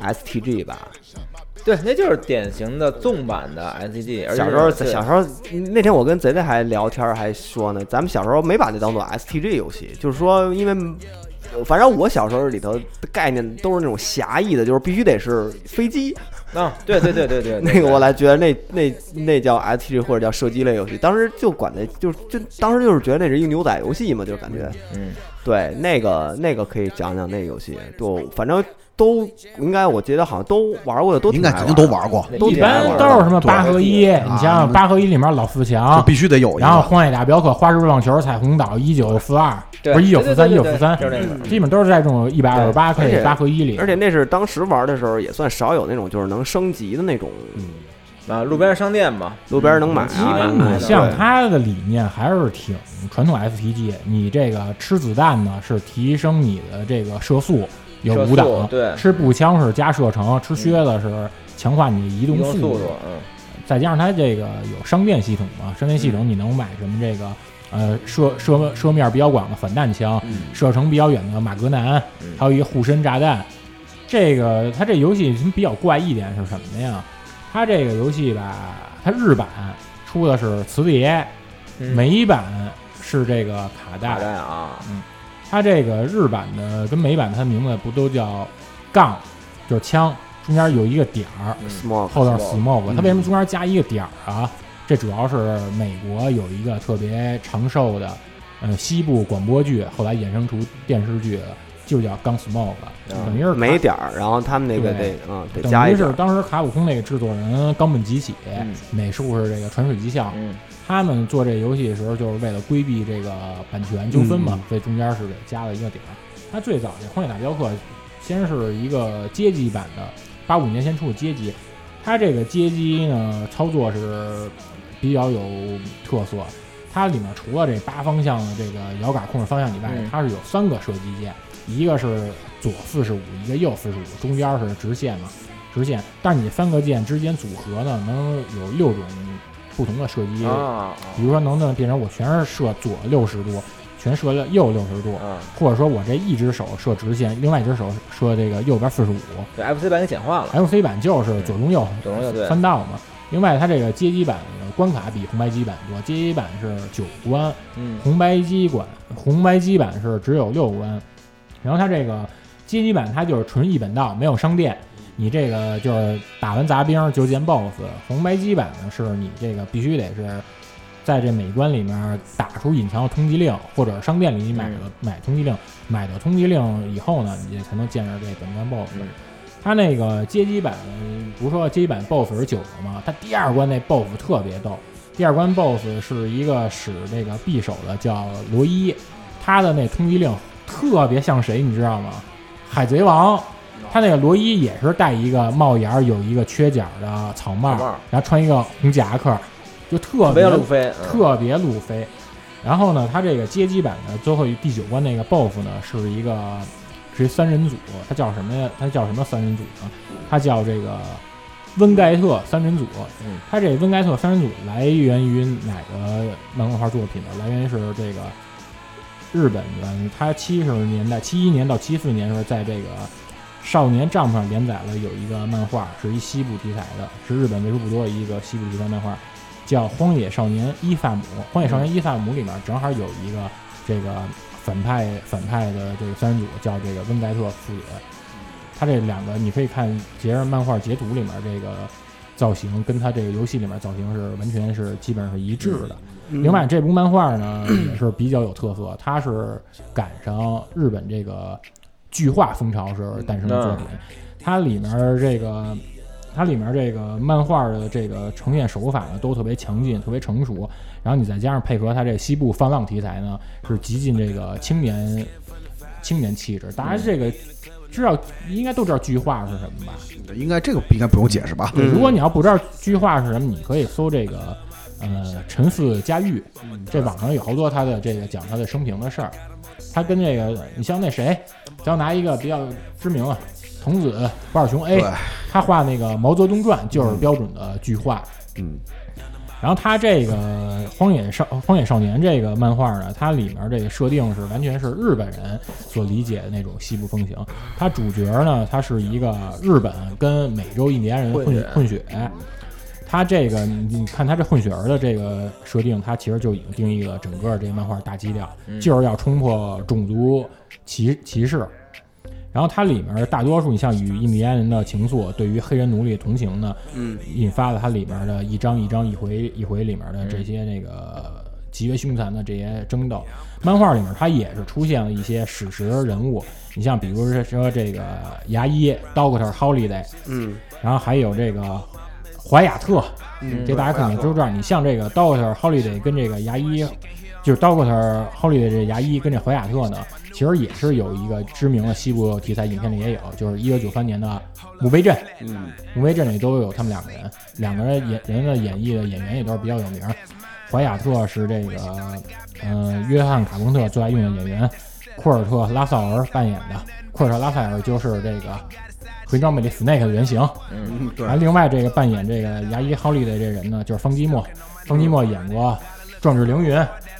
[SPEAKER 5] STG 吧。
[SPEAKER 7] 对，那就是典型的纵版的 SCG。而且
[SPEAKER 5] 小时候，
[SPEAKER 7] 对
[SPEAKER 5] 小时候那天我跟贼贼还聊天还说呢，咱们小时候没把那当做 STG 游戏，就是说因为。呃反正我小时候里头的概念都是那种狭义的，就是必须得是飞机，
[SPEAKER 7] 啊，对对对对对，对
[SPEAKER 5] 那个我来觉得那那那叫 S T G 或者叫射击类游戏，当时就管那就是就当时就是觉得那是一个牛仔游戏嘛，就是感觉
[SPEAKER 7] 嗯，
[SPEAKER 5] 对那个那个可以讲讲那个游戏，就反正都应该我觉得好像都玩过的都
[SPEAKER 6] 应
[SPEAKER 5] 挺
[SPEAKER 6] 该
[SPEAKER 5] 爱
[SPEAKER 6] 肯
[SPEAKER 5] 玩
[SPEAKER 6] 定
[SPEAKER 5] 的
[SPEAKER 6] 都玩过，
[SPEAKER 7] 那
[SPEAKER 5] 都
[SPEAKER 7] 一
[SPEAKER 2] 嗯一
[SPEAKER 5] 挺
[SPEAKER 7] 般
[SPEAKER 5] 爱玩
[SPEAKER 2] 般
[SPEAKER 5] 的
[SPEAKER 2] 都是什么
[SPEAKER 6] 对
[SPEAKER 2] 八合一，你想想
[SPEAKER 6] 啊
[SPEAKER 2] 八合一里面老四
[SPEAKER 6] 就
[SPEAKER 2] 强，
[SPEAKER 6] 必须得有一个。
[SPEAKER 2] 啊然后荒野大镖客、花式棒球、彩虹岛、一九四二，
[SPEAKER 7] 对
[SPEAKER 2] 不是一九
[SPEAKER 7] 对
[SPEAKER 2] 四
[SPEAKER 7] 对
[SPEAKER 2] 三、一
[SPEAKER 7] 对
[SPEAKER 2] 九
[SPEAKER 7] 对
[SPEAKER 2] 四三，
[SPEAKER 7] 就是那个
[SPEAKER 2] 基本都是在这种一百二十八
[SPEAKER 5] 对而且
[SPEAKER 2] K 八合一里。
[SPEAKER 5] 而且那是当时玩的时候也算少有那种就是能升级的那种
[SPEAKER 2] 嗯
[SPEAKER 7] 啊，路边商店嘛，嗯
[SPEAKER 5] 路边能买
[SPEAKER 7] 基本
[SPEAKER 5] 啊，
[SPEAKER 7] 买
[SPEAKER 2] 你
[SPEAKER 7] 的
[SPEAKER 2] 像它的理念还是挺传统 SPG，你这个吃子弹呢是提升你的这个射速，有
[SPEAKER 7] 射
[SPEAKER 2] 五档
[SPEAKER 7] 速，对
[SPEAKER 2] 吃步枪是加射程，吃靴子是强化你的移
[SPEAKER 7] 移
[SPEAKER 2] 动
[SPEAKER 7] 动
[SPEAKER 2] 速
[SPEAKER 7] 速度，嗯，
[SPEAKER 2] 再加上它这个有商店系统嘛，商店系统你能买什么这个呃射射射面比较广的反弹枪，射程比较远的马格南，还有一个护身炸弹。这个它这游戏比较怪异一点是什么呀？它这个游戏吧，它日版出的是磁碟，
[SPEAKER 7] 嗯
[SPEAKER 2] 美版是这个卡带
[SPEAKER 7] 大。战啊，
[SPEAKER 2] 它这个日版的跟美版它名字不都叫杠，就是枪，中间有一个点儿，
[SPEAKER 7] 嗯
[SPEAKER 5] smoke
[SPEAKER 2] 后段
[SPEAKER 7] Smoke
[SPEAKER 2] smoke，它为什
[SPEAKER 5] 嗯
[SPEAKER 2] 么中间加一个点儿啊？这主要是美国有一个特别长寿的，呃，西部广播剧，后来衍生出电视剧的，就叫《钢 smoke》，等于是卡
[SPEAKER 5] 没点儿，然后他们那个得
[SPEAKER 2] 对
[SPEAKER 5] 嗯得啊加
[SPEAKER 2] 等
[SPEAKER 5] 一点
[SPEAKER 2] 于是
[SPEAKER 5] 儿，
[SPEAKER 2] 当时卡普空那个制作人冈本吉起，
[SPEAKER 7] 嗯
[SPEAKER 2] 美术是这个传水吉孝，
[SPEAKER 7] 嗯，
[SPEAKER 2] 他们做这游戏的时候，就是为了规避这个版权纠纷嘛，
[SPEAKER 7] 嗯
[SPEAKER 2] 所以中间是给加了一个点儿。它最早这《荒野大镖客》，先是一个街机版的，八五年先出的街机。它这个街机呢，操作是比较有特色。它里面除了这八方向的这个摇杆控制方向以外，
[SPEAKER 7] 嗯
[SPEAKER 2] 它是有三个射击键，一个是左四十五，一个右四十五，中间是直线嘛，直线。但是你三个键之间组合呢，能有六种不同的射击
[SPEAKER 7] 啊
[SPEAKER 2] 比如说能弄变成我全是射左六十度，全射了右六十度
[SPEAKER 7] 啊，，啊
[SPEAKER 2] 或者说我这一只手射直线，另外一只手射这个右边四十五。
[SPEAKER 7] 对，FC 版给简化了，
[SPEAKER 2] MC 版就是左中右
[SPEAKER 7] 左中右对
[SPEAKER 2] 翻道嘛。另外，它这个街机版的关卡比红白机版多，街机版是九关，
[SPEAKER 7] 嗯，
[SPEAKER 2] 红白机管红白机版是只有六关，然后它这个街机版它就是纯一本道，没有商店。你这个就是打完杂兵就见 BOSS，红白机版呢是你这个必须得是在这每关里面打出隐藏的通缉令，或者商店里你买了买通缉令，买到通缉令以后呢，你才能见着这本关 BOSS
[SPEAKER 7] 嗯。
[SPEAKER 2] 它那个街机版，不是说街机版 BOSS 是九个吗？它第二关那 BOSS 特别逗，第二关 BOSS 是一个使这个匕首的，叫罗伊，他的那通缉令特别像谁，你知道吗？海贼王，他那个罗伊也是戴一个帽檐儿，有一个缺角的草帽
[SPEAKER 7] 草帽
[SPEAKER 2] 儿，然后穿一个红夹克，就特
[SPEAKER 7] 没
[SPEAKER 2] 别
[SPEAKER 7] 有路飞，嗯
[SPEAKER 2] 特别路飞。然后呢，他这个街机版的最后一第九关那个 BOSS 呢，是一个是一三人组，他叫什么呀？他叫什么三人组呢？他叫这个温盖特三人组
[SPEAKER 7] 嗯，
[SPEAKER 2] 它这温盖特三人组来源于哪个漫画作品呢？来源于是这个日本人，他七十年代七一年到七四年的时候，在这个少年帐篷上连载了有一个漫画，是一西部题材的，是日本为数不多的一个西部题材漫画，叫《荒野少年伊萨姆》。《荒野少年伊萨姆》里面正好有一个这个反派反派的这个三人组叫这个温盖特父子，他这两个你可以看截着漫画截图里面这个造型跟他这个游戏里面造型是完全是基本上是一致的。另外，这部漫画呢也是比较有特色，它是赶上日本这个巨画风潮时候诞生的作品。它里面这个，它里面这个漫画的这个呈现手法呢，都特别强劲，特别成熟。然后你再加上配合它这西部泛浪题材呢，是极尽这个青年青年气质。大家这个知道应该都知道巨画是什么吧？
[SPEAKER 6] 应该这个应该不用解释吧？
[SPEAKER 2] 对，
[SPEAKER 5] 嗯
[SPEAKER 2] 如果你要不知道句话是什么，你可以搜这个，呃，陈四佳玉，这网上有好多他的这个讲他的生平的事儿。他跟这个，你像那谁，咱要拿一个比较知名啊，童子鲍尔雄 A，
[SPEAKER 6] 对
[SPEAKER 2] 他画那个《毛泽东传》就是标准的句画。
[SPEAKER 6] 嗯，
[SPEAKER 2] 然后他这个《荒野少荒野少年》这个漫画呢，它里面这个设定是完全是日本人所理解的那种西部风情。它主角呢，他是一个日本跟美洲印第安人混血混血。他这个，你你看他这混血儿的这个设定，他其实就已经定义了整个这漫画大基调，就是要冲破种族歧歧视。然后它里面大多数，你像与印第安人的情愫，对于黑人奴隶的同情呢，嗯，引发了它里面的一章一章、一回一回里面的这些那个极为凶残的这些争斗。漫画里面它也是出现了一些史实人物，你像比如说这个牙医 Doctor Holiday，
[SPEAKER 5] 嗯，
[SPEAKER 2] 然后还有这个怀亚特，这大家可能都知道。你像这个 Doctor Holiday 跟这个牙医，就是 Doctor Holiday 这牙医跟这怀亚特呢，其实也是有一个知名的西部题材影片里也有，就是一九九三年的《墓碑镇》。嗯，《墓碑镇》里都有他们两个人，两个人演人的演绎的演员也都是比较有名儿。怀亚特是这个，呃，约翰卡彭特最爱用的演员，库尔特拉塞尔扮演的。库尔特拉塞尔就是这个黑装备里 Snake 的原型。
[SPEAKER 6] 嗯，对
[SPEAKER 2] 然后另外这个扮演这个牙医哈利的这人呢，就是方基莫。方基莫演过《壮志凌云》，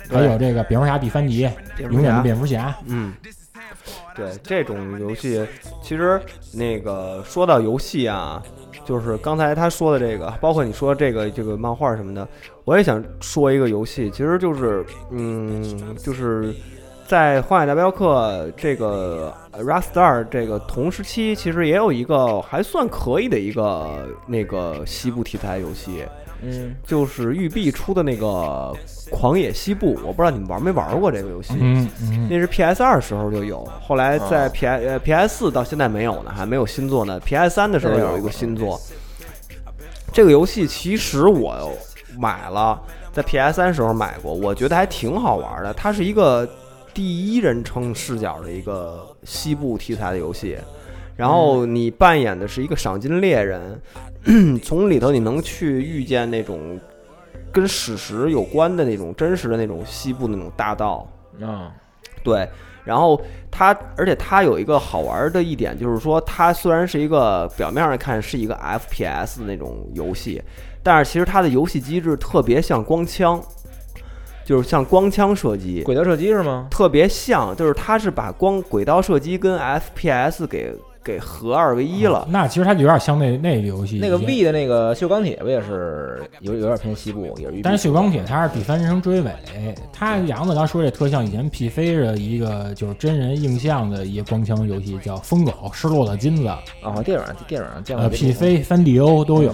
[SPEAKER 2] 还有这个《蝙蝠侠》第三集《
[SPEAKER 5] 蝙蝠
[SPEAKER 2] 永远的
[SPEAKER 5] 侠
[SPEAKER 2] 蝙蝠侠》。
[SPEAKER 5] 嗯，对，这种游戏其实那个说到游戏啊，就是刚才他说的这个，包括你说这个这个漫画什么的，我也想说一个游戏，其实就是嗯，就是在《荒野大镖客》这个呃 Rockstar 这个同时期，其实也有一个还算可以的一个那个西部题材游戏，
[SPEAKER 7] 嗯，
[SPEAKER 5] 就是育碧出的那个《狂野西部》，我不知道你们玩没玩过这个游戏。
[SPEAKER 2] 嗯嗯，
[SPEAKER 5] 那是 PS 二时候就有，后来在 P S 呃 PS 四到现在没有呢，还没有新作呢。PS 三的时候有一个新作，这个游戏其实我买了，在 PS 三时候买过，我觉得还挺好玩的。它是一个第一人称视角的一个西部题材的游戏，然后你扮演的是一个赏金猎人，从里头你能去遇见那种跟史实有关的那种真实的那种西部那种大盗。
[SPEAKER 7] 啊，
[SPEAKER 5] 对，然后它，而且它有一个好玩的一点，就是说它虽然是一个表面上看是一个 FPS 的那种游戏，但是其实它的游戏机制特别像光枪，就是像光枪射击，
[SPEAKER 7] 轨道射击是吗？
[SPEAKER 5] 特别像，就是它是把光轨道射击跟 FPS 给给合二为一了。
[SPEAKER 2] 那其实它有点像那那个游戏，
[SPEAKER 7] 那个
[SPEAKER 2] 也
[SPEAKER 7] V 的那个锈钢铁不也是有有点偏西部，也是育碧
[SPEAKER 2] 但是锈钢铁它是第三人称追尾，它杨子刚说这特像以前 PC 的一个就是真人映像的一个光枪游戏，叫《疯狗》《失落的金子》，
[SPEAKER 7] 啊，好像电影上电影上见过
[SPEAKER 2] 呃
[SPEAKER 7] 这个。
[SPEAKER 2] ，PC 三 DO 都有。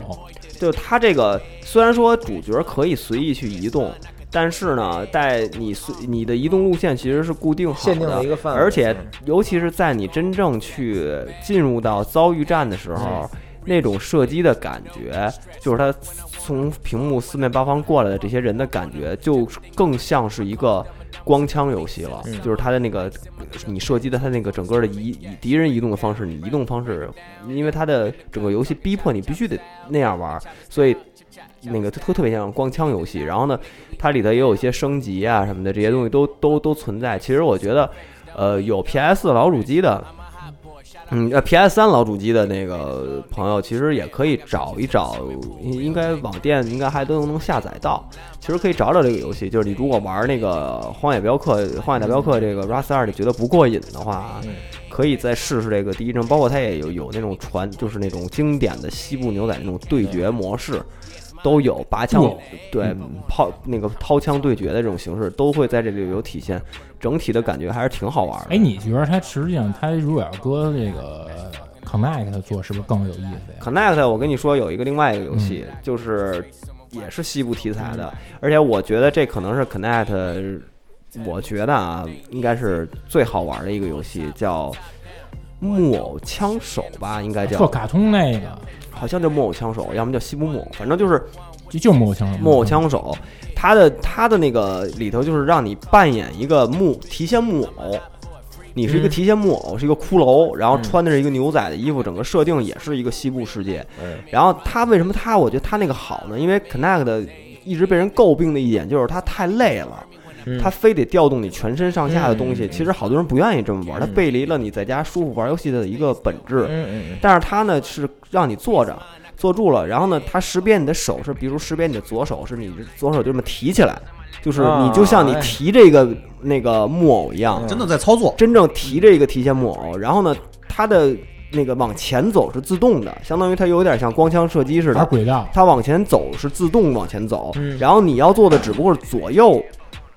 [SPEAKER 5] 就是它这个虽然说主角可以随意去移动，但是呢，在你随你的移动路线其实是固定好
[SPEAKER 7] 限定了一个范围
[SPEAKER 5] 而且
[SPEAKER 7] 嗯
[SPEAKER 5] 尤其是在你真正去进入到遭遇战的时候，
[SPEAKER 7] 嗯
[SPEAKER 5] 那种射击的感觉，就是它从屏幕四面八方过来的这些人的感觉，就更像是一个。光枪游戏了，
[SPEAKER 7] 嗯
[SPEAKER 5] 就是它的那个，你射击的它那个整个的移移敌人移动的方式，你移动方式，因为它的整个游戏逼迫你必须得那样玩，所以那个特特别像光枪游戏。然后呢，它里头也有一些升级啊什么的，这些东西都都都存在。其实我觉得，呃，有 PS 老主机的，嗯，呃，PS 三老主机的那个朋友，其实也可以找一找，应应该网店应该还都能下载到。其实可以找找这个游戏，就是你如果玩那个《荒野镖客》《荒野大镖客》这个 Rust 二，你觉得不过瘾的话
[SPEAKER 7] 嗯，
[SPEAKER 5] 可以再试试这个第一章，包括它也有有那种传，就是那种经典的西部牛仔那种对决模式。都有拔枪
[SPEAKER 2] 哇，嗯
[SPEAKER 5] 对炮那个掏枪对决的这种形式，都会在这里有体现。整体的感觉还是挺好玩的。
[SPEAKER 2] 哎，你觉得它实际上它如果要搁这个 Connect 做，是不是更有意思呀？
[SPEAKER 5] Connect，我跟你说有一个另外一个游戏，就是也是西部题材的，而且我觉得这可能是 Connect，我觉得啊，应该是最好玩的一个游戏，叫《木偶枪手》吧，应该
[SPEAKER 2] 做
[SPEAKER 5] 叫，
[SPEAKER 2] 卡通那个
[SPEAKER 5] 好像叫木偶枪手，要么叫西部木偶，反正就是
[SPEAKER 2] 就就木偶枪手，
[SPEAKER 7] 嗯
[SPEAKER 5] 木偶枪手。它的它的那个里头就是让你扮演一个木提线木偶。你是一个
[SPEAKER 2] 嗯
[SPEAKER 5] 提线木偶，是一个骷髅，然后
[SPEAKER 7] 嗯
[SPEAKER 5] 穿的是一个牛仔的衣服，整个设定也是一个西部世界。
[SPEAKER 7] 嗯
[SPEAKER 5] 然后他为什么他我觉得他那个好呢？因为 Connect 的一直被人诟病的一点就是他太累了，
[SPEAKER 7] 嗯
[SPEAKER 5] 他非得调动你全身上下的东西。
[SPEAKER 7] 嗯
[SPEAKER 5] 其实好多人不愿意这么玩，他
[SPEAKER 7] 嗯
[SPEAKER 5] 背离了你在家舒服玩游戏的一个本质。
[SPEAKER 7] 嗯嗯
[SPEAKER 5] 但是它呢是让你坐着，坐住了，然后呢，它识别你的手是，比如识别你的左手是你左手就这么提起来，就是
[SPEAKER 7] 啊
[SPEAKER 5] 你就像你
[SPEAKER 7] 哎
[SPEAKER 5] 提这个、那个木偶一样，
[SPEAKER 7] 嗯
[SPEAKER 6] 真的在操作，
[SPEAKER 5] 真正提这个提线木偶，然后呢，它的那个往前走是自动的，相当于它有点像光枪射击似
[SPEAKER 2] 玩
[SPEAKER 5] 的，
[SPEAKER 2] 轨道，
[SPEAKER 5] 它往前走是自动往前走，
[SPEAKER 7] 啊嗯
[SPEAKER 5] 然后你要做的只不过是左右。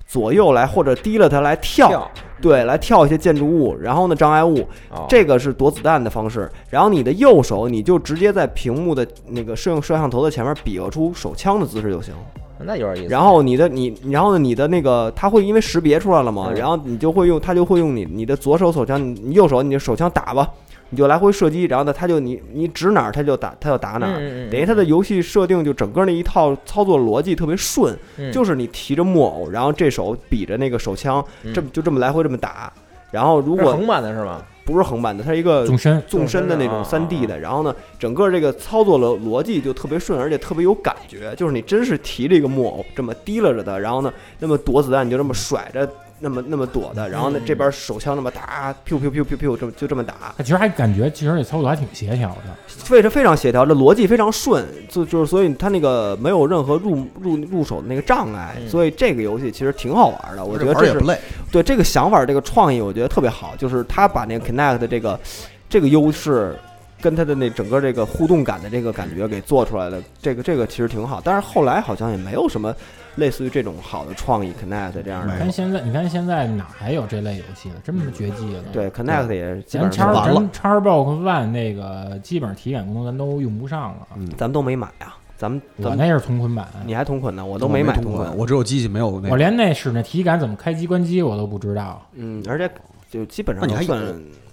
[SPEAKER 5] 左右来或者提了它来跳，
[SPEAKER 7] 跳
[SPEAKER 5] 对，来跳一些建筑物，然后呢障碍物，
[SPEAKER 7] 嗯，哦
[SPEAKER 5] 这个是躲子弹的方式。然后你的右手你就直接在屏幕的那个摄影摄像头的前面比划出手枪的姿势就行。
[SPEAKER 7] 那有点意思。
[SPEAKER 5] 然后你的你，然后呢你的那个，它会因为识别出来了嘛，
[SPEAKER 7] 嗯
[SPEAKER 5] 然后你就会用它就会用你你的左手手枪，你你右手你的手枪打吧，你就来回射击，然后呢它就你你指哪儿它就打它就打哪儿。
[SPEAKER 7] 嗯嗯嗯
[SPEAKER 5] 等于它的游戏设定就整个那一套操作逻辑特别顺，
[SPEAKER 7] 嗯
[SPEAKER 5] 就是你提着木偶，然后这手比着那个手枪，
[SPEAKER 7] 嗯
[SPEAKER 5] 这么就这么来回这么打。然后如
[SPEAKER 7] 是
[SPEAKER 5] 果
[SPEAKER 7] 横版的是吗？
[SPEAKER 5] 不是横版的，它是一个
[SPEAKER 2] 纵深，
[SPEAKER 5] 纵深的那种
[SPEAKER 7] 纵
[SPEAKER 5] 三
[SPEAKER 7] 深的
[SPEAKER 5] D 的，然后呢，整个这个操作逻逻辑就特别顺，而且特别有感觉，就是你真是提这个木偶这么提拉着的，然后呢，那么躲子弹你就这么甩着，那么那么躲的，然后呢
[SPEAKER 7] 嗯
[SPEAKER 5] 这边手枪那么打，biu biu biu biu biu 这么就这么打，
[SPEAKER 2] 它其实还感觉其实这操作还挺协调的，
[SPEAKER 5] 非常非常协调，这逻辑非常顺，就就是所以它那个没有任何入入入手的那个障碍，
[SPEAKER 7] 嗯
[SPEAKER 5] 所以这个游戏其实挺好玩的，我觉得
[SPEAKER 6] 玩儿
[SPEAKER 5] 这
[SPEAKER 6] 也
[SPEAKER 5] 是
[SPEAKER 6] 不累。
[SPEAKER 5] 对这个想法儿、这个创意，我觉得特别好，就是他把那个 Connect 的这个这个优势。跟他的那整个这个互动感的这个感觉给做出来了，这个这个其实挺好，但是后来好像也没有什么类似于这种好的创意 Connect 这样
[SPEAKER 2] 你
[SPEAKER 5] 的，
[SPEAKER 2] 看现在你看现在哪还有这类游戏了，真他妈绝迹了。
[SPEAKER 5] 对 Connect 也是基
[SPEAKER 2] 咱
[SPEAKER 5] 本
[SPEAKER 2] 叉
[SPEAKER 5] 上
[SPEAKER 2] 儿
[SPEAKER 5] 完了，
[SPEAKER 2] 咱叉 box one 那个基本上体感功能咱都用不上了，
[SPEAKER 5] 嗯，咱们都没买啊，咱们咱
[SPEAKER 2] 我
[SPEAKER 5] 们
[SPEAKER 2] 那是同捆版，
[SPEAKER 5] 你还同捆呢，我
[SPEAKER 6] 我
[SPEAKER 5] 都没买
[SPEAKER 6] 通
[SPEAKER 5] 同
[SPEAKER 6] 过，
[SPEAKER 5] 捆，
[SPEAKER 6] 我只有机器没有那
[SPEAKER 2] 我
[SPEAKER 6] 个。
[SPEAKER 2] 连那使那体感怎么开机关机我都不知道。
[SPEAKER 5] 嗯，而且就基本上
[SPEAKER 6] 那你还
[SPEAKER 5] 算
[SPEAKER 6] 有，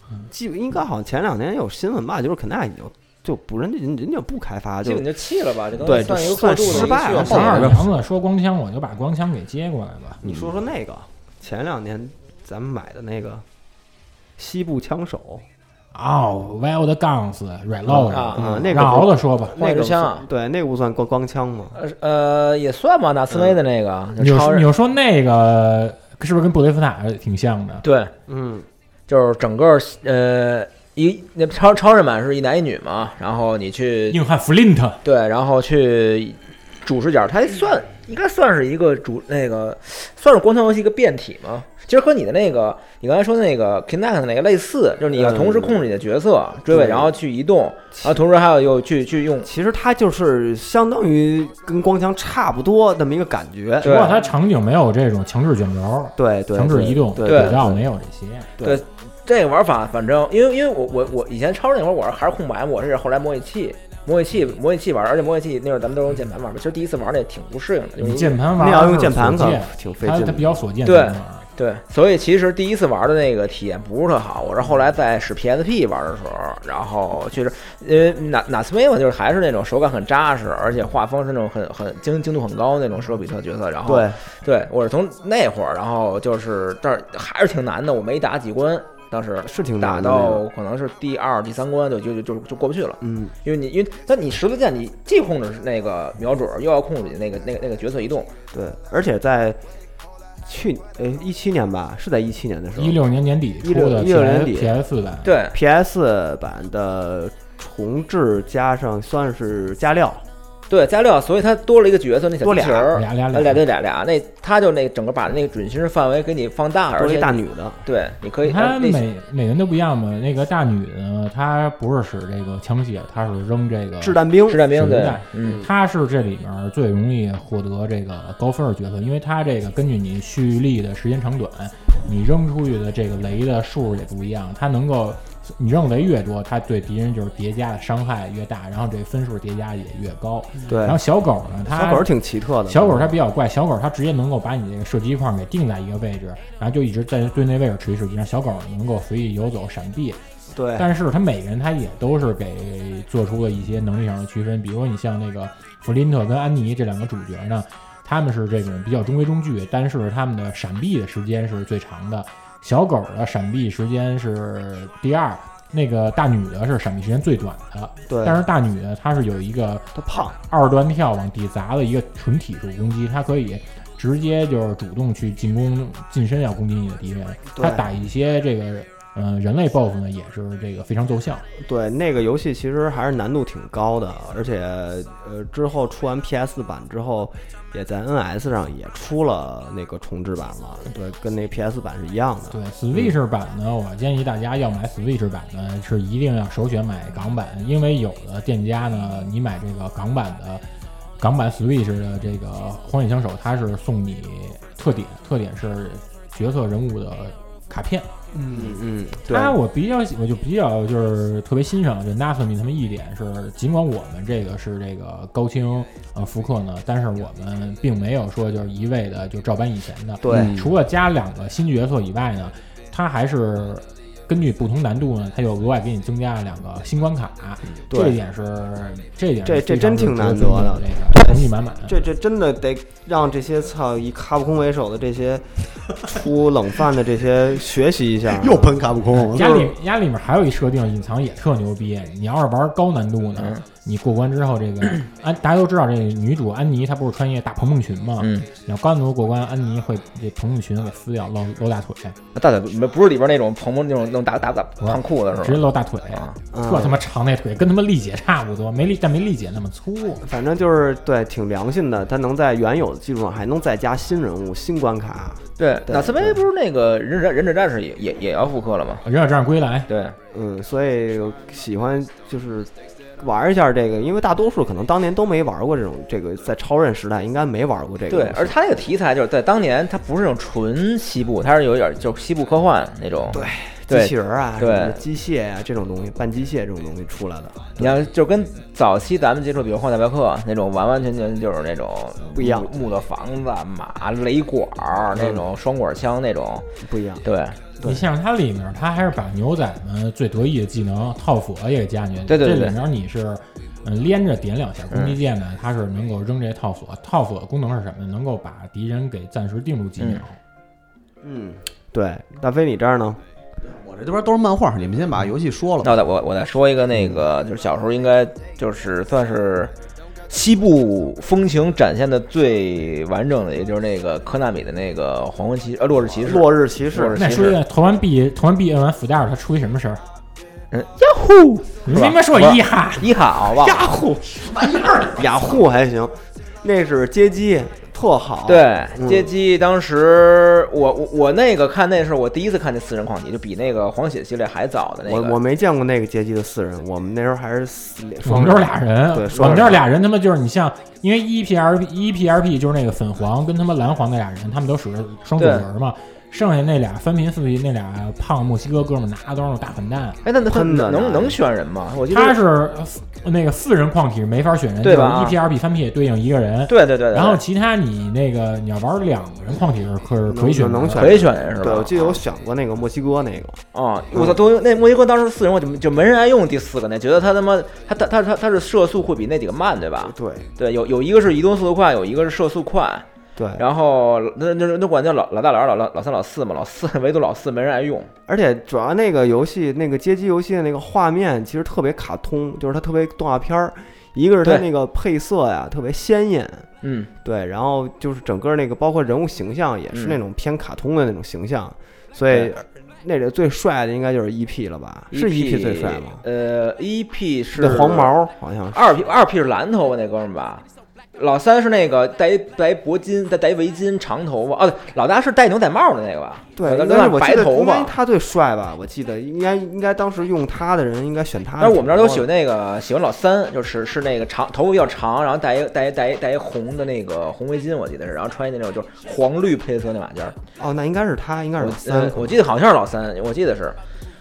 [SPEAKER 6] 嗯
[SPEAKER 5] 基应该好像前两年有新闻吧，就是 Connect 就就不人家人家不开发，
[SPEAKER 7] 基
[SPEAKER 5] 啊就
[SPEAKER 7] 本就弃了吧，这东
[SPEAKER 5] 对
[SPEAKER 7] 西算
[SPEAKER 5] 算
[SPEAKER 7] 一个过渡的
[SPEAKER 5] 失败了
[SPEAKER 7] 了。
[SPEAKER 2] 小二
[SPEAKER 7] 了，
[SPEAKER 2] 娘子说光枪，我就把光枪给接过来了。
[SPEAKER 5] 你
[SPEAKER 7] 嗯
[SPEAKER 5] 说说那个，前两年咱们买的那个《西部枪手
[SPEAKER 2] 哦，Wild Guns Reload，》
[SPEAKER 7] 啊
[SPEAKER 5] 啊，那个
[SPEAKER 2] 让
[SPEAKER 5] 不
[SPEAKER 2] 敖子说吧，
[SPEAKER 5] 那
[SPEAKER 7] 换
[SPEAKER 5] 个
[SPEAKER 7] 支
[SPEAKER 5] 不算
[SPEAKER 7] 枪啊
[SPEAKER 5] 对，那个不算光光枪吗？
[SPEAKER 7] 呃呃，也算吧，纳斯威的那个，
[SPEAKER 5] 嗯
[SPEAKER 2] 你
[SPEAKER 7] 就
[SPEAKER 2] 就
[SPEAKER 7] 超
[SPEAKER 2] 说你
[SPEAKER 7] 人
[SPEAKER 2] 就说那个是不是跟布雷斯塔挺像的？
[SPEAKER 7] 对，
[SPEAKER 5] 嗯，
[SPEAKER 7] 就是整个呃一那超超人版是一男一女嘛，然后你去
[SPEAKER 2] 硬汉 Flint
[SPEAKER 7] 对，然后去主视角，它算应该算是一个主那个算是光枪游戏一个变体嘛。其实和你的那个你刚才说的那个 Kinect 那个类似，就是你要同时控制你的角色追尾，
[SPEAKER 5] 对
[SPEAKER 7] 然后去移动，然后同时还有又去去用
[SPEAKER 5] 其实它就是相当于跟光枪差不多那么一个感觉。
[SPEAKER 2] 不
[SPEAKER 7] 对
[SPEAKER 2] 过它场景没有这种强制卷轴、
[SPEAKER 5] 对对，
[SPEAKER 2] 强制移动、
[SPEAKER 5] 对
[SPEAKER 2] 轨道没有这些。
[SPEAKER 5] 对
[SPEAKER 7] 这个玩法，反正因为因为我我我以前超人那会儿我是还是空白，我是后来模拟器。模拟器，模拟器玩，而且模拟器那会儿咱们都是用键盘玩嘛。其实第一次玩那也挺不适应的，就是
[SPEAKER 2] 你键盘玩
[SPEAKER 5] 那
[SPEAKER 2] 儿
[SPEAKER 5] 要用键盘
[SPEAKER 2] 是
[SPEAKER 5] 可
[SPEAKER 2] 锁键
[SPEAKER 5] 挺费
[SPEAKER 2] 它
[SPEAKER 5] 劲
[SPEAKER 2] 它
[SPEAKER 5] 的
[SPEAKER 2] 比。较锁键
[SPEAKER 7] 对
[SPEAKER 2] 才能玩儿。
[SPEAKER 7] 对，所以其实第一次玩的那个体验不是特好。我是后来在使 PSP 玩的时候，然后确实，因为哪哪斯威嘛，就是还是那种手感很扎实，而且画风是那种很很精精度很高那种施罗比特角色。然后
[SPEAKER 5] 对，
[SPEAKER 7] 对我是从那会儿，然后就是，但是还是挺难的，我没打几关，当时
[SPEAKER 5] 是挺
[SPEAKER 7] 打
[SPEAKER 5] 难的那
[SPEAKER 7] 到
[SPEAKER 5] 个
[SPEAKER 7] 可能是第二、第三关就就就就就过不去了。
[SPEAKER 5] 嗯，
[SPEAKER 7] 因为你因为但你十字键，你既控
[SPEAKER 5] 嗯
[SPEAKER 7] 制那个瞄准，又要控制那个那个那个角色移动，
[SPEAKER 5] 对，而且在去呃一七年吧，是在一七年的时候
[SPEAKER 2] 一六年年底出
[SPEAKER 5] 16 16
[SPEAKER 2] 的
[SPEAKER 5] 年底
[SPEAKER 2] P S 版，
[SPEAKER 7] 对，
[SPEAKER 5] ，PS 版的重置加上算是加料，
[SPEAKER 7] 对，加料，所以他多了一个角色，那小
[SPEAKER 5] 多
[SPEAKER 7] 机
[SPEAKER 5] 俩
[SPEAKER 7] 器人儿，
[SPEAKER 2] 俩俩
[SPEAKER 7] 呃俩对俩俩，那他就那整个把那个准星范围给你放大，而
[SPEAKER 5] 多了
[SPEAKER 7] 且啊
[SPEAKER 5] 一大女的，
[SPEAKER 7] 对，你可以
[SPEAKER 2] 他
[SPEAKER 7] 呃那
[SPEAKER 2] 每每人都不一样嘛。那个大女的呢，她不是使这个枪械，她是扔这个
[SPEAKER 5] 掷弹兵
[SPEAKER 7] 掷。弹兵
[SPEAKER 2] 手榴
[SPEAKER 7] 对
[SPEAKER 2] 弹，
[SPEAKER 7] 嗯，
[SPEAKER 2] 她是这里面最容易获得这个高分的角色，因为她这个根据你蓄力的时间长短，你扔出去的这个雷的数也不一样，她能够你扔雷越多，她对敌人就是叠加的伤害越大，然后这分数叠加也越高。
[SPEAKER 5] 对
[SPEAKER 2] 然，后小狗呢，它
[SPEAKER 5] 小狗儿挺奇特的，
[SPEAKER 2] 小狗它比较怪，小狗它直接能够把你这个射击框给定在一个位置，然后就一直在对那位置持续射击，让小狗能够随意游走、闪避。
[SPEAKER 5] 对，
[SPEAKER 2] 但是它每个人他也都是给做出了一些能力上的区分，比如说你像那个弗林特跟安妮这两个主角呢，他们是这种比较中规中矩，但是他们的闪避的时间是最长的。小狗的闪避时间是第二，那个大女的是闪避时间最短的。
[SPEAKER 5] 对
[SPEAKER 2] 但是大女的她是有一个
[SPEAKER 5] 它胖，
[SPEAKER 2] 二段跳往底砸的一个纯体术攻击，它可以直接就是主动去进攻、近身要攻击你的敌人。
[SPEAKER 5] 对
[SPEAKER 2] 它打一些这个呃人类 BOSS 呢，也是这个非常奏效。
[SPEAKER 5] 对，那个游戏其实还是难度挺高的，而且呃，之后出完 PS 版之后，也在 NS 上也出了那个重置版了，对，跟那 PS 版是一样的。
[SPEAKER 2] 对 Switch 版呢，我建议大家要买 Switch 版呢，是一定要首选买港版，因为有的店家呢，你买这个港版的港版 Switch 的这个《荒野枪手》，它是送你特点，特点是角色人物的卡片。
[SPEAKER 5] 嗯嗯，对，
[SPEAKER 2] 他我比较喜，我就比较就是特别欣赏这 Nasmi 他们一点是，尽管我们这个是这个高清呃复刻呢，但是我们并没有说就是一味的就照搬以前的，
[SPEAKER 5] 对
[SPEAKER 6] 嗯
[SPEAKER 2] 除了加两个新角色以外呢，它还是根据不同难度呢，它又额外给你增加了两个新关卡，
[SPEAKER 5] 嗯对
[SPEAKER 2] 这一点是这一点是
[SPEAKER 5] 这这真
[SPEAKER 2] 非
[SPEAKER 5] 挺
[SPEAKER 2] 常
[SPEAKER 5] 难
[SPEAKER 2] 值尊敬
[SPEAKER 5] 得的
[SPEAKER 2] 这个诚意满满。
[SPEAKER 5] 这这真的得让这些操以卡普空为首的这些出冷饭的这些学习一 下。
[SPEAKER 6] 又喷卡普空，
[SPEAKER 2] 家里家里面还有一设定隐藏也特牛逼，你要是玩高难度呢，
[SPEAKER 7] 嗯
[SPEAKER 2] 你过关之后，这个安大家都知道，这个女主安妮她不是穿一个大蓬蓬裙吗？
[SPEAKER 7] 嗯，
[SPEAKER 2] 你要高难度过关，安妮会这蓬蓬裙给撕掉，露露大腿，
[SPEAKER 7] 大腿不不是里边那种蓬蓬那种那种打打打
[SPEAKER 2] 不是
[SPEAKER 7] 胖裤子
[SPEAKER 2] 直
[SPEAKER 7] 是
[SPEAKER 2] 接
[SPEAKER 7] 吧？
[SPEAKER 2] 露大腿，
[SPEAKER 7] 啊，
[SPEAKER 5] 嗯
[SPEAKER 2] 特他妈长那腿，跟他妈丽姐差不多，没丽但没丽姐那么粗。
[SPEAKER 5] 反正就是对，挺良心的。它能在原有的基础上，还能再加新人物、新关卡。
[SPEAKER 7] 对，
[SPEAKER 5] 对
[SPEAKER 7] 那斯威不是那个忍者忍者战士也也也要复刻了吗？
[SPEAKER 2] 忍者战士归来，
[SPEAKER 7] 对，
[SPEAKER 5] 嗯，所以喜欢就是玩一下这个，因为大多数可能当年都没玩过这种这个，在超任时代应该没玩过这个
[SPEAKER 7] 对
[SPEAKER 5] 东西。，
[SPEAKER 7] 而他那个题材就是在当年，它不是那种纯西部，它是有一点儿就是西部科幻那种。
[SPEAKER 5] 对
[SPEAKER 7] 对
[SPEAKER 5] 机器人啊，
[SPEAKER 7] 对
[SPEAKER 5] 什么机械呀、这种东西，半机械这种东西出来的
[SPEAKER 7] 你像就跟早期咱们接触，比如《荒诞镖客》那种，完完全全就是那种
[SPEAKER 5] 不一样嗯
[SPEAKER 7] 木木头房子、啊马、雷管儿那种双管枪那种。
[SPEAKER 5] 不一样。
[SPEAKER 7] 对，
[SPEAKER 5] 对
[SPEAKER 2] 你像它里面，它还是把牛仔们最得意的技能套佛也给加进去。
[SPEAKER 7] 对对对
[SPEAKER 2] 这
[SPEAKER 7] 嗯对
[SPEAKER 2] 里面你是，嗯，连着点两下攻击键呢，它是能够扔这套索。套索的功能是什么？能够把敌人给暂时定住几秒。
[SPEAKER 5] 嗯，对，大飞你这儿呢？
[SPEAKER 6] 我这这边都是漫画，你们先把游戏说了。
[SPEAKER 7] 那我再我我再说一个那个，就是小时候应该就是算是西部风情展现的最完整的，也就是那个科纳米的那个《黄昏骑士》呃，《落日骑士》。
[SPEAKER 5] 落日骑
[SPEAKER 7] 落
[SPEAKER 5] 士
[SPEAKER 7] 日
[SPEAKER 2] 那
[SPEAKER 7] 其
[SPEAKER 2] 说
[SPEAKER 7] 实
[SPEAKER 2] 一下，投完币，投完币摁完福袋儿，它出一什么声儿？
[SPEAKER 7] 嗯，呀呼，
[SPEAKER 2] 你
[SPEAKER 7] 是吧
[SPEAKER 2] 明白说
[SPEAKER 7] 不是啊
[SPEAKER 2] 一哈？
[SPEAKER 7] 一喊好不好？
[SPEAKER 5] 雅虎，雅虎还行，那是街机，特好。
[SPEAKER 7] 对，
[SPEAKER 5] 嗯
[SPEAKER 7] 街机当时我我我那个看那是我第一次看那四人矿机，就比那个黄血系列还早的那
[SPEAKER 5] 我我
[SPEAKER 7] 个。
[SPEAKER 5] 没见过那个街机的四人，我们那时候还是四
[SPEAKER 2] 我
[SPEAKER 5] 双
[SPEAKER 2] 们这儿
[SPEAKER 5] 人
[SPEAKER 2] 俩人，啊
[SPEAKER 5] 对
[SPEAKER 2] 我
[SPEAKER 5] 双人
[SPEAKER 2] 们这儿俩人，他妈就是你像，因为 E P R P E P R P 就是那个粉黄跟他妈蓝黄那俩人，他们都属于双主
[SPEAKER 7] 对
[SPEAKER 2] 角嘛。剩下那俩三贫四贫那俩胖墨西哥哥们儿拿的都是那种大粉蛋，
[SPEAKER 7] 哎，那那
[SPEAKER 5] 喷的
[SPEAKER 7] 能
[SPEAKER 5] 呢
[SPEAKER 7] 能选人吗？我记得
[SPEAKER 2] 他是呃那个四人矿体是没法选人，
[SPEAKER 7] 对吧
[SPEAKER 2] 就是 E P R P 三 P 对应一个人，
[SPEAKER 7] 对对对对，
[SPEAKER 2] 然后其他你那个你要玩两个人矿体是可是可以
[SPEAKER 5] 能
[SPEAKER 2] 选
[SPEAKER 5] 能
[SPEAKER 2] 的
[SPEAKER 5] 选
[SPEAKER 7] 可以选人是吧？
[SPEAKER 5] 对，我记得我选过那个墨西哥那个，
[SPEAKER 7] 啊，
[SPEAKER 5] 嗯
[SPEAKER 7] 我操，都那墨西哥当时四人我就就没人爱用第四个那，觉得他他妈他他他他他是射速会比那几个慢对吧？
[SPEAKER 5] 对
[SPEAKER 7] 对，有有一个是移动速度快，有一个是射速快，
[SPEAKER 5] 对，
[SPEAKER 7] 然后那那那管叫老老大老二老老老三老四嘛，老四 唯独老四没人爱用。
[SPEAKER 5] 而且主要那个游戏那个街机游戏的那个画面其实特别卡通，就是它特别动画片儿，一个是它
[SPEAKER 7] 对
[SPEAKER 5] 那个配色呀特别鲜艳，
[SPEAKER 7] 嗯，
[SPEAKER 5] 对，然后就是整个那个包括人物形象也是那种偏卡通的那种形象，所以
[SPEAKER 7] 对
[SPEAKER 5] 那里最帅的应该就是 EP 了吧？是 EP 最帅吗？
[SPEAKER 7] ，E 呃，EP 是
[SPEAKER 5] 那黄，毛好像是，
[SPEAKER 7] 二 P 二 P 是蓝头发那哥们儿吧？老三是那个戴一戴一脖巾，戴戴一围巾，长头发。哦、对，老大是戴牛仔帽的那个吧？
[SPEAKER 5] 对，
[SPEAKER 7] 老
[SPEAKER 5] 应
[SPEAKER 7] 大
[SPEAKER 5] 该是我记
[SPEAKER 7] 白
[SPEAKER 5] 得
[SPEAKER 7] 头
[SPEAKER 5] 应该
[SPEAKER 7] 发。
[SPEAKER 5] 他最帅吧？我记得应该应该当时用他的人应该选他的挺多的，
[SPEAKER 7] 但是我们这儿都喜欢那个喜欢老三，就是是那个长头发比较长，然后戴一戴一戴一戴一红的那个红围巾，我记得是，然后穿一那种就是黄绿配色那马甲儿。
[SPEAKER 5] 哦，那应该是他，应该是
[SPEAKER 7] 我
[SPEAKER 5] 老
[SPEAKER 7] 呃
[SPEAKER 5] 三，
[SPEAKER 7] 我记得好像是老三，我记得是。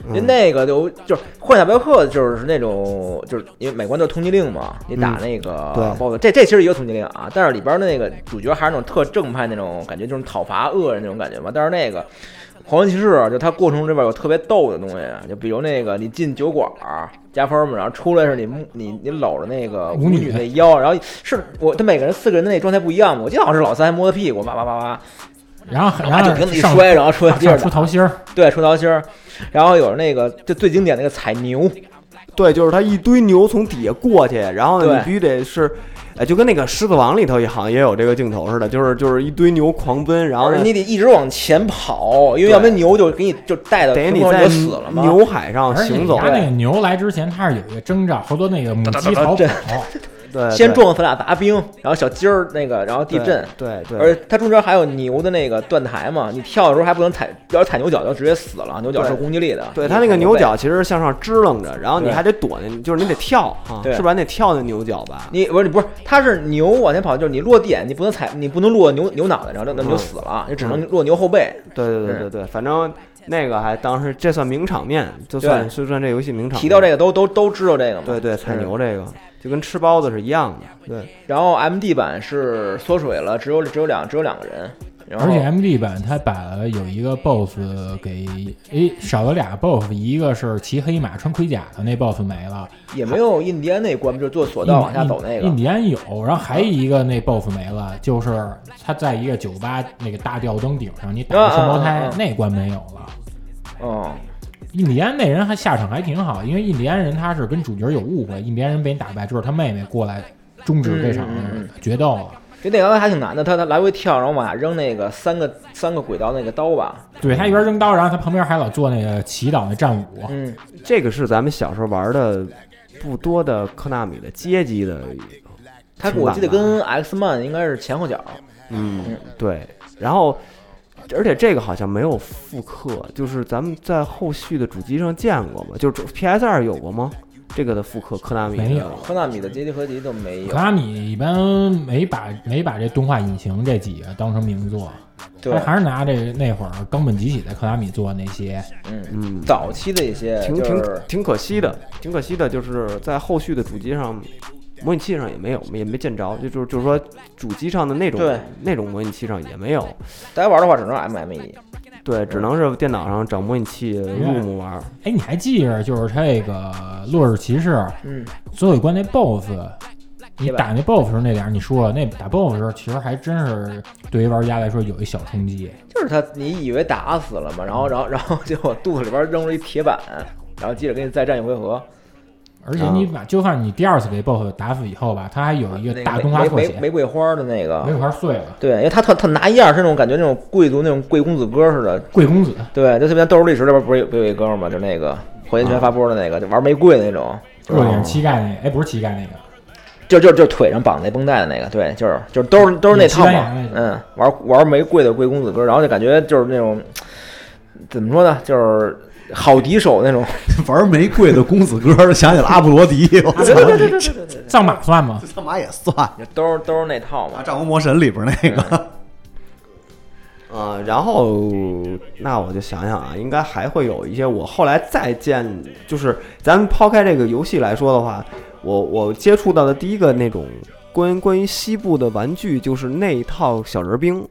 [SPEAKER 7] 因为
[SPEAKER 5] 嗯
[SPEAKER 7] 那个就就是《幻想镖客》，就是那种就是因为美国都是通缉令嘛，你打那个
[SPEAKER 5] 嗯对
[SPEAKER 7] BOSS，、这这其实一个通缉令啊，但是里边那个主角还是那种特正派那种感觉，就是讨伐恶人那种感觉嘛。但是那个《黄金骑士》就它过程中这边有特别逗的东西，啊就比如那个你进酒馆儿加分嘛，然后出来是你目你你搂着那个
[SPEAKER 2] 舞
[SPEAKER 7] 舞
[SPEAKER 2] 女
[SPEAKER 7] 女那腰，然后是我他每个人四个人的那状态不一样嘛，我记得好像是老三还摸他屁股，叭叭叭叭，
[SPEAKER 2] 然后然
[SPEAKER 7] 然后
[SPEAKER 2] 后
[SPEAKER 7] 啊就跟自己
[SPEAKER 2] 上
[SPEAKER 7] 摔，然后摔地
[SPEAKER 2] 上
[SPEAKER 7] 上
[SPEAKER 2] 出桃心儿，
[SPEAKER 7] 对，出桃心儿，然后有那个就最经典那个踩牛，
[SPEAKER 5] 对，就是他一堆牛从底下过去，然后呢
[SPEAKER 7] 对
[SPEAKER 5] 你必须得是，呃，就跟那个《狮子王》里头也好像也有这个镜头似的，就是就是一堆牛狂奔，然后呢
[SPEAKER 7] 你得一直往前跑，因
[SPEAKER 5] 嗯对
[SPEAKER 7] 为要不然牛就给你就带到
[SPEAKER 5] 等于
[SPEAKER 7] 天
[SPEAKER 5] 你
[SPEAKER 7] 空上
[SPEAKER 5] 在
[SPEAKER 7] 就死了嘛。
[SPEAKER 5] 牛海上
[SPEAKER 2] 而且
[SPEAKER 5] 行
[SPEAKER 2] 你
[SPEAKER 5] 走，
[SPEAKER 2] 家那个牛来之前，它是有一个征兆，好多那个母鸡逃跑
[SPEAKER 7] 对，
[SPEAKER 5] 对，
[SPEAKER 7] 先
[SPEAKER 5] 对
[SPEAKER 7] 撞咱俩杂兵，然后小鸡儿那个，然后地震。
[SPEAKER 5] 对对，
[SPEAKER 7] 而它中间还有牛的那个断台嘛，你跳的时候还不能踩，要是踩牛角就直接死了，牛角是
[SPEAKER 5] 对
[SPEAKER 7] 攻击力的。
[SPEAKER 5] 对
[SPEAKER 7] 你
[SPEAKER 5] 它那个
[SPEAKER 7] 很
[SPEAKER 5] 牛
[SPEAKER 7] 累
[SPEAKER 5] 角其实是向上支棱着，然后你
[SPEAKER 7] 对
[SPEAKER 5] 还得躲那，就是你得跳啊，
[SPEAKER 7] 对
[SPEAKER 5] 是不然得跳那牛角吧？
[SPEAKER 7] 你不是你不是，它是牛往前跑，就是你落点，你不能踩，你不能落牛牛脑袋，然后那那
[SPEAKER 5] 嗯
[SPEAKER 7] 牛死了，你只能落牛后背。
[SPEAKER 5] 对对对对对，反正那个还当时这算名场面，就算
[SPEAKER 7] 对
[SPEAKER 5] 就算这游戏名场面。
[SPEAKER 7] 提到这个都都都知道这个嘛。
[SPEAKER 5] 嗯对对踩
[SPEAKER 7] 嗯
[SPEAKER 5] 牛这个就跟吃包子是一样的，对。
[SPEAKER 7] 然后 MD 版是缩水了，只有只有两只有两个人，然后
[SPEAKER 2] 而且 MD 版它把有一个 BOSS 给诶少了俩 BOSS，一个是骑黑马穿盔甲的那 BOSS 没了，
[SPEAKER 7] 也没有印第安那关，就是坐索道往下走那
[SPEAKER 2] 印印
[SPEAKER 7] 个。
[SPEAKER 2] 第安有，然后还有一个那 BOSS 没了，就是他在一个酒吧那个大吊灯顶上，你打
[SPEAKER 7] 啊
[SPEAKER 2] 个
[SPEAKER 7] 啊
[SPEAKER 2] 双胞
[SPEAKER 7] 啊
[SPEAKER 2] 胎
[SPEAKER 7] 啊
[SPEAKER 2] 那关没有了。
[SPEAKER 7] 嗯，
[SPEAKER 2] 印第安那人还下场还挺好，因为印第安人他是跟主角有误会，印第安人被你打败之后，他妹妹过来终止这场
[SPEAKER 7] 嗯嗯嗯
[SPEAKER 2] 决斗了。
[SPEAKER 7] 就那个还挺难的，他他来回跳，然后往下扔那个三个三个轨道那个刀吧。
[SPEAKER 2] 对他一边扔刀，然后他旁边还老做那个祈祷那战舞，
[SPEAKER 7] 嗯，
[SPEAKER 5] 这个是咱们小时候玩的不多的科纳米的街机的，
[SPEAKER 7] 他
[SPEAKER 5] 挺晚
[SPEAKER 7] 我记得
[SPEAKER 5] 的
[SPEAKER 7] 跟 X Man 应该是前后脚。
[SPEAKER 5] 嗯，对。然后，而且这个好像没有复刻，就是咱们在后续的主机上见过吗？就是 PS 二有过吗？这个的复刻科纳米的
[SPEAKER 2] 没有
[SPEAKER 7] 科纳米的阶级合集都没
[SPEAKER 2] 克
[SPEAKER 7] 有。
[SPEAKER 2] 拉米一般没把没把这动画引擎这几个当成名作，
[SPEAKER 7] 对
[SPEAKER 2] 他，还是拿这那会儿冈本吉喜在克拉米做的那些。
[SPEAKER 7] 嗯，
[SPEAKER 5] 嗯，
[SPEAKER 7] 早期的一些
[SPEAKER 5] 挺
[SPEAKER 7] 就
[SPEAKER 5] 挺
[SPEAKER 7] 是
[SPEAKER 5] 挺可惜的，挺可惜的，就是在后续的主机上。模拟器上也没有，也没见着，就就就是说，主机上的那种
[SPEAKER 7] 对
[SPEAKER 5] 那种模拟器上也没有，
[SPEAKER 7] 大家玩的话只能 MME。
[SPEAKER 5] 对，只能是电脑上找模拟器入目玩儿。
[SPEAKER 2] 哎，你还记着就是这个落日骑士
[SPEAKER 7] 嗯，
[SPEAKER 2] 最后一关那 BOSS，你
[SPEAKER 7] 对吧
[SPEAKER 2] 打那 BOSS 时候那点儿，你说那打 BOSS 时候其实还真是对于玩家来说有一小冲击。
[SPEAKER 7] 就是他，你以为打死了嘛，然后然后然后结果肚子里边扔了一铁板，然后接着给你再战一回合。
[SPEAKER 2] 而且
[SPEAKER 7] 啊
[SPEAKER 2] 你把，就算你第二次给 BOSS 打死以后吧，他还有一个
[SPEAKER 7] 那个
[SPEAKER 2] 大
[SPEAKER 7] 玫
[SPEAKER 2] 动画特
[SPEAKER 7] 玫
[SPEAKER 2] 写，
[SPEAKER 7] 玫瑰花的那个
[SPEAKER 2] 没，有块碎了。
[SPEAKER 7] 对，因为他特他拿一样是那种感觉那种贵族那种贵公子哥似的，
[SPEAKER 2] 贵公子，
[SPEAKER 7] 对，就特别《斗兽历史》里边不是有不有一哥们儿吗？就那个火
[SPEAKER 2] 啊
[SPEAKER 7] 箭拳发波的那个，就玩玫瑰的那种，
[SPEAKER 2] 弱点膝盖那个，哎，不是膝盖那个，
[SPEAKER 7] 就就就腿上绑那绷带的那个，对，就是就是都是都是那
[SPEAKER 2] 西
[SPEAKER 7] 套
[SPEAKER 2] 班牙
[SPEAKER 7] 嘛
[SPEAKER 2] 那，种
[SPEAKER 7] 嗯，玩玩玫瑰的贵公子哥，然后就感觉就是那种怎么说呢，就是好敌手那种，
[SPEAKER 6] 玩玫瑰的公子哥，想起了阿布罗迪，我操，
[SPEAKER 2] 藏马算吗？
[SPEAKER 6] 他妈也算啊，
[SPEAKER 7] 就 都是都是那套嘛
[SPEAKER 6] 《战国魔神》里边那个，
[SPEAKER 5] 啊，然后嗯那我就想想啊，应该还会有一些我后来再见，就是咱们抛开这个游戏来说的话，我我接触到的第一个那种关于关于西部的玩具，就是那一套小人兵，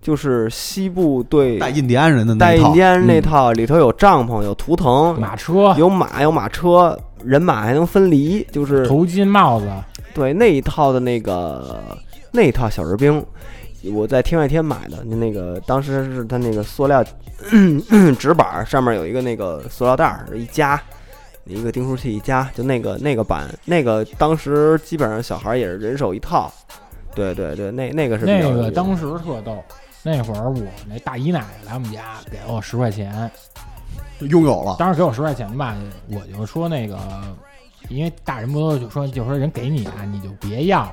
[SPEAKER 5] 就是西部对
[SPEAKER 6] 带印第安人的那
[SPEAKER 5] 带
[SPEAKER 6] 一套嗯
[SPEAKER 5] 印第安人那套，里头有帐篷，有图腾，
[SPEAKER 2] 马车、
[SPEAKER 5] 有马，有马车，人马还能分离，就是
[SPEAKER 2] 头巾、帽子，
[SPEAKER 5] 对那一套的那个那一套小人兵，我在天外天买的，那那个当时是它那个塑料 纸板儿上面有一个那个塑料袋儿一夹，一个订书器一夹，就那个那个版，那个当时基本上小孩儿也是人手一套，对对对，那那个是比较
[SPEAKER 2] 那
[SPEAKER 5] 有意
[SPEAKER 2] 个
[SPEAKER 5] 思
[SPEAKER 2] 当时特逗。那会儿我那大姨奶奶来我们家给我十块钱，
[SPEAKER 6] 嗯拥有了。
[SPEAKER 2] 当时给我十块钱吧，我就说那个，因为大人不都就说就说人给你啊，你就别要，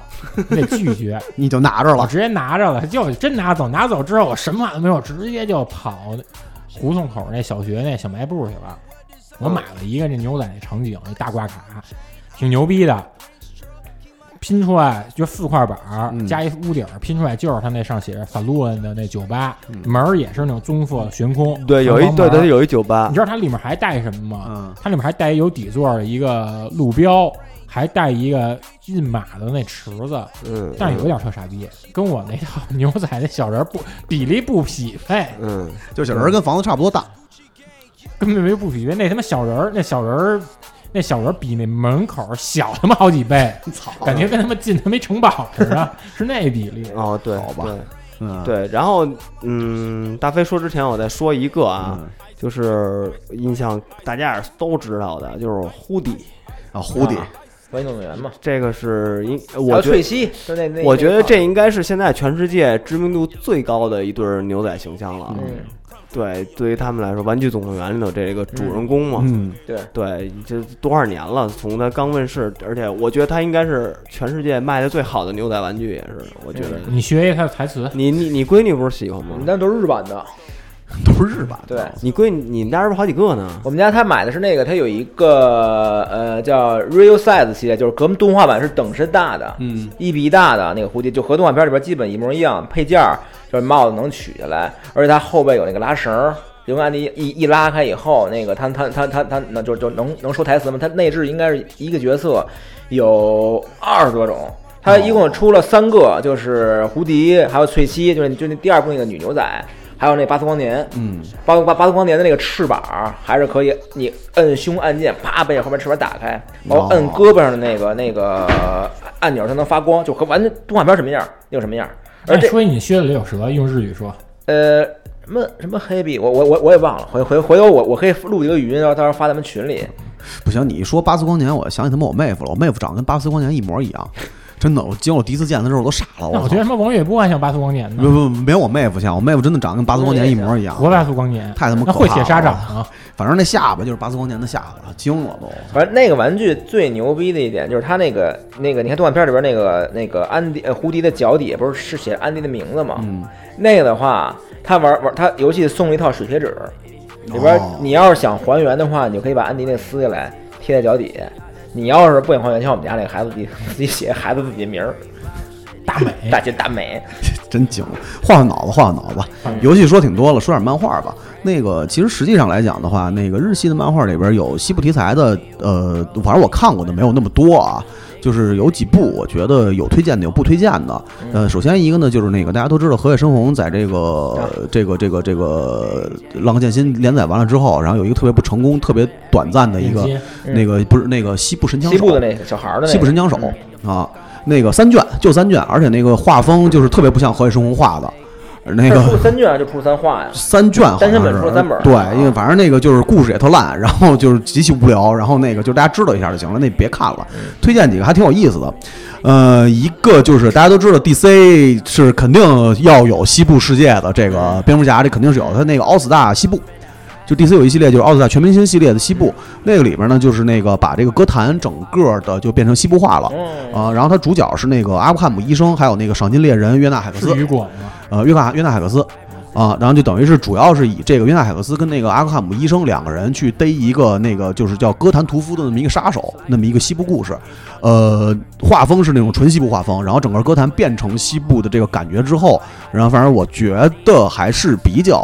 [SPEAKER 2] 你得拒绝。
[SPEAKER 6] 你就拿着
[SPEAKER 2] 我
[SPEAKER 6] 了，
[SPEAKER 2] 直接拿着了，就真拿走。拿走之后，我什么话都没有，直接就跑胡同口那小学那小卖部去了。我买了一个这牛仔那场景那大挂卡，挺牛逼的，拼出来就四块板儿、
[SPEAKER 6] 嗯
[SPEAKER 2] 加一屋顶儿，拼出来就是他那上写着 “saloon” 的那酒吧，门儿也是那种棕色的悬空，
[SPEAKER 5] 嗯对有一
[SPEAKER 2] 长方
[SPEAKER 5] 对
[SPEAKER 2] 门儿
[SPEAKER 5] 对有一酒吧
[SPEAKER 2] 你，知道它里面还带什么吗？
[SPEAKER 6] 啊嗯
[SPEAKER 2] 它里面还带一有底座的一个路标，还带一个印马的那池子，
[SPEAKER 5] 嗯，
[SPEAKER 2] 但是有一点特傻逼，
[SPEAKER 6] 嗯
[SPEAKER 2] 跟我那套牛仔那小人儿不比例不匹配，
[SPEAKER 5] 嗯
[SPEAKER 6] 就小人儿跟房子差不多大，
[SPEAKER 2] 根本没不匹配。那他妈小人儿，那小人儿，那小人儿比那门口儿小他妈好几倍，
[SPEAKER 6] 操，
[SPEAKER 2] 感觉跟他妈进他妈一城堡似 的，是那比例。
[SPEAKER 5] 哦对，
[SPEAKER 6] 好吧嗯
[SPEAKER 5] 对对，然后嗯，大飞说之前我再说一个啊，
[SPEAKER 6] 嗯
[SPEAKER 5] 就是印象大家也都知道的，就是呼迪，
[SPEAKER 6] 啊，蝴蝶
[SPEAKER 7] 啊关于运动员嘛，
[SPEAKER 5] 这个是应
[SPEAKER 7] 还
[SPEAKER 5] 我觉
[SPEAKER 7] 有翠
[SPEAKER 5] 得。
[SPEAKER 7] 西，就那那
[SPEAKER 5] 我觉得
[SPEAKER 6] 啊
[SPEAKER 7] 那一块
[SPEAKER 5] 这应该是现在全世界知名度最高的一对儿牛仔形象了。
[SPEAKER 7] 嗯
[SPEAKER 5] 对，对于他们来说，《玩具总动员》里头这个主人公嘛，
[SPEAKER 6] 嗯，
[SPEAKER 7] 对，
[SPEAKER 5] 对，这多少年了，从它刚问世，而且我觉得它应该是全世界卖的最好的牛仔玩具，也是，我觉得。
[SPEAKER 6] 嗯
[SPEAKER 2] 你学一他的台词，
[SPEAKER 5] 你你你闺女不是喜欢
[SPEAKER 7] 我
[SPEAKER 5] 吗
[SPEAKER 7] 们？那都是日版的，
[SPEAKER 6] 都是日版的，
[SPEAKER 7] 对。
[SPEAKER 5] 你闺女你们家是不是好几个呢？
[SPEAKER 7] 我们家他买的是那个，他有一个呃叫 Real Size 系列，就是革命动画版是等身大的，
[SPEAKER 6] 嗯，
[SPEAKER 7] 一比一大的那个蝴蝶，就和动画片里边基本一模一样，配件儿就是帽子能取下来，而且它后背有那个拉绳儿，刘安迪一一拉开以后，那个他他他他他那就就能能说台词吗？他内置应该是一个角色有二十多种。他一共出了三个，就是胡迪，还有翠西，就是就那第二部那个女牛仔，还有那巴斯光年，
[SPEAKER 6] 嗯，
[SPEAKER 7] 巴巴巴斯光年的那个翅膀儿还是可以，你摁胸按键，啪，背后面翅膀打开，然后摁
[SPEAKER 6] 哦
[SPEAKER 7] 胳膊上的那个那个按钮，它能发光，就和完全动画片什么样儿有什么样儿。而
[SPEAKER 2] 哎，
[SPEAKER 7] 这
[SPEAKER 2] 说你学的里有蛇，用日语说，
[SPEAKER 6] 哦
[SPEAKER 7] 呃什么什么黑币，我我我我也忘了，回回回头我我可以录一个语音，然后到时候发咱们群里。
[SPEAKER 6] 不行，你一说巴斯光年，我想起他妈我妹夫了，我妹夫长得跟巴斯光年一模一样，真的，我今我第一次见他的时候我都傻了，
[SPEAKER 2] 那我觉
[SPEAKER 6] 我操
[SPEAKER 2] 得，他妈王月波还像巴斯光年
[SPEAKER 6] 不
[SPEAKER 2] 呢，
[SPEAKER 6] 不没有我妹夫像，我妹夫真的长得跟巴斯光年一模一样，
[SPEAKER 2] 活巴斯光年，
[SPEAKER 6] 太他妈
[SPEAKER 2] 那
[SPEAKER 6] 可
[SPEAKER 2] 会
[SPEAKER 6] 怕
[SPEAKER 2] 铁
[SPEAKER 6] 了
[SPEAKER 2] 砂掌啊！
[SPEAKER 6] 反正那下巴就是巴斯光年的下巴了，惊了都。
[SPEAKER 7] 反正那个玩具最牛逼的一点就是它那个那个，你看动画片里边那个那个安迪呃胡迪的脚底下不是是写安迪的名字吗？
[SPEAKER 6] 嗯，
[SPEAKER 7] 那个的话，他玩玩他游戏送了一套水贴纸，里边
[SPEAKER 6] 哦
[SPEAKER 7] 你要是想还原的话，你就可以把安迪那撕下来贴在脚底下。你要是不想还原，像我们家那个孩子自己 自己写孩子自己的名儿，
[SPEAKER 2] 大美，
[SPEAKER 7] 大姐大美，
[SPEAKER 6] 真惊了！换换脑子，换换脑子。
[SPEAKER 7] 哎
[SPEAKER 6] 游戏说挺多了，说点漫画吧。那个，其实实际上来讲的话，那个日系的漫画里边有西部题材的，呃，反正我看过的没有那么多啊。就是有几部，我觉得有推荐的，有不推荐的。
[SPEAKER 7] 嗯
[SPEAKER 6] 呃，首先一个呢，就是那个大家都知道河野生红在这个
[SPEAKER 7] 啊
[SPEAKER 6] 这个这个这个《浪客剑心》连载完了之后，然后有一个特别不成功、特别短暂的一个
[SPEAKER 2] 眼尖
[SPEAKER 6] 那个不是那个西部神枪
[SPEAKER 7] 嗯西
[SPEAKER 6] 手
[SPEAKER 7] 部的那个小孩儿的那个
[SPEAKER 6] 西部神枪手
[SPEAKER 7] 嗯
[SPEAKER 6] 啊，那个三卷就三卷，而且那个画风就是特别不像河野生红画的，而那
[SPEAKER 7] 它是出
[SPEAKER 6] 个
[SPEAKER 7] 三卷还是出三画呀？
[SPEAKER 6] 三卷好像
[SPEAKER 7] 单
[SPEAKER 6] 是
[SPEAKER 7] 行本出了三本
[SPEAKER 6] 对
[SPEAKER 7] 啊，
[SPEAKER 6] 因为反正那个就是故事也特烂，然后就是极其无聊，然后那个就大家知道一下就行了，那别看了。
[SPEAKER 7] 嗯
[SPEAKER 6] 推荐几个还挺有意思的，呃，一个就是大家都知道 DC 是肯定要有西部世界的这
[SPEAKER 7] 嗯
[SPEAKER 6] 个蝙蝠侠，这肯定是有他那个奥斯大西部。就 DC 有一系列就是奥斯大全明星系列的西部，
[SPEAKER 7] 嗯
[SPEAKER 6] 那个里边呢就是那个把这个歌坛整个的就变成西部化了，
[SPEAKER 7] 嗯
[SPEAKER 6] 啊、然后它主角是那个阿布汉姆医生，还有那个赏金猎人约纳海克斯，
[SPEAKER 2] 是雨果吗？
[SPEAKER 6] 呃，约纳约纳海克斯啊，然后就等于是主要是以这个约纳海克斯跟那个阿克汉姆医生两个人去逮一个那个就是叫哥谭屠夫的那么一个杀手，那么一个西部故事，呃，画风是那种纯西部画风，然后整个哥谭变成西部的这个感觉之后，然后反正我觉得还是比较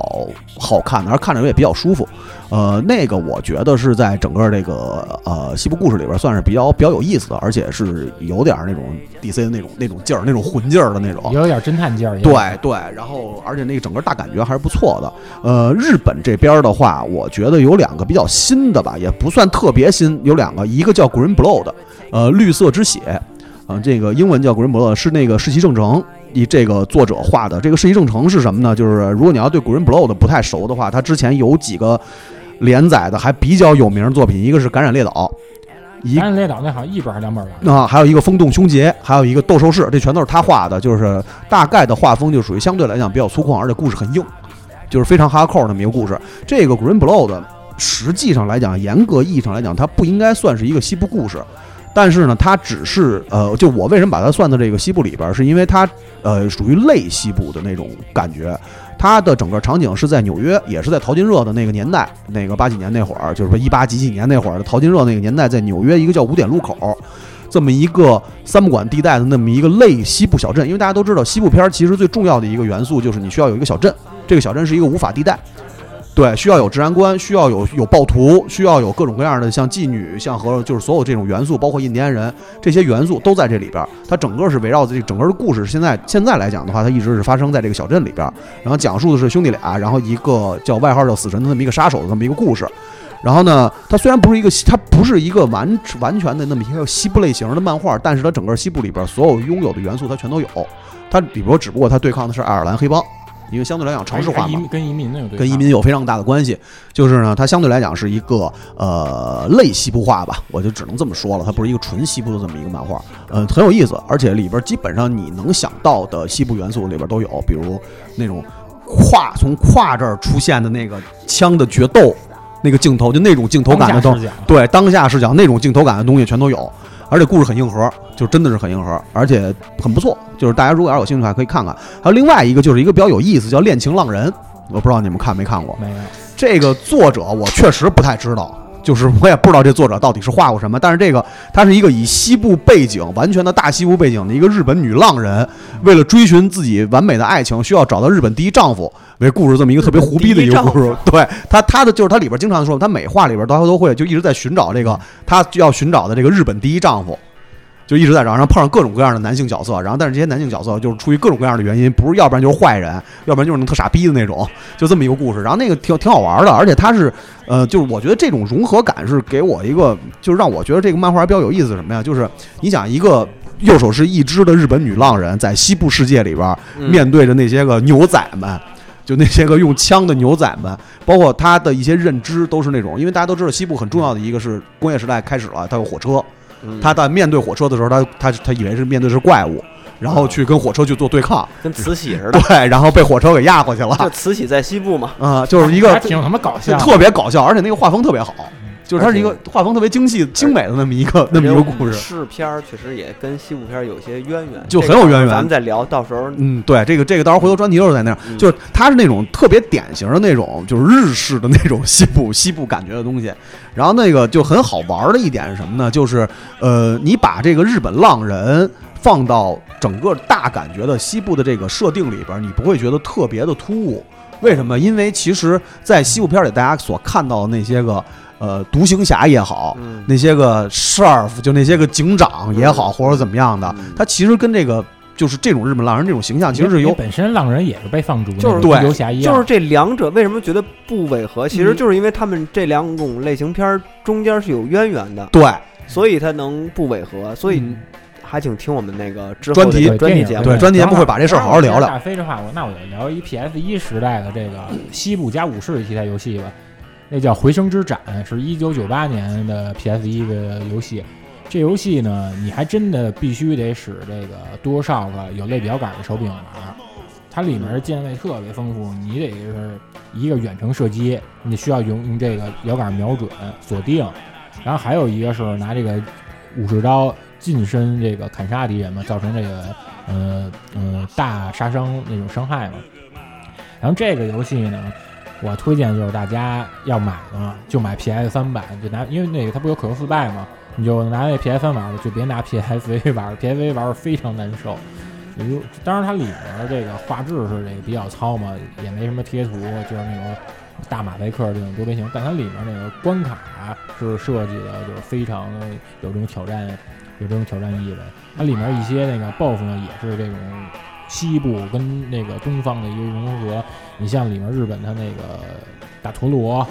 [SPEAKER 6] 好看的，而看着也比较舒服。呃，那个我觉得是在整个这个呃西部故事里边算是比较比较有意思的，而且是有点儿那种 DC 的那种那种劲儿，那种混劲儿的那种。
[SPEAKER 2] 也有点侦探劲儿，也有
[SPEAKER 6] 对对，然后而且那个整个大感觉还是不错的。呃，日本这边的话，我觉得有两个比较新的吧，也不算特别新，有两个，一个叫 Green Blood，呃，绿色之血，啊，这个英文叫 Green Blood，是那个世袭正成。以这个作者画的这个世袭正成是什么呢？就是如果你要对 Green Blood 不太熟的话，他之前有几个连载的还比较有名的作品，一个是《感染列岛》，一
[SPEAKER 2] 南列岛那好像一本还是两本吧？
[SPEAKER 6] 啊，还有一个《风动凶劫》，还有一个《斗兽士》，这全都是他画的，就是大概的画风就属于相对来讲比较粗犷，而且故事很硬，就是非常哈扣那么一个故事。这个《Green Blood》实际上来讲，严格意义上来讲，它不应该算是一个西部故事，但是呢，它只是呃，就我为什么把它算到这个西部里边儿，是因为它呃属于类西部的那种感觉。它的整个场景是在纽约，也是在淘金热的那个年代，那个八几年那会儿，就是说一八几几年那会儿的淘金热那个年代，在纽约一个叫五点路口，这么一个三不管地带的那么一个类西部小镇，因为大家都知道西部片儿其实最重要的一个元素就是你需要有一个小镇，这个小镇是一个无法地带，对，需要有治安官，需要有有暴徒，需要有各种各样的像妓女、像和就是所有这种元素，包括印第安人这些元素都在这里边儿。它整个是围绕着这整个的故事，现在现在来讲的话，它一直是发生在这个小镇里边儿，然后讲述的是兄弟俩，然后一个叫外号叫死神的那么一个杀手的这么一个故事。然后呢，它虽然不是一个，它不是一个完完全的那么一个西部类型的漫画，但是它整个西部里边所有拥有的元素它全都有。它比如只不过它对抗的是爱尔兰黑帮，因为相对来讲城市化
[SPEAKER 2] 移
[SPEAKER 6] 嘛
[SPEAKER 2] 民，跟移民那有对
[SPEAKER 6] 跟移
[SPEAKER 2] 抗
[SPEAKER 6] 民有非常大的关系。就是呢，它相对来讲是一个呃类西部化吧，我就只能这么说了，它不是一个纯西部的这么一个漫画，嗯、很有意思，而且里边基本上你能想到的西部元素里边都有，比如那种胯从胯这儿出现的那个枪的决斗。那个镜头就那种镜头感的
[SPEAKER 2] 当
[SPEAKER 6] 都
[SPEAKER 2] 下视角
[SPEAKER 6] 对当下视角那种镜头感的东西全都有，而且故事很硬核，就真的是很硬核，而且很不错。就是大家如果要是有兴趣的话，可以看看。还有另外一个就是一个比较有意思，叫《恋情浪人》，我不知道你们看没看过。
[SPEAKER 2] 没有，
[SPEAKER 6] 这个作者我确实不太知道，就是我也不知道这作者到底是画过什么。但是这个她是一个以西部背景，完全的大西部背景的一个日本女浪人，为了追寻自己完美的爱情，需要找到日本第一丈夫为故事这么一个特别胡逼的一个故事。对她，她的就是她里边经常说，她每话里边她都会就一直在寻找这个她要寻找的这个日本第一丈夫。就一直在找，然后碰上各种各样的男性角色，然后但是这些男性角色就是出于各种各样的原因，不是要不然就是坏人，要不然就是那特傻逼的那种，就这么一个故事。然后那个挺挺好玩的，而且它是，呃，就是我觉得这种融合感是给我一个，就是让我觉得这个漫画比较有意思是什么呀？就是你想一个右手是一只的日本女浪人，在西部世界里边儿面对着那些个牛仔们。就那些个用枪的牛仔们，包括他的一些认知都是那种，因为大家都知道西部很重要的一个是工业时代开始了，它有火车，
[SPEAKER 5] 嗯
[SPEAKER 6] 他在面对火车的时候，他他他以为是面对是怪物，然后去跟火车去做对抗，
[SPEAKER 8] 跟慈禧似的，
[SPEAKER 6] 对，然后被火车给压过去了，
[SPEAKER 8] 就
[SPEAKER 6] 啊、
[SPEAKER 8] 慈禧在西部嘛，
[SPEAKER 6] 就是一个
[SPEAKER 2] 还挺他妈搞
[SPEAKER 6] 就
[SPEAKER 2] 笑的，
[SPEAKER 6] 特别搞笑，而且那个画风特别好，就是它是一个画风特别精细、精美的那么一个那么一
[SPEAKER 5] 哎
[SPEAKER 6] 个故事。
[SPEAKER 8] 是片儿确实也跟西部片儿有些渊源，
[SPEAKER 6] 就很有渊源
[SPEAKER 8] 这个咱们再聊，到时候
[SPEAKER 6] 嗯，对，这个这个到时候回头专题都是在那样，
[SPEAKER 8] 嗯
[SPEAKER 6] 就是它是那种特别典型的那种，就是日式的那种西部西部感觉的东西。然后那个就很好玩的一点是什么呢？就是呃，你把这个日本浪人放到整个大感觉的西部的这个设定里边，你不会觉得特别的突兀。为什么？因为其实，在西部片里，大家所看到的那些个呃独行侠也好，
[SPEAKER 8] 嗯
[SPEAKER 6] 那些个 sheriff 就那些个警长也好，或者怎么样的，
[SPEAKER 8] 嗯
[SPEAKER 6] 他其实跟这个就是这种日本浪人这种形象，其实是
[SPEAKER 2] 因为
[SPEAKER 6] 有
[SPEAKER 2] 本身浪人也是被放逐的，
[SPEAKER 8] 就是
[SPEAKER 6] 对
[SPEAKER 2] 游侠一样，
[SPEAKER 8] 就是这两者为什么觉得不违和？
[SPEAKER 6] 嗯
[SPEAKER 8] 其实就是因为他们这两种类型片儿中间是有渊源的，
[SPEAKER 6] 对
[SPEAKER 8] 所以它能不违和，所以
[SPEAKER 2] 嗯
[SPEAKER 8] 还请听我们那个之后
[SPEAKER 6] 专题
[SPEAKER 8] 的专题节目。
[SPEAKER 6] 对专题节目会把这事儿好好聊聊
[SPEAKER 2] 然后大飞的话，我那我就聊一 PS 一时代的这个西部加武士题材游戏吧，那叫《回声之斩》，是一九九八年的 PS 一的游戏。这游戏呢，你还真的必须得使这个多少个有类表杆的手柄玩儿，它里面的键位特别丰富，你得是一个远程射击，你需要用用这个摇杆瞄准锁定，然后还有一个是拿这个武士刀近身这个砍杀敌人嘛，造成这个呃呃大杀伤那种伤害嘛。然后这个游戏呢，我推荐就是大家要买的嘛，就买 PS 三版，就拿因为那个它不有可动四代嘛，你就拿那 PS 三玩了，就别拿 PSV 玩，PSV 玩非常难受。比如，当然它里面这个画质是这个比较糙嘛，也没什么贴图，就是那种大马赛克这种多边形，但它里面那个关卡是设计的，就是非常的有这种挑战，有这种挑战意味。它里面一些那个 BOSS 呢，也是这种西部跟那个东方的一个融合。你像里面日本它那个大陀螺，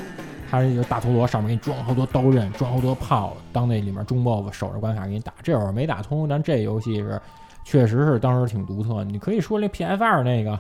[SPEAKER 2] 它是一个大陀螺上面给你装好多刀刃，装好多炮，当那里面中 BOSS 守着关卡给你打。这会儿没打通，但这游戏是确实是当时挺独特。你可以说那 PS 二那个。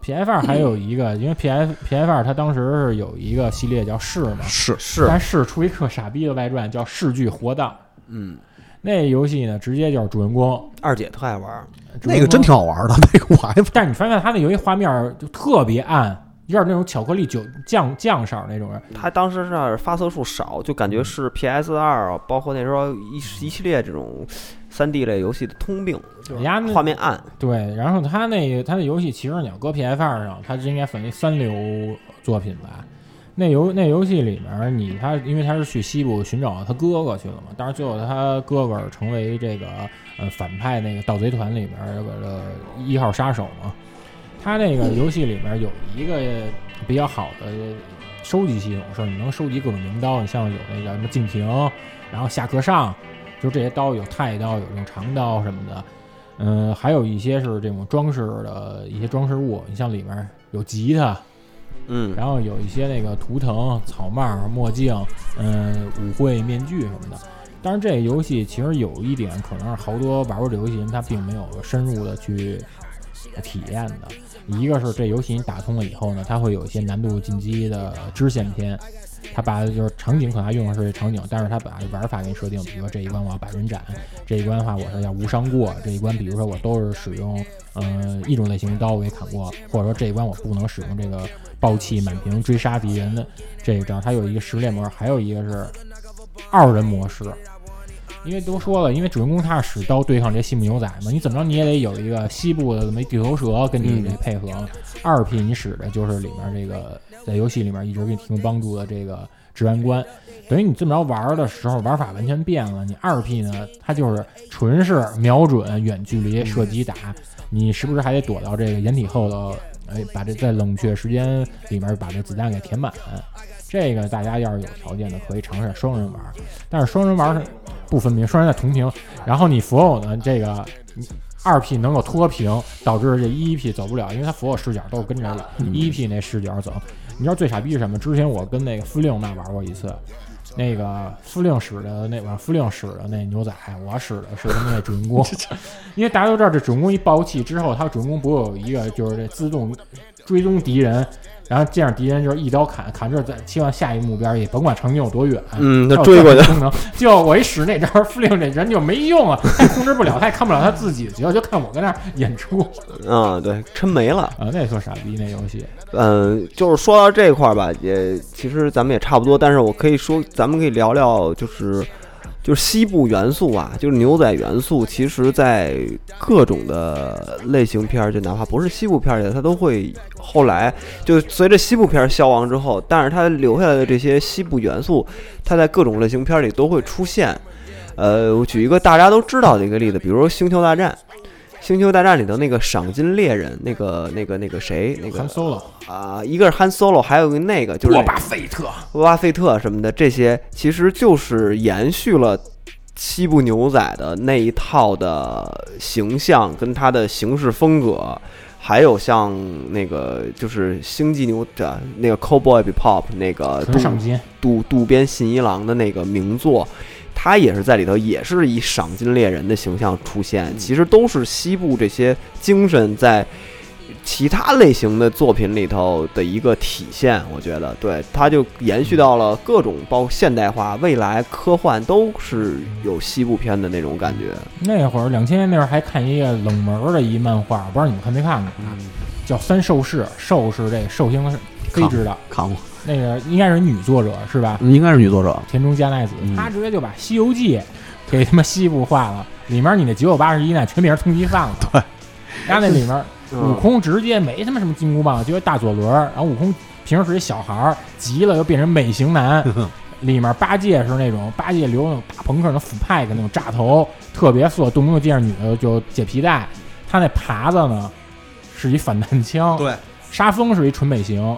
[SPEAKER 2] ，PS 二还有一个，因为 PS PS 二它当时是有一个系列叫《世》嘛，
[SPEAKER 6] 是
[SPEAKER 5] 是
[SPEAKER 2] 但是出一特傻逼的外传叫《世纪活档》，
[SPEAKER 5] 嗯，
[SPEAKER 2] 那游戏呢直接就是主人公，
[SPEAKER 5] 二姐特爱玩儿，
[SPEAKER 2] 主人
[SPEAKER 6] 那个真
[SPEAKER 2] 公
[SPEAKER 6] 挺好玩的， 那个我还
[SPEAKER 2] 但是你发现它那有一画面儿就特别暗，有点那种巧克力酒酱酱色儿那种，
[SPEAKER 5] 它当时是发色数少，就感
[SPEAKER 6] 嗯
[SPEAKER 5] 觉是 PS 二，啊包括那时候一一系列这种三 D 类游戏的通病，就
[SPEAKER 2] 人
[SPEAKER 5] 是
[SPEAKER 2] 家那
[SPEAKER 5] 画面暗。
[SPEAKER 2] 对，然后它那个它那游戏其实你要搁 PS 二上，它是应该算一三流作品吧。那游那游戏里面儿你，他因为他是去西部寻找他哥哥去了嘛，但是最后他哥哥成为这个呃反派那个盗贼团里面儿这个呃一号杀手嘛。他那个游戏里面儿有一个比较好的收集系统，是你能收集各种名刀，你像有那叫什么静平，然后下课上，就这些刀有太刀，有这种长刀什么的。嗯，还有一些是这种装饰的一些装饰物，你像里面有吉他，
[SPEAKER 5] 嗯，
[SPEAKER 2] 然后有一些那个图腾、草帽、墨镜，嗯，舞会面具什么的。当然，这游戏其实有一点可能是好多玩过这游戏人他并没有深入的去体验的。一个是这游戏你打通了以后呢，它会有一些难度进击的支线篇，它把就是场景可能还用的是场景，但是它把玩法给你设定，比如说这一关我要百人斩，这一关的话我是要无伤过，这一关比如说我都是使用呃一种类型的刀我给砍过，或者说这一关我不能使用这个暴气满屏追杀敌人的这一招，它有一个十连模式，还有一个是二人模式。因为都说了，因为主人公他是使刀对抗这西部牛仔嘛，你怎么着你也得有一个西部的这么一地头蛇跟你这配合。二 P 你使的就是里面这个在游戏里面一直给你提供帮助的这个值班官，等于你这么着玩的时候玩法完全变了。你二 P 呢，它就是纯是瞄准远距离射击打，你时不时还得躲到这个掩体后头，哎，把这在冷却时间里面把这子弹给填满。这个大家要是有条件的，可以尝试双人玩儿，但是双人玩儿是不分屏，双人在同屏，然后你所有的这个二 P 能够脱屏，导致这一 P 走不了，因为它所有视角都是跟着一 P 那视角走。你知道最傻逼是什么？之前我跟那个司令那玩过一次，那个司令使的那玩司令使的那牛仔，我使的是他们那主 人公，因为大家都知道这主人公一爆气之后，他主人公不会有一个就是这自动追踪敌人。然后这样敌人就是一刀砍，砍这儿再切往下一目标，也甭管场景有多远，
[SPEAKER 5] 嗯
[SPEAKER 2] 它
[SPEAKER 5] 他
[SPEAKER 2] 有
[SPEAKER 5] 追过去
[SPEAKER 2] 战术功能。就我一使那招儿，司令这人就没用啊，他也控制不了，他也看不了他自己，主要就看我跟那儿演出
[SPEAKER 5] 嗯，对，抻没了。
[SPEAKER 2] 啊，那特傻逼那游戏。
[SPEAKER 5] 嗯，就是说到这块儿吧，也其实咱们也差不多，但是我可以说，咱们可以聊聊，就是就是西部元素啊，就是牛仔元素，其实在各种的类型片儿，就哪怕不是西部片儿里的，它都会后来就随着西部片儿消亡之后，但是它留下来的这些西部元素，它在各种类型片儿里都会出现。呃，我举一个大家都知道的一个例子，比如说《星球大战》。《星球大战》里头那个赏金猎人，那个、那个、那个谁，那个
[SPEAKER 2] Han Solo
[SPEAKER 5] 啊、一个是 Han Solo，还有一个那个就是
[SPEAKER 2] 沃巴菲特，
[SPEAKER 5] 沃巴菲特什么的，这些其实就是延续了西部牛仔的那一套的形象跟他的行事风格，还有像那个就是星际牛的那个 Cowboy Bebop 那个
[SPEAKER 2] 纯上心。
[SPEAKER 5] 渡渡边信一郎的那个名作，他也是在里头，也是以赏金猎人的形象出现。其实都是西部这些精神在其他类型的作品里头的一个体现。我觉得，对，它就延续到了各种，包括现代化、未来、科幻，都是有西部片的那种感觉。
[SPEAKER 2] 那会儿两千年那会儿还看一个冷门儿的一漫画，我不知道你们看没看过啊，叫《三兽士》，兽是这兽星的飞知道，
[SPEAKER 6] 看过，
[SPEAKER 2] 那个应该是女作者是吧？
[SPEAKER 6] 应该是女作者。
[SPEAKER 2] 田中加奈子，
[SPEAKER 6] 嗯
[SPEAKER 2] 她直接就把《西游记》给他妈西部化了，里面你那九九八十一难全变成通缉犯了。对，然后那里面
[SPEAKER 5] 嗯
[SPEAKER 2] 悟空直接没他妈什么金箍棒，就是大左轮儿。然后悟空平时是一小孩儿，急了又变成美型男。里面八戒是那种八戒留那种大朋克那种腐派的那种炸头，特别色，动不动见着女的就解皮带。他那耙子呢，是一反弹枪。
[SPEAKER 6] 对，
[SPEAKER 2] 沙僧是一纯美型。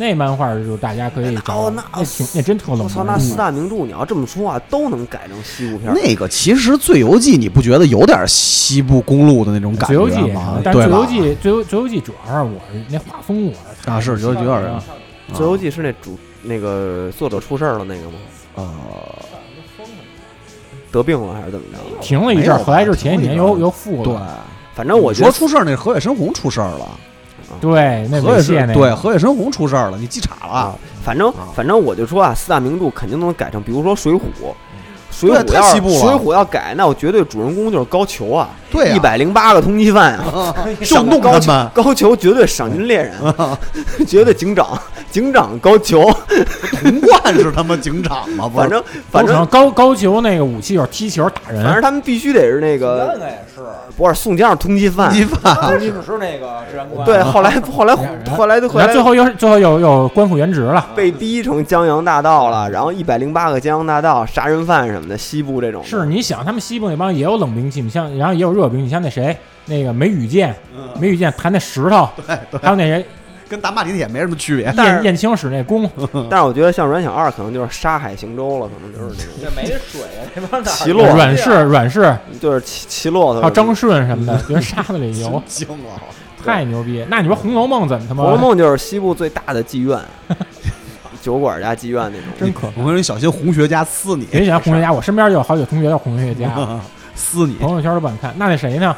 [SPEAKER 2] 那漫画就是大家可以找，嗯
[SPEAKER 5] 哦那
[SPEAKER 2] 挺那真特冷门。
[SPEAKER 5] 我操，那四大名著你要这么说啊，都能改成西部片。
[SPEAKER 6] 那个其实《醉游记》，你不觉得有点西部公路的那种
[SPEAKER 2] 自
[SPEAKER 6] 感觉
[SPEAKER 2] 由记也
[SPEAKER 6] 吗
[SPEAKER 2] 是，？但是
[SPEAKER 6] 对
[SPEAKER 2] 自
[SPEAKER 6] 吧
[SPEAKER 2] 由？记，自由自由记主要是我是那画风我是
[SPEAKER 6] 啊，是有有点
[SPEAKER 2] 啊
[SPEAKER 6] 啊，
[SPEAKER 5] 《自由记》是那主那个作者出事儿了那个吗？
[SPEAKER 6] 呃，
[SPEAKER 5] 得病了还是怎么着？哎
[SPEAKER 2] 停了一阵儿，
[SPEAKER 6] 没有
[SPEAKER 2] 后来就是前几年
[SPEAKER 6] 停了一
[SPEAKER 2] 又
[SPEAKER 6] 阵儿
[SPEAKER 2] 又复
[SPEAKER 6] 对
[SPEAKER 2] 了。。
[SPEAKER 5] 反正我
[SPEAKER 6] 你
[SPEAKER 5] 觉
[SPEAKER 6] 说
[SPEAKER 5] 得
[SPEAKER 6] 出事儿那河野深红出事儿了，
[SPEAKER 2] 对，那
[SPEAKER 6] 河
[SPEAKER 2] 猥
[SPEAKER 6] 野
[SPEAKER 2] 亵
[SPEAKER 6] 是
[SPEAKER 2] 那
[SPEAKER 6] 对
[SPEAKER 2] 个，
[SPEAKER 6] 河野深红出事儿了，你记岔了啊。
[SPEAKER 5] 反正
[SPEAKER 6] 啊
[SPEAKER 5] 反正我就说啊，四大名著肯定能改成，比如说《水浒》。水
[SPEAKER 6] 对
[SPEAKER 5] 浒要
[SPEAKER 6] 太
[SPEAKER 5] 是
[SPEAKER 6] 西部了
[SPEAKER 5] 水浒要改，那我绝对主人公就是高俅啊，
[SPEAKER 6] 对啊
[SPEAKER 5] 一百零八个通缉犯啊，
[SPEAKER 6] 上动
[SPEAKER 5] 高
[SPEAKER 6] 他
[SPEAKER 5] 俅
[SPEAKER 6] 们，
[SPEAKER 5] 高俅绝对赏金 猎人，绝对警长，警长高俅，
[SPEAKER 6] 童贯 是他妈警长吗？不
[SPEAKER 5] 反
[SPEAKER 6] 是，
[SPEAKER 5] 正反
[SPEAKER 2] 都成
[SPEAKER 5] 正
[SPEAKER 2] 高高俅那个武器就是踢球打
[SPEAKER 5] 反正
[SPEAKER 2] 人，
[SPEAKER 5] 他们必须得是那
[SPEAKER 7] 那
[SPEAKER 5] 个，
[SPEAKER 7] 个也 是，
[SPEAKER 6] 啊
[SPEAKER 5] 不是宋江是通缉犯，
[SPEAKER 6] 鸡饭
[SPEAKER 7] 当时是那个治
[SPEAKER 2] 啊
[SPEAKER 7] 安官，
[SPEAKER 5] 对，后 来后来后来后
[SPEAKER 2] 然后
[SPEAKER 5] 来
[SPEAKER 2] 最后又最后又又官复原职了。
[SPEAKER 5] 被逼成江洋大盗了，然后一百零八个江洋大盗杀人犯什么的，西部这种的
[SPEAKER 2] 是，你想他们西部那帮也有冷兵器，你像然后也有热兵，你像那谁那个梅雨剑，
[SPEAKER 5] 嗯
[SPEAKER 2] 梅雨剑弹那石头，还有那人
[SPEAKER 6] 跟打马蹄铁没什么区
[SPEAKER 5] 哎
[SPEAKER 6] 别。
[SPEAKER 2] 燕燕青使那弓，
[SPEAKER 5] 嗯但是我觉得像阮小二可能就是沙海行舟了，可能就是那
[SPEAKER 7] 这没 水啊，这帮哪儿
[SPEAKER 5] 骑骆驼
[SPEAKER 2] 阮氏阮氏
[SPEAKER 5] 种，就是骑骑骆驼。
[SPEAKER 2] 还有啊张顺什 么的，人杀的里游
[SPEAKER 6] 真，精了，
[SPEAKER 2] 太牛逼！那你说《红楼梦》怎么他
[SPEAKER 5] 《
[SPEAKER 2] 妈？
[SPEAKER 5] 红楼梦》就是西部最大的妓 院，酒馆加妓院那种。
[SPEAKER 2] 真可怕
[SPEAKER 6] 我！跟你小心红学家撕你，
[SPEAKER 2] 别讲红学家，我身边就有好几个同学叫红学家，
[SPEAKER 5] 嗯
[SPEAKER 6] 撕你。
[SPEAKER 2] 朋友圈都不敢看。那那谁呢？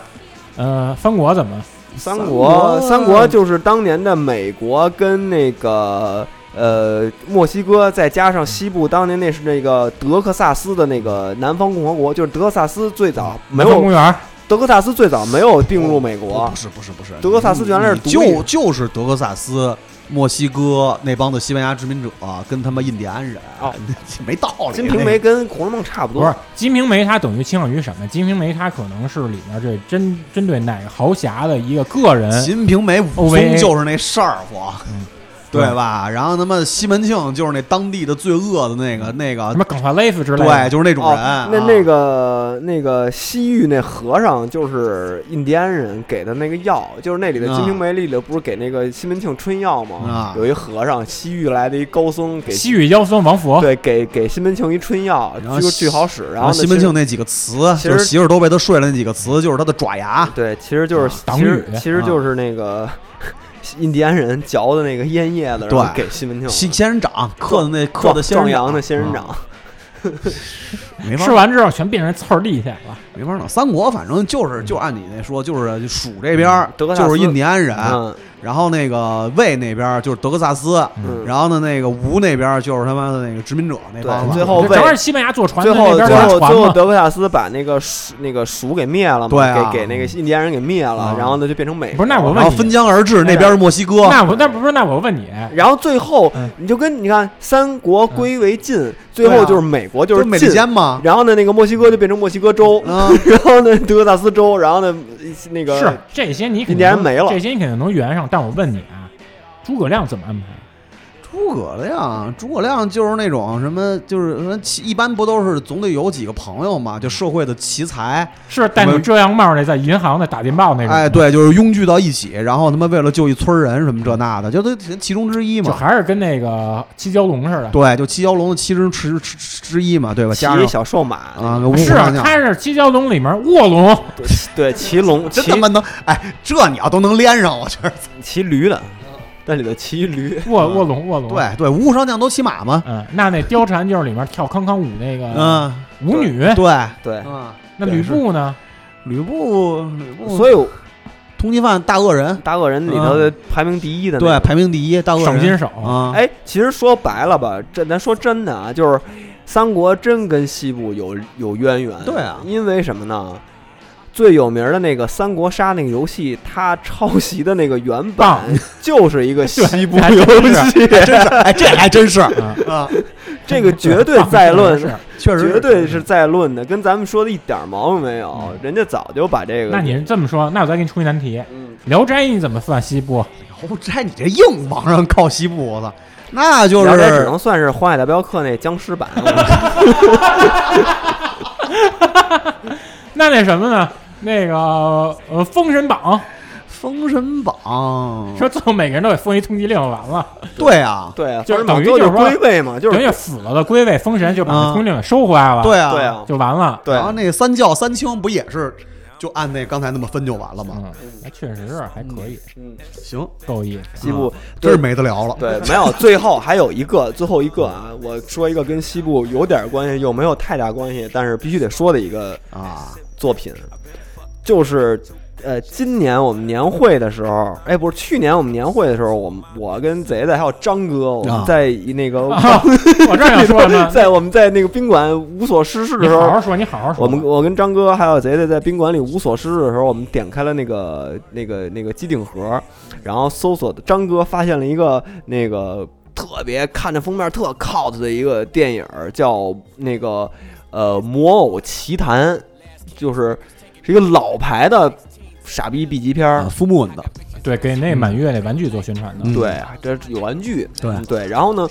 [SPEAKER 2] 呃，三国怎么？
[SPEAKER 5] 三国，三国就是当年的美国跟那个呃墨西哥，再加上西部当年那是那个德克萨斯的那个南方共和国，就是德克萨斯最早没
[SPEAKER 2] 南方公
[SPEAKER 5] 有
[SPEAKER 2] 园，
[SPEAKER 5] 德克萨斯最早没有并入美国
[SPEAKER 6] 不，是不是不是，
[SPEAKER 5] 德克萨斯原来是
[SPEAKER 6] 你
[SPEAKER 5] 独立
[SPEAKER 6] 就就是德克萨斯、墨西哥那帮的西班牙殖民者跟他妈印第安人
[SPEAKER 5] 哦，
[SPEAKER 6] 没道理。
[SPEAKER 5] 《金瓶梅》跟《红楼梦》差不
[SPEAKER 2] 不是《
[SPEAKER 5] 多。哦
[SPEAKER 2] 金瓶梅》，它等于倾向于什么？《金瓶梅》它可能是里面这针针对哪个豪侠的一个个人
[SPEAKER 6] 那个《金瓶梅》武
[SPEAKER 2] OVA
[SPEAKER 6] 松就是那事儿傅
[SPEAKER 2] 哎嗯。
[SPEAKER 6] 对吧？然后他妈西门庆就是那当地的罪恶的那
[SPEAKER 2] 嗯
[SPEAKER 6] 个那个
[SPEAKER 2] 什，么耿法雷夫之类
[SPEAKER 6] 对，
[SPEAKER 2] 的，
[SPEAKER 6] 就是那种
[SPEAKER 5] 哦
[SPEAKER 6] 人。，
[SPEAKER 5] 那
[SPEAKER 6] 啊
[SPEAKER 5] 那个那个西域那和尚就是印第安人给的那个药，就是那里的《金瓶梅》里头不是给那个西门庆春药吗
[SPEAKER 6] 啊？
[SPEAKER 5] 有一和尚，西域来的一高僧给
[SPEAKER 2] 西域妖僧王佛，
[SPEAKER 5] 对，给给西门庆一春药
[SPEAKER 6] 然，后
[SPEAKER 5] 就
[SPEAKER 6] 西
[SPEAKER 5] 巨好使。然
[SPEAKER 6] 然
[SPEAKER 5] 后
[SPEAKER 6] 后啊西门庆那几个词，
[SPEAKER 5] 其
[SPEAKER 6] 就
[SPEAKER 5] 实
[SPEAKER 6] 是媳妇儿都被他睡了那几个词，就是他的爪牙
[SPEAKER 5] 那，对，其实
[SPEAKER 6] 啊
[SPEAKER 5] 就是
[SPEAKER 2] 党
[SPEAKER 5] 其实
[SPEAKER 2] 羽
[SPEAKER 5] 其实就是那个 印第安人嚼的那个烟叶子，然后
[SPEAKER 6] 对
[SPEAKER 5] 给西门庆
[SPEAKER 6] 仙仙人掌刻的那刻
[SPEAKER 5] 壮
[SPEAKER 6] 的
[SPEAKER 5] 嗯
[SPEAKER 6] 仙
[SPEAKER 5] 壮
[SPEAKER 6] 人
[SPEAKER 5] 阳
[SPEAKER 6] 掌
[SPEAKER 5] 的仙人
[SPEAKER 6] 啊
[SPEAKER 5] 掌。
[SPEAKER 6] 没法
[SPEAKER 2] 吃完之后全变成刺儿地去了。
[SPEAKER 6] 没法弄。三国反正就是就按你那说，就是蜀这边儿
[SPEAKER 5] 嗯德克萨斯
[SPEAKER 6] 就是印第安人，
[SPEAKER 5] 嗯
[SPEAKER 6] 然后那个魏那边儿就是德克萨斯，
[SPEAKER 5] 嗯，
[SPEAKER 6] 然后呢那个吴那边儿就是他妈的那个殖民者那帮
[SPEAKER 5] 对
[SPEAKER 6] 子。
[SPEAKER 5] 嗯最后
[SPEAKER 2] 就
[SPEAKER 5] 为
[SPEAKER 2] 正好西班牙坐船
[SPEAKER 5] 最
[SPEAKER 2] 在
[SPEAKER 5] 后
[SPEAKER 2] 那边
[SPEAKER 5] 最
[SPEAKER 2] 拉
[SPEAKER 5] 后
[SPEAKER 2] 船
[SPEAKER 5] 最后
[SPEAKER 2] 嘛，
[SPEAKER 5] 德克萨斯把那个蜀那个蜀给灭了嘛，
[SPEAKER 6] 对啊
[SPEAKER 5] 给给那个印第安人给灭了
[SPEAKER 6] 啊，
[SPEAKER 5] 然后呢就变成美
[SPEAKER 2] 不是那我
[SPEAKER 6] 然后
[SPEAKER 2] 问
[SPEAKER 6] 分
[SPEAKER 2] 你，
[SPEAKER 6] 江而
[SPEAKER 5] 哎
[SPEAKER 6] 治，那边是墨西哥，
[SPEAKER 2] 那我那不是那我问你，
[SPEAKER 5] 然后最后
[SPEAKER 2] 嗯
[SPEAKER 5] 你就跟你看三国归为晋，最后就是美国就
[SPEAKER 6] 嗯啊就是是美利
[SPEAKER 5] 晋
[SPEAKER 6] 坚嘛。
[SPEAKER 5] 然后呢，那个墨西哥就变成墨西哥州，
[SPEAKER 6] 嗯
[SPEAKER 5] 然后呢，德克萨斯州，然后呢，那个
[SPEAKER 2] 是这些你
[SPEAKER 5] 印
[SPEAKER 2] 肯
[SPEAKER 5] 第
[SPEAKER 2] 定
[SPEAKER 5] 安没了
[SPEAKER 2] 这些你肯定能圆上，但我问你啊，诸葛亮怎么安排？
[SPEAKER 6] 诸葛亮，诸葛亮就是那种什么，就是什么奇，一般不都是总得有几个朋友嘛，就社会的奇才，
[SPEAKER 2] 是戴着遮阳帽那在银行那打电报那种，
[SPEAKER 6] 哎，，对，就是拥聚到一起，然后他妈为了救一村儿人什么这那的，就都其中之一
[SPEAKER 2] 就
[SPEAKER 6] 嘛。
[SPEAKER 2] 还是跟那个七蛟龙似的。
[SPEAKER 6] 对，就七蛟龙的七之之之之一嘛，对吧？
[SPEAKER 5] 骑
[SPEAKER 6] 加上
[SPEAKER 5] 小瘦马
[SPEAKER 6] 啊，
[SPEAKER 5] 那
[SPEAKER 6] 五虎
[SPEAKER 2] 是啊
[SPEAKER 6] 上，将
[SPEAKER 2] 他是七蛟龙里面卧龙，
[SPEAKER 5] 个对，骑龙，
[SPEAKER 6] 真
[SPEAKER 5] 骑
[SPEAKER 6] 他妈能！哎，这你要都能连上，我觉得。
[SPEAKER 5] 骑驴的，但里头骑驴，
[SPEAKER 2] 卧卧龙卧龙。，
[SPEAKER 6] 对对，五虎上将都骑马嘛。
[SPEAKER 2] 嗯，那那貂蝉就是里面跳康康舞那个
[SPEAKER 6] 嗯，
[SPEAKER 2] 舞女，
[SPEAKER 6] 对，
[SPEAKER 5] 对，
[SPEAKER 6] 嗯，
[SPEAKER 2] 那吕布呢？
[SPEAKER 6] 吕布，吕布，
[SPEAKER 5] 所以
[SPEAKER 6] 通缉犯大恶人，
[SPEAKER 5] 大恶人里头的排名第一的，
[SPEAKER 6] 对，，排名第一，大恶
[SPEAKER 2] 赏金
[SPEAKER 6] 人
[SPEAKER 2] 手，
[SPEAKER 6] 啊，
[SPEAKER 5] 哎，其实说白了吧，这咱说真的啊，就是三国真跟西部有有渊源，
[SPEAKER 6] 对啊
[SPEAKER 5] 因为什么呢？最有名的那个三国杀那个游戏，它抄袭的那个原版
[SPEAKER 2] 棒
[SPEAKER 5] 就是一个西部
[SPEAKER 2] 还真
[SPEAKER 5] 游
[SPEAKER 2] 是
[SPEAKER 5] 戏，
[SPEAKER 6] 真 是，哎，这还真是
[SPEAKER 2] 啊，
[SPEAKER 6] 啊，
[SPEAKER 5] 这个绝对再论，
[SPEAKER 2] 是。
[SPEAKER 6] 确实
[SPEAKER 5] 绝对是再论的，跟咱们说的一点儿毛病没有
[SPEAKER 2] 嗯。
[SPEAKER 5] 人家早就把这个，
[SPEAKER 2] 那你是这么说，那我再给你出一难题，《
[SPEAKER 5] 嗯，
[SPEAKER 2] 聊斋》你怎么算西部？
[SPEAKER 6] 聊斋，哦你这硬往上靠西部，我操，那就
[SPEAKER 5] 聊斋只
[SPEAKER 6] 是
[SPEAKER 5] 能算是《荒野大镖客》那僵尸版。我
[SPEAKER 2] 那那什么呢？那个呃，《封神榜
[SPEAKER 6] 《封神榜》》
[SPEAKER 5] 嗯
[SPEAKER 2] 说最后每个人都给封一通缉令，完了，
[SPEAKER 6] 对啊，
[SPEAKER 5] 对啊，
[SPEAKER 2] 就是
[SPEAKER 5] 封神榜
[SPEAKER 2] 等于就是
[SPEAKER 5] 就是
[SPEAKER 2] 说
[SPEAKER 5] 归位嘛，就是嗯
[SPEAKER 2] 等于死了的归位，封神就把那通缉令给收回来了，
[SPEAKER 6] 对啊，
[SPEAKER 5] 对。啊，
[SPEAKER 2] 就完了。
[SPEAKER 5] 对
[SPEAKER 6] 然后那个三教三清不也是就按那刚才那么分就完了吗？
[SPEAKER 2] 嗯，那确实是还可以，
[SPEAKER 6] 行，
[SPEAKER 2] 够意思。
[SPEAKER 5] 嗯
[SPEAKER 2] 啊
[SPEAKER 5] 西部
[SPEAKER 6] 这是没得 聊了。
[SPEAKER 5] 对，没有。最后还有一个，最后一个啊，我说一个跟西部有点关系，又没有太大关系，但是必须得说的一个
[SPEAKER 6] 啊，
[SPEAKER 5] 作品，就是呃，今年我们年会的时候，哎，不是去年我们年会的时候，我们我跟贼贼还有张哥，我们
[SPEAKER 9] 啊
[SPEAKER 5] 在一那个、，
[SPEAKER 2] 啊我正想说呢
[SPEAKER 5] 在我们在那个宾馆无所事事的
[SPEAKER 2] 你
[SPEAKER 5] 时
[SPEAKER 2] 好
[SPEAKER 5] 候，
[SPEAKER 2] 好说，你好好 说。
[SPEAKER 5] 我们我跟张哥还有贼贼在宾馆里无所事事的时候，我们点开了那个那个那个机顶盒，然后搜索的张哥发现了一个那个特别看着封面特 cult 的一个电影，叫那个呃《魔偶奇谭》，就是是一个老牌的傻逼 B 级片儿
[SPEAKER 9] 啊，。苏木稳的，
[SPEAKER 2] 对给那满月那玩具做宣传的，
[SPEAKER 9] 嗯
[SPEAKER 5] 对，这是有玩具，
[SPEAKER 9] 对
[SPEAKER 5] 嗯对，然后呢，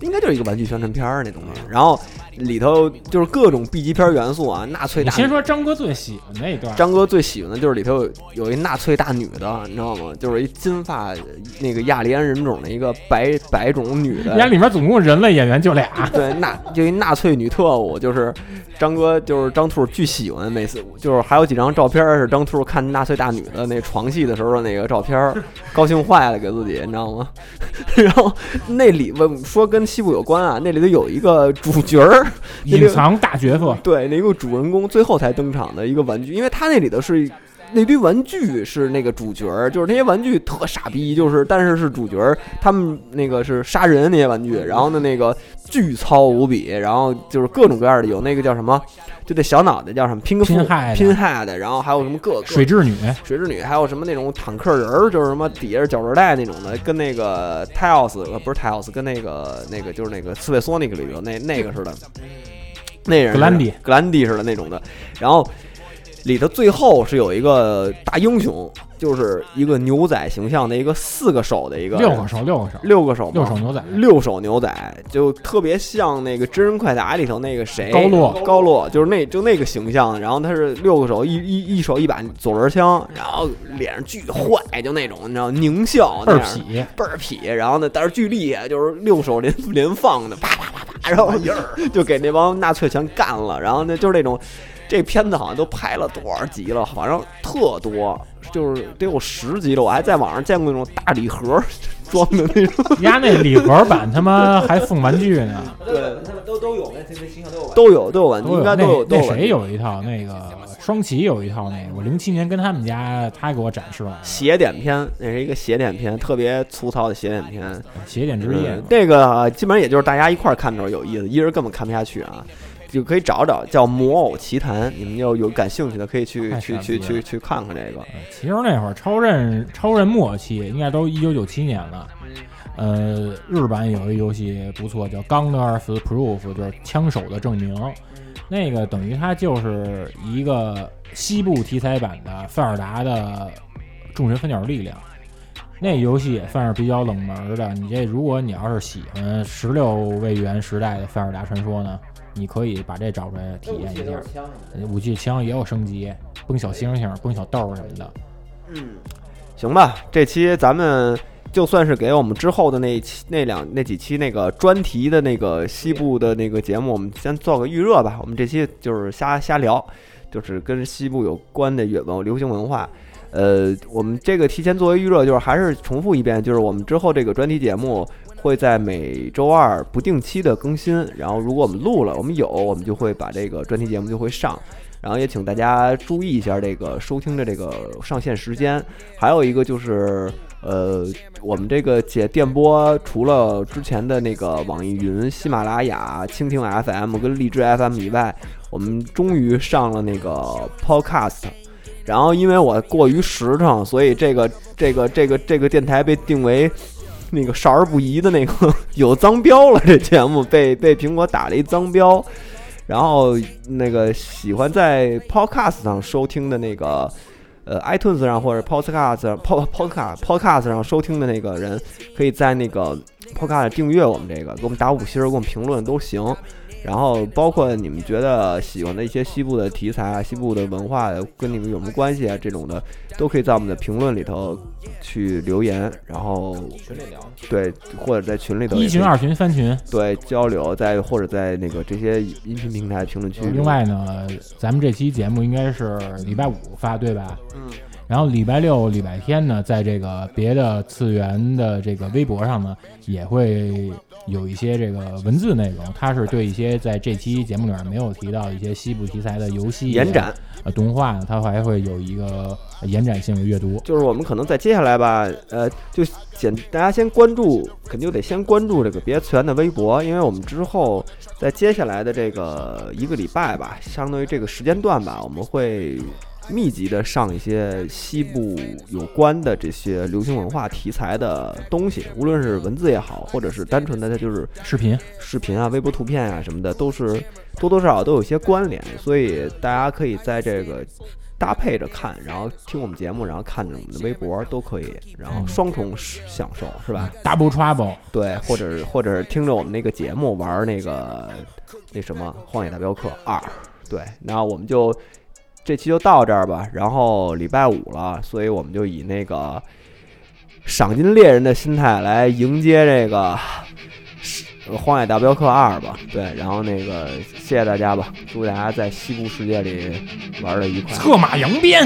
[SPEAKER 5] 应该就是一个玩具宣传片儿那东西，然后里头就是各种 B 级片儿元素啊，纳粹
[SPEAKER 2] 你
[SPEAKER 5] 大
[SPEAKER 2] 先说张哥最喜欢那一段，
[SPEAKER 5] 张哥最喜欢的就是里头有有一纳粹大女的，你知道吗？就是一金发那个雅利安人种的一个白白种女
[SPEAKER 2] 家
[SPEAKER 5] 的，
[SPEAKER 2] 里面总共人类演员就俩，
[SPEAKER 5] 对，纳就一纳粹女特务，就是张哥就是张兔巨喜欢，每次就是还有几张照片是张兔看纳粹大女的那床戏的时候的那个照片儿，高兴坏了给自己，你知道吗？ 然后那里我说跟西部有关啊，那里头有一个主角儿，那
[SPEAKER 2] 隐
[SPEAKER 5] 个
[SPEAKER 2] 藏大角色，
[SPEAKER 5] 对，那个主人公最后才登场的一个玩具，因为他那里头是那堆玩具是那个主角儿，就是那些玩具特傻逼，就是但是是主角儿，他们那个是杀人那些玩具，然后呢那个巨糙无比，然后就是各种各样的，有那个叫什么，就那小脑袋叫什么拼个
[SPEAKER 2] 拼
[SPEAKER 5] 腹
[SPEAKER 2] 害的
[SPEAKER 5] 拼害的，然后还有什么各各
[SPEAKER 2] 水蛭女，
[SPEAKER 5] 水之女，还有什么那种坦克人儿，就是什么底下是脚趾带那种的，跟那个 Tails 呃不是 Tails，跟那个那个就是那个刺猬索尼克里头那那个似的，那人似的
[SPEAKER 2] 格兰迪
[SPEAKER 5] 格兰迪似的那种的，然后里头最后是有一个大英雄，就是一个牛仔形象的一个四个手的一个
[SPEAKER 2] 六个手，六个手，
[SPEAKER 5] 六个手吗
[SPEAKER 2] 六手牛仔，
[SPEAKER 5] 六手牛仔就特别像那个《真人快打》里头那个谁
[SPEAKER 2] 高洛
[SPEAKER 5] 高洛就是那就那个形象，然后他是六个手一一一手一把左轮枪，然后脸上巨坏，就那种你知道狞笑那
[SPEAKER 2] 二
[SPEAKER 5] 样
[SPEAKER 2] 痞，
[SPEAKER 5] 倍儿痞，然后呢但是巨厉害，就是六手连连放的，啪啪啪啪，然后
[SPEAKER 2] 哎
[SPEAKER 5] 就给那帮纳粹全干了，然后呢就是那种。这片子好像都拍了多少集了？反正特多，就是得有十集了。我还在网上见过那种大礼盒装的那种，
[SPEAKER 2] 压那礼盒版他妈还送玩具 呢，
[SPEAKER 5] 对
[SPEAKER 7] 他们都都有那那形象都有吧。
[SPEAKER 5] 都有都有玩具，应该
[SPEAKER 2] 那
[SPEAKER 5] 都有都
[SPEAKER 2] 那
[SPEAKER 5] 有玩
[SPEAKER 2] 谁
[SPEAKER 5] 具。
[SPEAKER 2] 有一套那个双旗有一套那个，我零七年跟他们家他给我展示了
[SPEAKER 5] 邪典片，那是一个邪典片，特别粗糙的邪典片。
[SPEAKER 2] 邪典之夜
[SPEAKER 5] 嗯，这个啊基本上也就是大家一块儿看的时候有意思，一人根本看不下去啊。就可以找找叫《魔偶奇谭》，你们要有感兴趣的可以去
[SPEAKER 2] 太
[SPEAKER 5] 去
[SPEAKER 2] 傻逼
[SPEAKER 5] 去
[SPEAKER 2] 了
[SPEAKER 5] 去去看看这个。
[SPEAKER 2] 其实那会儿超任超任末期应该都一九九七年了。呃，日版有一游戏不错，叫《Gunners Proof》，就是枪手的证明。那个等于它就是一个西部题材版的塞尔达的众神分角力量。那游戏也算是比较冷门的。你这如果你要是喜欢十六位元时代的塞尔达传说呢，你可以把这找出来体验一下。武器枪也有升级，崩小星星、崩小豆儿什么的。
[SPEAKER 5] 行吧，这期咱们就算是给我们之后的那一期、那两、那几期那个专题的那个西部的那个节目，我们先做个预热吧。我们这期就是瞎瞎聊，就是跟西部有关的乐文流行文化。呃，我们这个提前作为预热，就是还是重复一遍，就是我们之后这个专题节目会在每周二不定期的更新。然后，如果我们录了，我们有，我们就会把这个专题节目就会上。然后也请大家注意一下这个收听的这个上线时间。还有一个就是，呃，我们这个节电波除了之前的那个网易云、喜马拉雅、蜻蜓 FM 跟荔枝 FM 以外，我们终于上了那个 Podcast。然后因为我过于实诚，所以这个这个这个这个电台被定为。那个少儿不宜的那个 有脏标了，这节目被被苹果打了一脏标，然后那个喜欢在 Podcast 上收听的那个，呃，iTunes 上或者 Podcast 上 Pod Podcast Podcast 上收听的那个人，可以在那个 Podcast 订阅我们这个，给我们打五星儿，给我们评论都行。然后包括你们觉得喜欢的一些西部的题材啊、西部的文化跟你们有什么关系啊这种的，都可以在我们的评论里头去留言，然后
[SPEAKER 7] 群里聊，
[SPEAKER 5] 对或者在群里头也
[SPEAKER 2] 一
[SPEAKER 5] 可以
[SPEAKER 2] 群、二群、三群。
[SPEAKER 5] 对交流，在或者在那个这些音频平
[SPEAKER 2] 嗯
[SPEAKER 5] 台评论区。
[SPEAKER 2] 另，外呢，咱们这期节目应该是礼拜五发，对吧？嗯。然后礼拜六、礼拜天呢，在这个别的次元的这个微博上呢，也会有一些这个文字内容，它是对一些在这期节目里面没有提到一些西部题材的游戏啊
[SPEAKER 5] 延展，
[SPEAKER 2] 呃动画呢，它还会有一个延展性的阅读。
[SPEAKER 5] 就是我们可能在接下来吧，呃，就简大家先关注，肯定得先关注这个别次元的微博，因为我们之后在接下来的这个一个礼拜吧，相当于这个时间段吧，我们会密集的上一些西部有关的这些流行文化题材的东西，无论是文字也好，或者是单纯的它就是
[SPEAKER 2] 视频
[SPEAKER 5] 视频啊、微博图片啊什么的，都是多多少少都有一些关联，所以大家可以在这个搭配着看，然后听我们节目，然后看着我们的微博都可以，然后双重享受是吧？
[SPEAKER 2] 嗯 Double Trouble，
[SPEAKER 5] 对，或者是或者是听着我们那个节目玩那个那什么《荒野大镖客二》，对，那我们就这期就到这儿吧，然后礼拜五了，所以我们就以那个赏金猎人的心态来迎接这个。呃《荒野大镖客二》吧，对，然后那个谢谢大家吧，祝大家在西部世界里玩的愉快。
[SPEAKER 2] 策马扬鞭。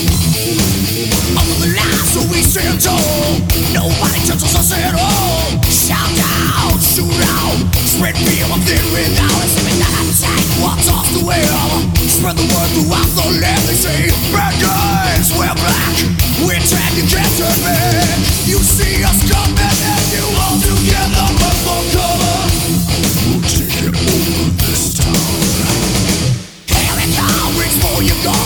[SPEAKER 10] All the lies that we see and told Nobody touches us at all Shout out, shoot out Spread fear of the without It's even that I take what's off the wheel Spread the word throughout the land They say, bad guys, we're black We're tag, you can't turn back You see us coming and you all together run for cover We'll take it over this town Here it comes, reach for your gun